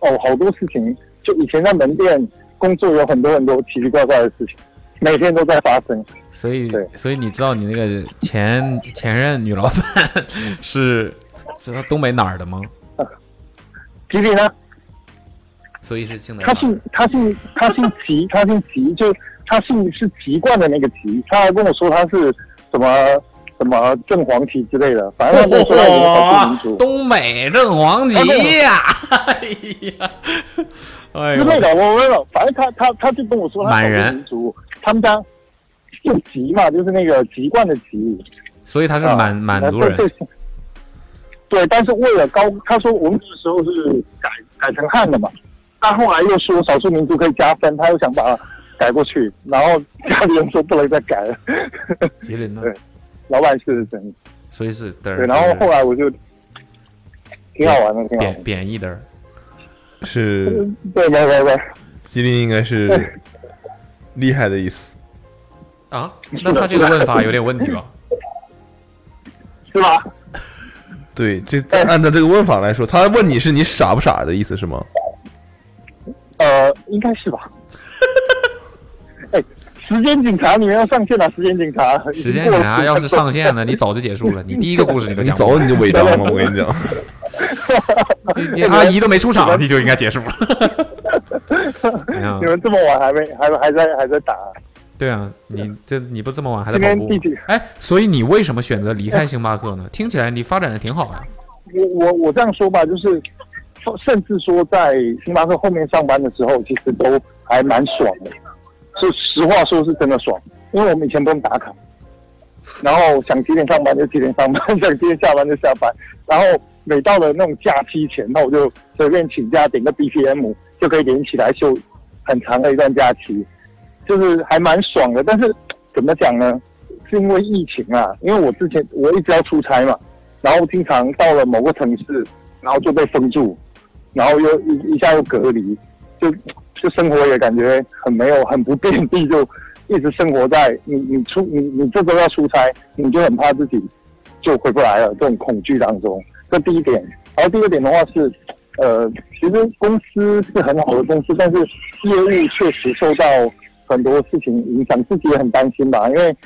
[SPEAKER 8] 哦，好多事情，就以前在门店工作，有很多很多奇奇怪怪的事情，每天都在发生。
[SPEAKER 2] 所以
[SPEAKER 8] 对
[SPEAKER 2] 所以你知道你那个前前任女老板 是知道东北哪儿的吗？
[SPEAKER 8] 吉林呢，
[SPEAKER 2] 所以是庆德
[SPEAKER 8] 他姓他姓他姓吉， 他姓吉，就他姓是籍贯的那个吉。他还跟我说他是什么什么正黄旗之类的，反正他跟我说他是少数民族。
[SPEAKER 2] 东北正黄旗呀！哎呀，哎
[SPEAKER 8] 之
[SPEAKER 2] 呦，
[SPEAKER 8] 类的，我问了，反正他他他就跟我说他
[SPEAKER 2] 满
[SPEAKER 8] 是少
[SPEAKER 2] 人
[SPEAKER 8] 数民族，他们家姓籍嘛，就是那个籍贯的籍，
[SPEAKER 2] 所以他是
[SPEAKER 8] 啊
[SPEAKER 2] 满满族人
[SPEAKER 8] 对。对对，但是为了高，他说我们那时候是改改成汉的嘛，他后来又说少数民族可以加分，他又想把它改过去，然后家里人说不能再改了，
[SPEAKER 2] 吉林的，
[SPEAKER 8] 对老板是真的，
[SPEAKER 2] 所以是嘚儿。
[SPEAKER 8] 对，然后后来我就挺好玩的，挺好
[SPEAKER 2] 贬
[SPEAKER 8] 玩的，
[SPEAKER 2] 贬义嘚儿，
[SPEAKER 3] 是
[SPEAKER 8] 对，没没没，
[SPEAKER 3] 吉林应该是厉害的意思。
[SPEAKER 2] 啊，那他这个问法有点问题 吧？
[SPEAKER 8] 是吧？
[SPEAKER 3] 对，这这按照这个问法来说，他问你是你傻不傻的意思是吗？
[SPEAKER 8] 呃，应该是吧。哎，时间警察，你们要上线啊了，时间警察。已经
[SPEAKER 2] 时间
[SPEAKER 8] 过
[SPEAKER 2] 警
[SPEAKER 8] 了
[SPEAKER 2] 察要是上线了，你早就结束了。你第一个故事你都
[SPEAKER 3] 你
[SPEAKER 2] 讲不
[SPEAKER 3] 早
[SPEAKER 2] 完，
[SPEAKER 3] 你就违章了，我跟你 讲。
[SPEAKER 2] 你阿姨都没出场，你就应该结束了。 哎呀
[SPEAKER 8] 你们这么晚还没还还在还在打？
[SPEAKER 2] 对啊，你这你不这么晚还在跑
[SPEAKER 8] 今天
[SPEAKER 2] 步
[SPEAKER 8] 弟弟？
[SPEAKER 2] 哎，所以你为什么选择离开星巴克呢？听起来你发展的挺好呀、啊
[SPEAKER 8] 我我我这样说吧，就是甚至说在星巴克后面上班的时候，其实都还蛮爽的。说实话说是真的爽，因为我们以前不用打卡，然后想几点上班就几点上班， 想几点下班就下班，然后每到了那种假期前后，就随便请假点个 BPM 就可以连起来休很长的一段假期，就是还蛮爽的。但是怎么讲呢？是因为疫情啊，因为我之前我一直要出差嘛，然后经常到了某个城市，然后就被封住，然后又一一下又隔离，就就生活也感觉很没有很不便利，就一直生活在你你出你你这周要出差，你就很怕自己就回不来了这种恐惧当中，这第一点。然后第二点的话是，呃，其实公司是很好的公司，但是业务确实受到很多事情影响，自己也很担心吧，因为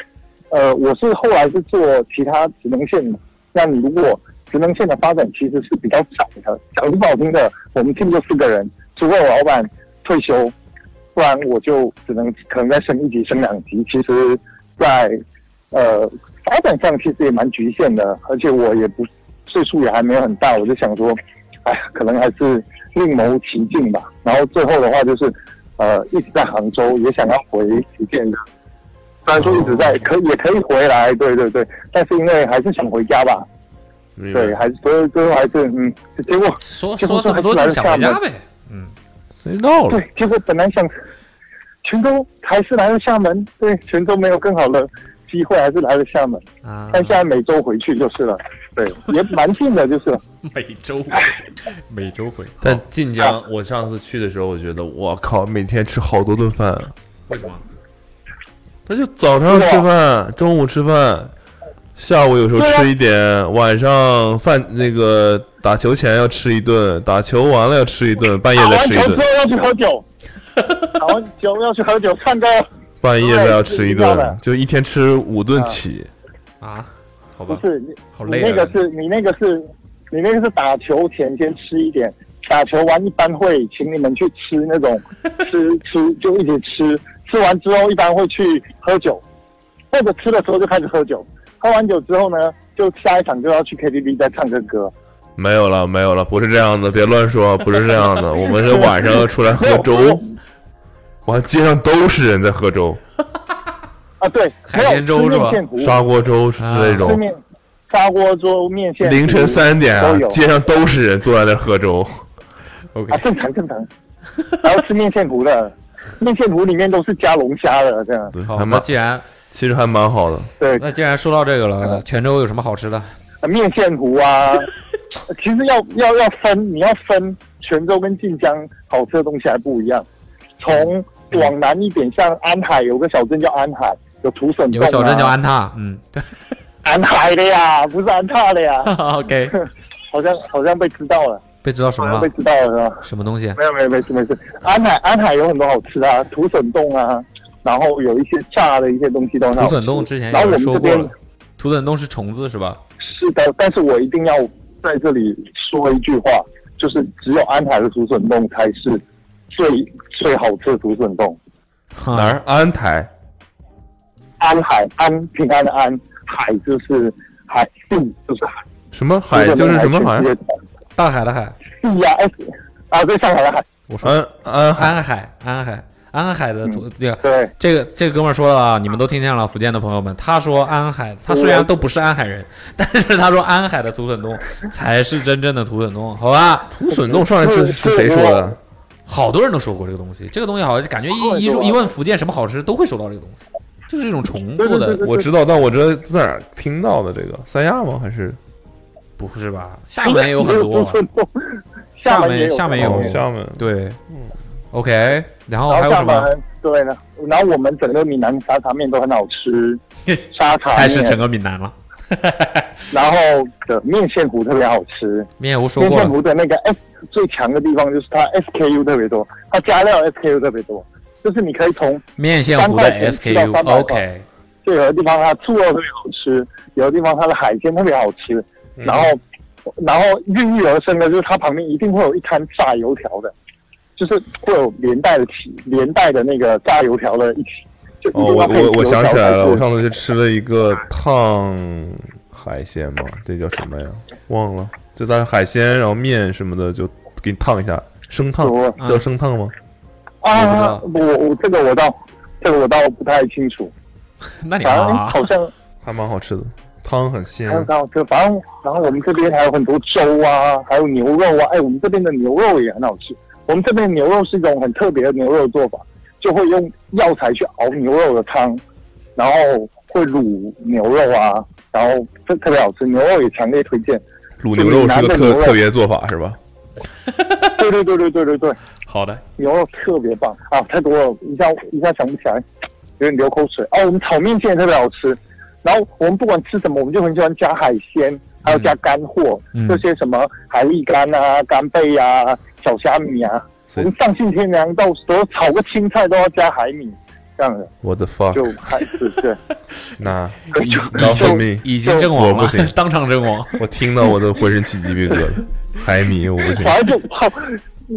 [SPEAKER 8] 呃，我是后来是做其他职能线的。那你如果职能线的发展其实是比较窄的，讲句不好听的，我们 team 就四个人，除非我老板退休，不然我就只能可能再升一级、升两级。其实在，呃发展上其实也蛮局限的，而且我也不岁数也还没有很大，我就想说，哎，可能还是另谋其境吧。然后最后的话就是，呃，一直在杭州，也想要回福建的。虽然说一直在，可也可以回来，对对对，但是因为还是想回家吧，
[SPEAKER 3] 明白
[SPEAKER 8] 对，还是所以最后还是嗯，结果
[SPEAKER 2] 说
[SPEAKER 8] 结
[SPEAKER 2] 说
[SPEAKER 8] 果
[SPEAKER 2] 这么
[SPEAKER 8] 最后还是
[SPEAKER 2] 多
[SPEAKER 8] 来
[SPEAKER 2] 就
[SPEAKER 8] 了
[SPEAKER 2] 想
[SPEAKER 8] 厦
[SPEAKER 2] 回
[SPEAKER 8] 门
[SPEAKER 2] 家，呗，嗯，
[SPEAKER 3] 谁闹了？
[SPEAKER 8] 对，结果本来想泉州还是来了厦门，对，泉州没有更好的机会，还是来了厦门，
[SPEAKER 2] 啊，
[SPEAKER 8] 但现在每周回去就是了，对，也蛮近的，就是了。
[SPEAKER 2] 每周每周回，啊
[SPEAKER 11] 但晋江，我上次去的时候，我觉得我
[SPEAKER 3] 我靠，每天吃好多顿饭啊！
[SPEAKER 2] 为什么？
[SPEAKER 3] 他就早上吃饭，中午吃饭，下午有时候
[SPEAKER 8] 啊
[SPEAKER 3] 吃一点，晚上饭那个打球前要吃一顿，打球完了要吃一顿，半夜
[SPEAKER 8] 打
[SPEAKER 3] 再
[SPEAKER 8] 完
[SPEAKER 3] 吃一
[SPEAKER 8] 球之
[SPEAKER 3] 顿，
[SPEAKER 8] 后要去喝酒，打完球要去喝酒，唱歌。
[SPEAKER 3] 半夜再要吃一
[SPEAKER 8] 对是这样
[SPEAKER 3] 顿
[SPEAKER 8] 的，嗯
[SPEAKER 3] 就一天吃五顿起。
[SPEAKER 2] 啊，好
[SPEAKER 8] 不
[SPEAKER 2] 吧，
[SPEAKER 8] 是你，
[SPEAKER 2] 好
[SPEAKER 8] 你
[SPEAKER 2] 累
[SPEAKER 8] 那
[SPEAKER 2] 啊
[SPEAKER 8] 个！是你那个是，你那个是打球前先吃一点，打球完一般会请你们去吃那 种吃吃就一起吃，吃完之后一般会去喝酒，或者吃的时候就开始喝酒，喝完酒之后呢，就下一场就要去 KTV 再唱个歌。
[SPEAKER 3] 没有了，没有了，不是这样的，别乱说， 不是这样的。我们是晚上要出来喝粥，完街上都是人在喝粥，
[SPEAKER 8] 啊，对，
[SPEAKER 2] 海
[SPEAKER 8] 没有
[SPEAKER 2] 鲜粥
[SPEAKER 8] 吃
[SPEAKER 2] 是
[SPEAKER 8] 面
[SPEAKER 2] 吧
[SPEAKER 8] 线糊
[SPEAKER 3] 砂锅粥是那
[SPEAKER 8] 吃
[SPEAKER 3] 种。
[SPEAKER 8] 面砂锅粥、面线糊，
[SPEAKER 3] 凌晨三点啊
[SPEAKER 8] 都，有
[SPEAKER 3] 街上都是人坐在那喝粥。
[SPEAKER 8] 啊，正常正常，然后吃面线糊的，面线糊里面都是加龙虾的，这样
[SPEAKER 3] 对，
[SPEAKER 2] 好，
[SPEAKER 3] 还
[SPEAKER 2] 那
[SPEAKER 3] 蛮，
[SPEAKER 2] 既然
[SPEAKER 3] 其实还蛮好的。
[SPEAKER 8] 对，
[SPEAKER 2] 那既然说到这个了，
[SPEAKER 8] 嗯
[SPEAKER 2] 泉州有什么好吃的？
[SPEAKER 8] 啊面线糊 啊，其实要要要分，你要分泉州跟晋江好吃的东西还不一样。从
[SPEAKER 2] 嗯
[SPEAKER 8] 往南一点，像安海有个小镇叫安海，有土笋、啊、
[SPEAKER 2] 有个小镇叫安踏，嗯， 对，
[SPEAKER 8] 安海的呀，不是安踏的呀
[SPEAKER 2] ，OK，
[SPEAKER 8] 好像好像被知道了，
[SPEAKER 2] 被知道什
[SPEAKER 8] 好
[SPEAKER 2] 么
[SPEAKER 8] 像被
[SPEAKER 2] 了？
[SPEAKER 8] 知道了是吧？
[SPEAKER 2] 什么东西？啊
[SPEAKER 8] 没有没有没事没事，安海安海有很多好吃的、啊，土笋冻啊，然后有一些炸的一些东西都很好
[SPEAKER 2] 土
[SPEAKER 8] 吃
[SPEAKER 2] 笋冻之前
[SPEAKER 8] 然后
[SPEAKER 2] 有
[SPEAKER 8] 我
[SPEAKER 2] 人
[SPEAKER 8] 们
[SPEAKER 2] 说
[SPEAKER 8] 这
[SPEAKER 2] 过
[SPEAKER 8] 边
[SPEAKER 2] 了，土笋冻是虫子是吧？
[SPEAKER 8] 是的，但是我一定要在这里说一句话，就是只有安海的竹笋冻才是最最好吃的竹笋冻。
[SPEAKER 2] 啊
[SPEAKER 3] 哪儿？安台。
[SPEAKER 8] 安海安平安的安海就是海地就是海，
[SPEAKER 3] 什么海就是什么海
[SPEAKER 2] 啊
[SPEAKER 8] 竹笋冻还是世？界
[SPEAKER 2] 大海的海，
[SPEAKER 8] 地呀 S 啊，对上海的海，
[SPEAKER 3] 安安海
[SPEAKER 2] 安海，安海，安海的土对。
[SPEAKER 8] 对
[SPEAKER 2] 这个这个哥们儿说了啊，你们都听见了，福建的朋友们，他说安海，他虽然都不是安海人， 但是他说安海的土笋冻才是真正的土笋冻，好吧？
[SPEAKER 3] 土笋冻上一次是谁说的？
[SPEAKER 2] 好多人都说过这个东西，这个东西好像感觉一一说一问福建什么好吃，都会说到这个东西，就是一种重复的，
[SPEAKER 3] 我知道，但我知道在哪儿听到的这个三亚吗？还是
[SPEAKER 2] 不是吧？厦门也有很
[SPEAKER 8] 没有
[SPEAKER 2] 多啊
[SPEAKER 8] 竹，笋冻，
[SPEAKER 2] 厦
[SPEAKER 8] 门
[SPEAKER 2] 门
[SPEAKER 8] 也有，哦
[SPEAKER 2] 厦门
[SPEAKER 3] 有
[SPEAKER 2] 有，
[SPEAKER 3] 哦厦门
[SPEAKER 2] 对，OK，然后还
[SPEAKER 8] 然后
[SPEAKER 2] 有
[SPEAKER 8] 厦
[SPEAKER 2] 什么？
[SPEAKER 8] 门对呢，然后我们整个闽南沙茶面都很好吃，沙 茶
[SPEAKER 2] 开始整
[SPEAKER 8] 面，
[SPEAKER 2] 个闽南了，
[SPEAKER 8] 然后的面线糊特别好吃。
[SPEAKER 2] 面糊说
[SPEAKER 8] 天
[SPEAKER 2] 过
[SPEAKER 8] 线
[SPEAKER 2] 了，
[SPEAKER 8] 湖的那个 S 最强的地方就是它 SKU 特别多，它加料 SKU 特别多，就是你可以从
[SPEAKER 2] 面线糊的
[SPEAKER 8] 三块钱吃到三百
[SPEAKER 2] SKU，OK，
[SPEAKER 8] 就有的地方它醋肉特别好吃，有的地方它的海鲜特别好吃，
[SPEAKER 3] 嗯
[SPEAKER 8] 然后然后孕育而生的就是它旁边一定会有一摊炸油条的，就是会有连带的起连带的那个炸油条的一起。就一
[SPEAKER 3] 哦，
[SPEAKER 8] 定
[SPEAKER 3] 我
[SPEAKER 8] 要配
[SPEAKER 3] 我我
[SPEAKER 8] 油条
[SPEAKER 3] 想起来了，
[SPEAKER 8] 才
[SPEAKER 3] 我
[SPEAKER 8] 是
[SPEAKER 3] 上次去吃了一个烫海鲜嘛，这叫什么呀？忘了，就它海鲜，然后面什么的，就给你烫一下，生烫
[SPEAKER 8] 我
[SPEAKER 3] 叫生烫吗？
[SPEAKER 8] 啊，
[SPEAKER 2] 我
[SPEAKER 8] 我我这个我倒这个我倒不太清楚，
[SPEAKER 2] 那你
[SPEAKER 8] 反正
[SPEAKER 2] 啊，
[SPEAKER 8] 好像。
[SPEAKER 3] 还蛮好吃的，汤很
[SPEAKER 8] 还有
[SPEAKER 3] 鲜。
[SPEAKER 8] 还有，就反正然后我们这边还有很多粥啊，还有牛肉啊，哎，我们这边的牛肉也很好吃。我们这边的牛肉是一种很特别的牛肉做法，就会用药材去熬牛肉的汤，然后会卤牛肉啊，然后特特别好吃，牛肉也强烈推荐。
[SPEAKER 3] 卤牛肉是个
[SPEAKER 8] 就是拿着牛
[SPEAKER 3] 特
[SPEAKER 8] 肉
[SPEAKER 3] 特别做法是吧？
[SPEAKER 8] 对对对对对对对，
[SPEAKER 2] 好的，
[SPEAKER 8] 牛肉特别棒啊，太多了，一下一下想不起来，有点流口水。哦，我们炒面线也特别好吃，然后我们不管吃什么，我们就很喜欢加海鲜，还有加干货，
[SPEAKER 2] 嗯
[SPEAKER 8] 这些什么海蛎干啊、干贝啊、小虾米啊，我
[SPEAKER 3] 所以
[SPEAKER 8] 们丧尽天良到所有炒个青菜都要加海米，这样的
[SPEAKER 3] 我的
[SPEAKER 8] 就
[SPEAKER 3] fuck，
[SPEAKER 8] 还是 对，
[SPEAKER 3] 那
[SPEAKER 8] 就就
[SPEAKER 3] now for me，
[SPEAKER 2] 已经阵亡
[SPEAKER 3] 我不
[SPEAKER 2] 了
[SPEAKER 3] 行，
[SPEAKER 2] 当场阵亡。
[SPEAKER 3] 我听到我都浑身起鸡皮疙瘩，海米我不行。
[SPEAKER 8] 反正就超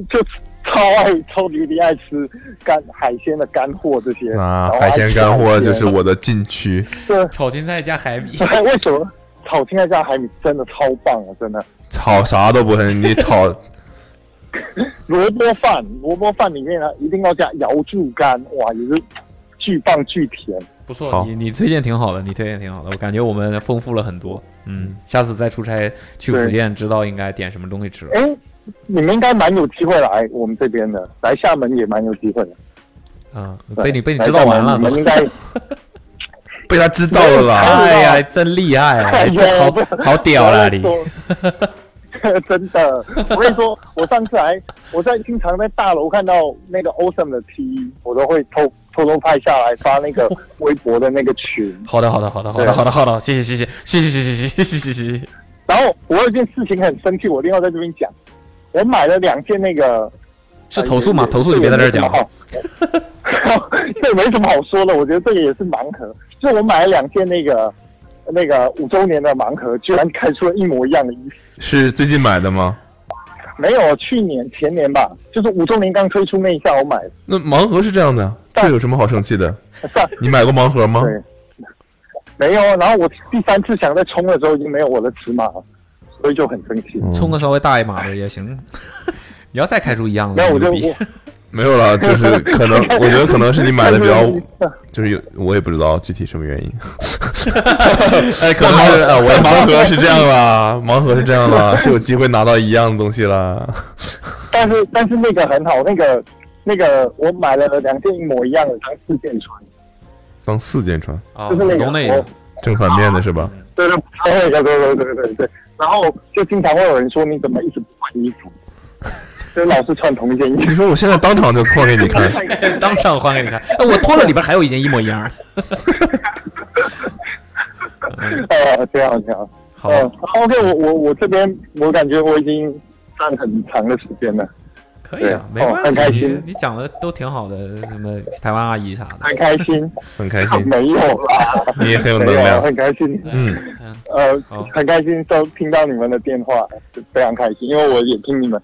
[SPEAKER 8] 就超爱超级的爱吃干海鲜的干货这些，
[SPEAKER 3] 那
[SPEAKER 8] 然后
[SPEAKER 3] 啊海
[SPEAKER 8] 爱吃
[SPEAKER 3] 鲜干货就是
[SPEAKER 8] 海鲜
[SPEAKER 3] 我的禁区。
[SPEAKER 8] 对。
[SPEAKER 2] 炒青菜加海米，
[SPEAKER 8] 哎，为什么炒青菜加海米真的超棒啊！真的，
[SPEAKER 3] 炒啥都不恨，你炒
[SPEAKER 8] 萝卜饭，萝卜饭里面呢一定要加瑶柱干，哇，也是巨棒巨甜。
[SPEAKER 2] 不错，你你推荐挺好的，你推荐挺好的，我感觉我们丰富了很多。嗯，下次再出差去福
[SPEAKER 8] 对
[SPEAKER 2] 建，知道应该点什么东西吃了。
[SPEAKER 8] 哎，你们应该蛮有机会来我们这边的，来厦门也蛮有机会的。
[SPEAKER 2] 嗯，
[SPEAKER 8] 对
[SPEAKER 2] 被你被你
[SPEAKER 8] 来
[SPEAKER 2] 知道
[SPEAKER 8] 厦门
[SPEAKER 2] 完了
[SPEAKER 8] 你
[SPEAKER 2] 都
[SPEAKER 8] 们。应该
[SPEAKER 3] 被他知道了啦。
[SPEAKER 2] 哎呀，真厉害啊！
[SPEAKER 8] 哎
[SPEAKER 2] 你
[SPEAKER 8] 呦
[SPEAKER 2] 这好好屌啦你！
[SPEAKER 8] 真的，我跟你说，我上次还我在经常在大楼看到那个 Awesome 的 T，我都会偷偷偷拍下来发那个微博的那个群。
[SPEAKER 2] 好的，好的，好的，好的，好的，好的，谢谢，谢谢，谢谢，谢谢，谢谢，谢谢，谢谢。
[SPEAKER 8] 然后我有一件事情很生气，我一定要在这边讲。我买了两件那个
[SPEAKER 2] 是投诉吗？
[SPEAKER 8] 呃
[SPEAKER 2] 投诉你别在这儿讲。。
[SPEAKER 8] 这也没什么好 这也没什么好说的，我觉得这个也是盲盒。就是我买了两件那个那个五周年的盲盒，居然开出了一模一样的衣服。
[SPEAKER 3] 是最近买的吗？
[SPEAKER 8] 没有，去年前年吧，就是五周年刚推出那一下我买的。
[SPEAKER 3] 那盲盒是这样的，这有什么好生气的？
[SPEAKER 8] 但
[SPEAKER 3] 你买过盲盒吗？
[SPEAKER 8] 对，没有。啊然后我第三次想再冲的时候已经没有我的尺码了，所以就很生气。
[SPEAKER 2] 冲个稍微大一码的也行。 你要再开出一样的，
[SPEAKER 8] 没有，我就
[SPEAKER 2] 牛逼
[SPEAKER 8] 我
[SPEAKER 3] 没有啦，就是可能，我觉得可能是你买的比较，就是有我也不知道具体什么 原因。
[SPEAKER 2] 哎，可能
[SPEAKER 3] 但 盲
[SPEAKER 2] 是
[SPEAKER 3] 呃，我的盲盒是这样啊啦， 盲盒是这样啦，是有机会拿到一样的东西啦。
[SPEAKER 8] 但是但是那个很好，那个那个我买了两件一模一样的当四件穿，
[SPEAKER 3] 当四件穿，
[SPEAKER 2] 啊，
[SPEAKER 8] 就是
[SPEAKER 2] 子
[SPEAKER 8] 那
[SPEAKER 2] 东那
[SPEAKER 8] 个
[SPEAKER 2] 个
[SPEAKER 8] 我，
[SPEAKER 3] 正反面的 是吧？
[SPEAKER 8] 对对对对对对对对。然后就经常会有人说你怎么一直不换衣服，就老是穿同一件衣
[SPEAKER 3] 你
[SPEAKER 8] 服。
[SPEAKER 3] 说我现在当场就换给你看，
[SPEAKER 2] 当场换给你看。哎，我脱了里边还有一件一模一 样。
[SPEAKER 8] 呃，这样这样。
[SPEAKER 2] 嗯好，
[SPEAKER 8] 嗯，OK，我我我这边我感觉我已经站很长的时间了，
[SPEAKER 2] 可以啊，没
[SPEAKER 8] 对哦
[SPEAKER 2] 关
[SPEAKER 8] 很开
[SPEAKER 2] 系。
[SPEAKER 8] 心
[SPEAKER 2] 你你讲的都挺好的，什么台湾阿姨啥的。
[SPEAKER 8] 很开心。
[SPEAKER 3] 很开心，
[SPEAKER 8] 没有啦，
[SPEAKER 3] 你也很有能
[SPEAKER 8] 没有，
[SPEAKER 3] 量。
[SPEAKER 8] 很开心。
[SPEAKER 3] 嗯，
[SPEAKER 2] 嗯，
[SPEAKER 8] 呃
[SPEAKER 2] 好，
[SPEAKER 8] 很开心收听到你们的电话，非常开心，因为我也听你们，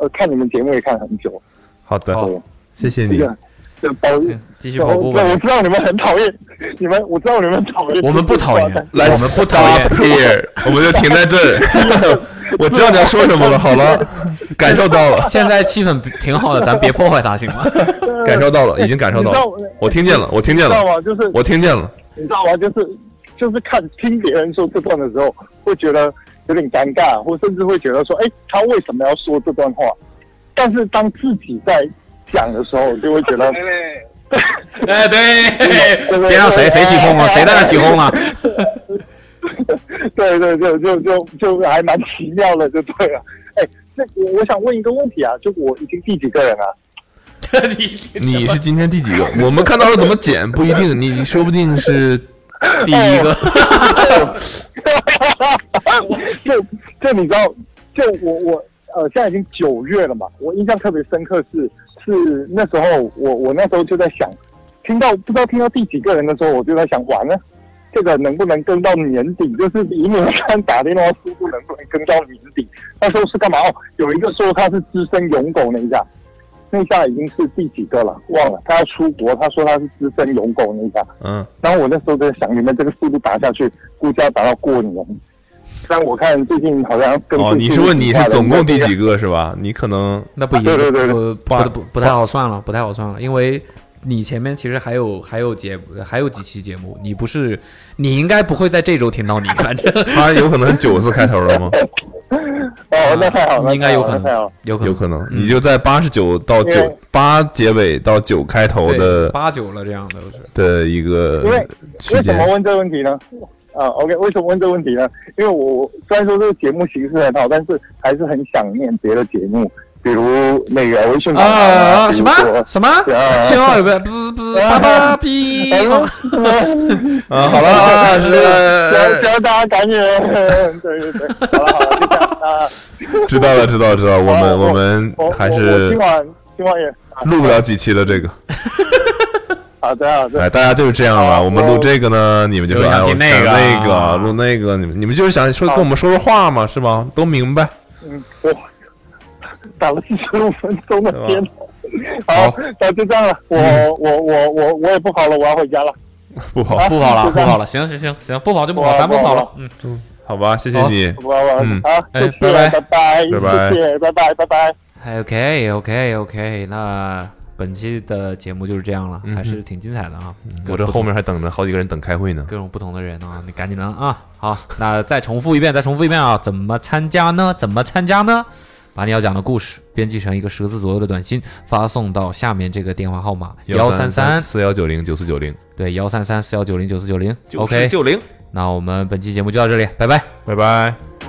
[SPEAKER 8] 呃，看你们节目也看很久。
[SPEAKER 3] 好的，
[SPEAKER 2] 好
[SPEAKER 3] 谢谢
[SPEAKER 8] 这
[SPEAKER 3] 你。
[SPEAKER 8] 个，这包，
[SPEAKER 2] 继续跑步吧
[SPEAKER 8] 对，。我知道你们很讨厌你们，我知道你们讨厌。
[SPEAKER 2] 我们不讨厌，
[SPEAKER 3] 来，
[SPEAKER 2] 我们不讨厌。
[SPEAKER 3] here，我 们就停在这 儿。我知道你要说什么了，好了，感受到了，
[SPEAKER 2] 现在气氛挺好的，咱别破坏它行 吗？
[SPEAKER 3] 感受到了，已经感受到
[SPEAKER 8] 呃你知道
[SPEAKER 3] 了
[SPEAKER 8] 我，
[SPEAKER 3] 我听见了，我听
[SPEAKER 8] 你
[SPEAKER 3] 见
[SPEAKER 8] 知道
[SPEAKER 3] 了，
[SPEAKER 8] 吗？就是
[SPEAKER 3] 我听见了。
[SPEAKER 8] 你知道吗？就是就是看听别人说这段的时候，会觉得有点尴尬，或甚至会觉得说，哎，他为什么要说这段话？但是当自己在讲的时候，就会觉得，
[SPEAKER 2] 哎，对，
[SPEAKER 8] 嗯对
[SPEAKER 2] 别让谁谁起哄了，谁在那起哄了？
[SPEAKER 8] 对对对，就就就还蛮奇妙的，就对了。哎，这我我想问一个问题啊，就我已经第几个人啊了？
[SPEAKER 2] 你
[SPEAKER 3] 你是今天第 几个？我们看到了怎么剪不一定，你说不定是
[SPEAKER 8] 哎
[SPEAKER 3] 第一个。
[SPEAKER 8] 就就你知道，就我我呃，现在已经九月了嘛，我印象特别深刻是是那时候我我那时候就在想，听到不知道听到第几个人的时候，我就在想，完了，这个能不能跟到年底？就是以你们看打电话速度能不能跟到年底？那时候是干嘛？哦，有一个说他是资深勇狗那一下。那一下已经是第几个了，忘了。他要出国，他说他是资深勇狗那一下，
[SPEAKER 3] 嗯，
[SPEAKER 8] 然后我那时候在想，你们这个速度打下去，估计要打到过年。但我看最近好像跟
[SPEAKER 3] 哦，你是问你是总共第几个是吧？你可能
[SPEAKER 2] 那不一定，
[SPEAKER 8] 啊对对对对
[SPEAKER 2] 呃不不不不太好算了，不太好算了，因为你前面其实还有还有节还有几期节目，你不是你应该不会在这周听到你，反正
[SPEAKER 3] 他有可能是九字开头的 吗？
[SPEAKER 8] 哦，那太 好了，
[SPEAKER 2] 应该有
[SPEAKER 8] 那太好
[SPEAKER 2] 可
[SPEAKER 8] 了那太好
[SPEAKER 2] 能
[SPEAKER 8] 了，
[SPEAKER 2] 有可能
[SPEAKER 3] 啊有可能，
[SPEAKER 8] 嗯
[SPEAKER 3] 你就在八十九到
[SPEAKER 8] 因为
[SPEAKER 3] 九八结尾到九开头
[SPEAKER 2] 对
[SPEAKER 3] 的
[SPEAKER 2] 八九了这样的都是，
[SPEAKER 3] 的一
[SPEAKER 8] 因为
[SPEAKER 3] 个区
[SPEAKER 8] 为什么
[SPEAKER 3] 间。
[SPEAKER 8] 问这个问题呢？啊，OK，为什么问这个问题呢？因为我我虽然说这个节目形式很好，但是还是很想念别的节目，比如那个微信网红
[SPEAKER 2] 啊什么
[SPEAKER 8] 比如说
[SPEAKER 2] 什么
[SPEAKER 8] 啊
[SPEAKER 2] 信号有没有？不不叭叭哔
[SPEAKER 8] 哎呦，
[SPEAKER 3] 啊， 好了啊，呃
[SPEAKER 8] 希
[SPEAKER 3] 是
[SPEAKER 8] 望大家赶紧， 对对对，好了好了，就这样啊。
[SPEAKER 3] 知道了，知道了，知道了。我们
[SPEAKER 8] 我
[SPEAKER 3] 我们
[SPEAKER 8] 我我
[SPEAKER 3] 还
[SPEAKER 8] 哦我
[SPEAKER 3] 是
[SPEAKER 8] 今晚今晚也啊
[SPEAKER 3] 录不了几期了，这个。
[SPEAKER 8] 好的好的
[SPEAKER 3] 哎，，大家就是这样了。
[SPEAKER 8] 好
[SPEAKER 3] 我们录这个呢，你们就说
[SPEAKER 2] 就想
[SPEAKER 3] 哎，我
[SPEAKER 2] 听那
[SPEAKER 3] 想
[SPEAKER 2] 个
[SPEAKER 3] 那个啊录那个，你们你们就是想
[SPEAKER 8] 哦
[SPEAKER 3] 说跟我们说说话嘛，是吗？都明白。
[SPEAKER 8] 嗯，我打了四十五分钟的
[SPEAKER 3] 对
[SPEAKER 8] 天
[SPEAKER 3] 吧，
[SPEAKER 8] 好
[SPEAKER 3] 好，嗯
[SPEAKER 8] 那就这样了，我、我我我我也不跑了，我要回家了。
[SPEAKER 3] 不跑，
[SPEAKER 8] 哦
[SPEAKER 2] 不跑了不跑了，行行行行，不跑就不跑，
[SPEAKER 8] 哇
[SPEAKER 2] 咱不
[SPEAKER 8] 不
[SPEAKER 2] 跑
[SPEAKER 8] 跑
[SPEAKER 2] 了，嗯，
[SPEAKER 3] 好吧，谢谢你。
[SPEAKER 8] 我我
[SPEAKER 3] 嗯
[SPEAKER 8] 好，
[SPEAKER 2] 哎
[SPEAKER 8] 谢谢，
[SPEAKER 2] 拜拜
[SPEAKER 8] 拜拜，
[SPEAKER 3] 拜拜
[SPEAKER 8] 谢谢，拜拜，拜拜。
[SPEAKER 2] OK OK OK，那本期的节目就是这样了，
[SPEAKER 3] 嗯哼
[SPEAKER 2] 还是挺精彩的啊。各
[SPEAKER 3] 我这后面还等着好几个人等开会呢。
[SPEAKER 2] 各种不同的人啊，你赶紧的啊。好，那再重复一遍，再重复一遍啊，怎么参加呢？怎么参加呢？把你要讲的故事编辑成一个十个字左右的短信，发送到下面这个电话号码幺三三
[SPEAKER 3] 四幺九零九四九零，
[SPEAKER 2] 对幺三三四幺九零九四九零。
[SPEAKER 11] 九
[SPEAKER 2] OK，
[SPEAKER 11] 十九零。
[SPEAKER 2] 那我们本期节目就到这里，拜拜。
[SPEAKER 3] 拜拜。
[SPEAKER 8] 拜拜。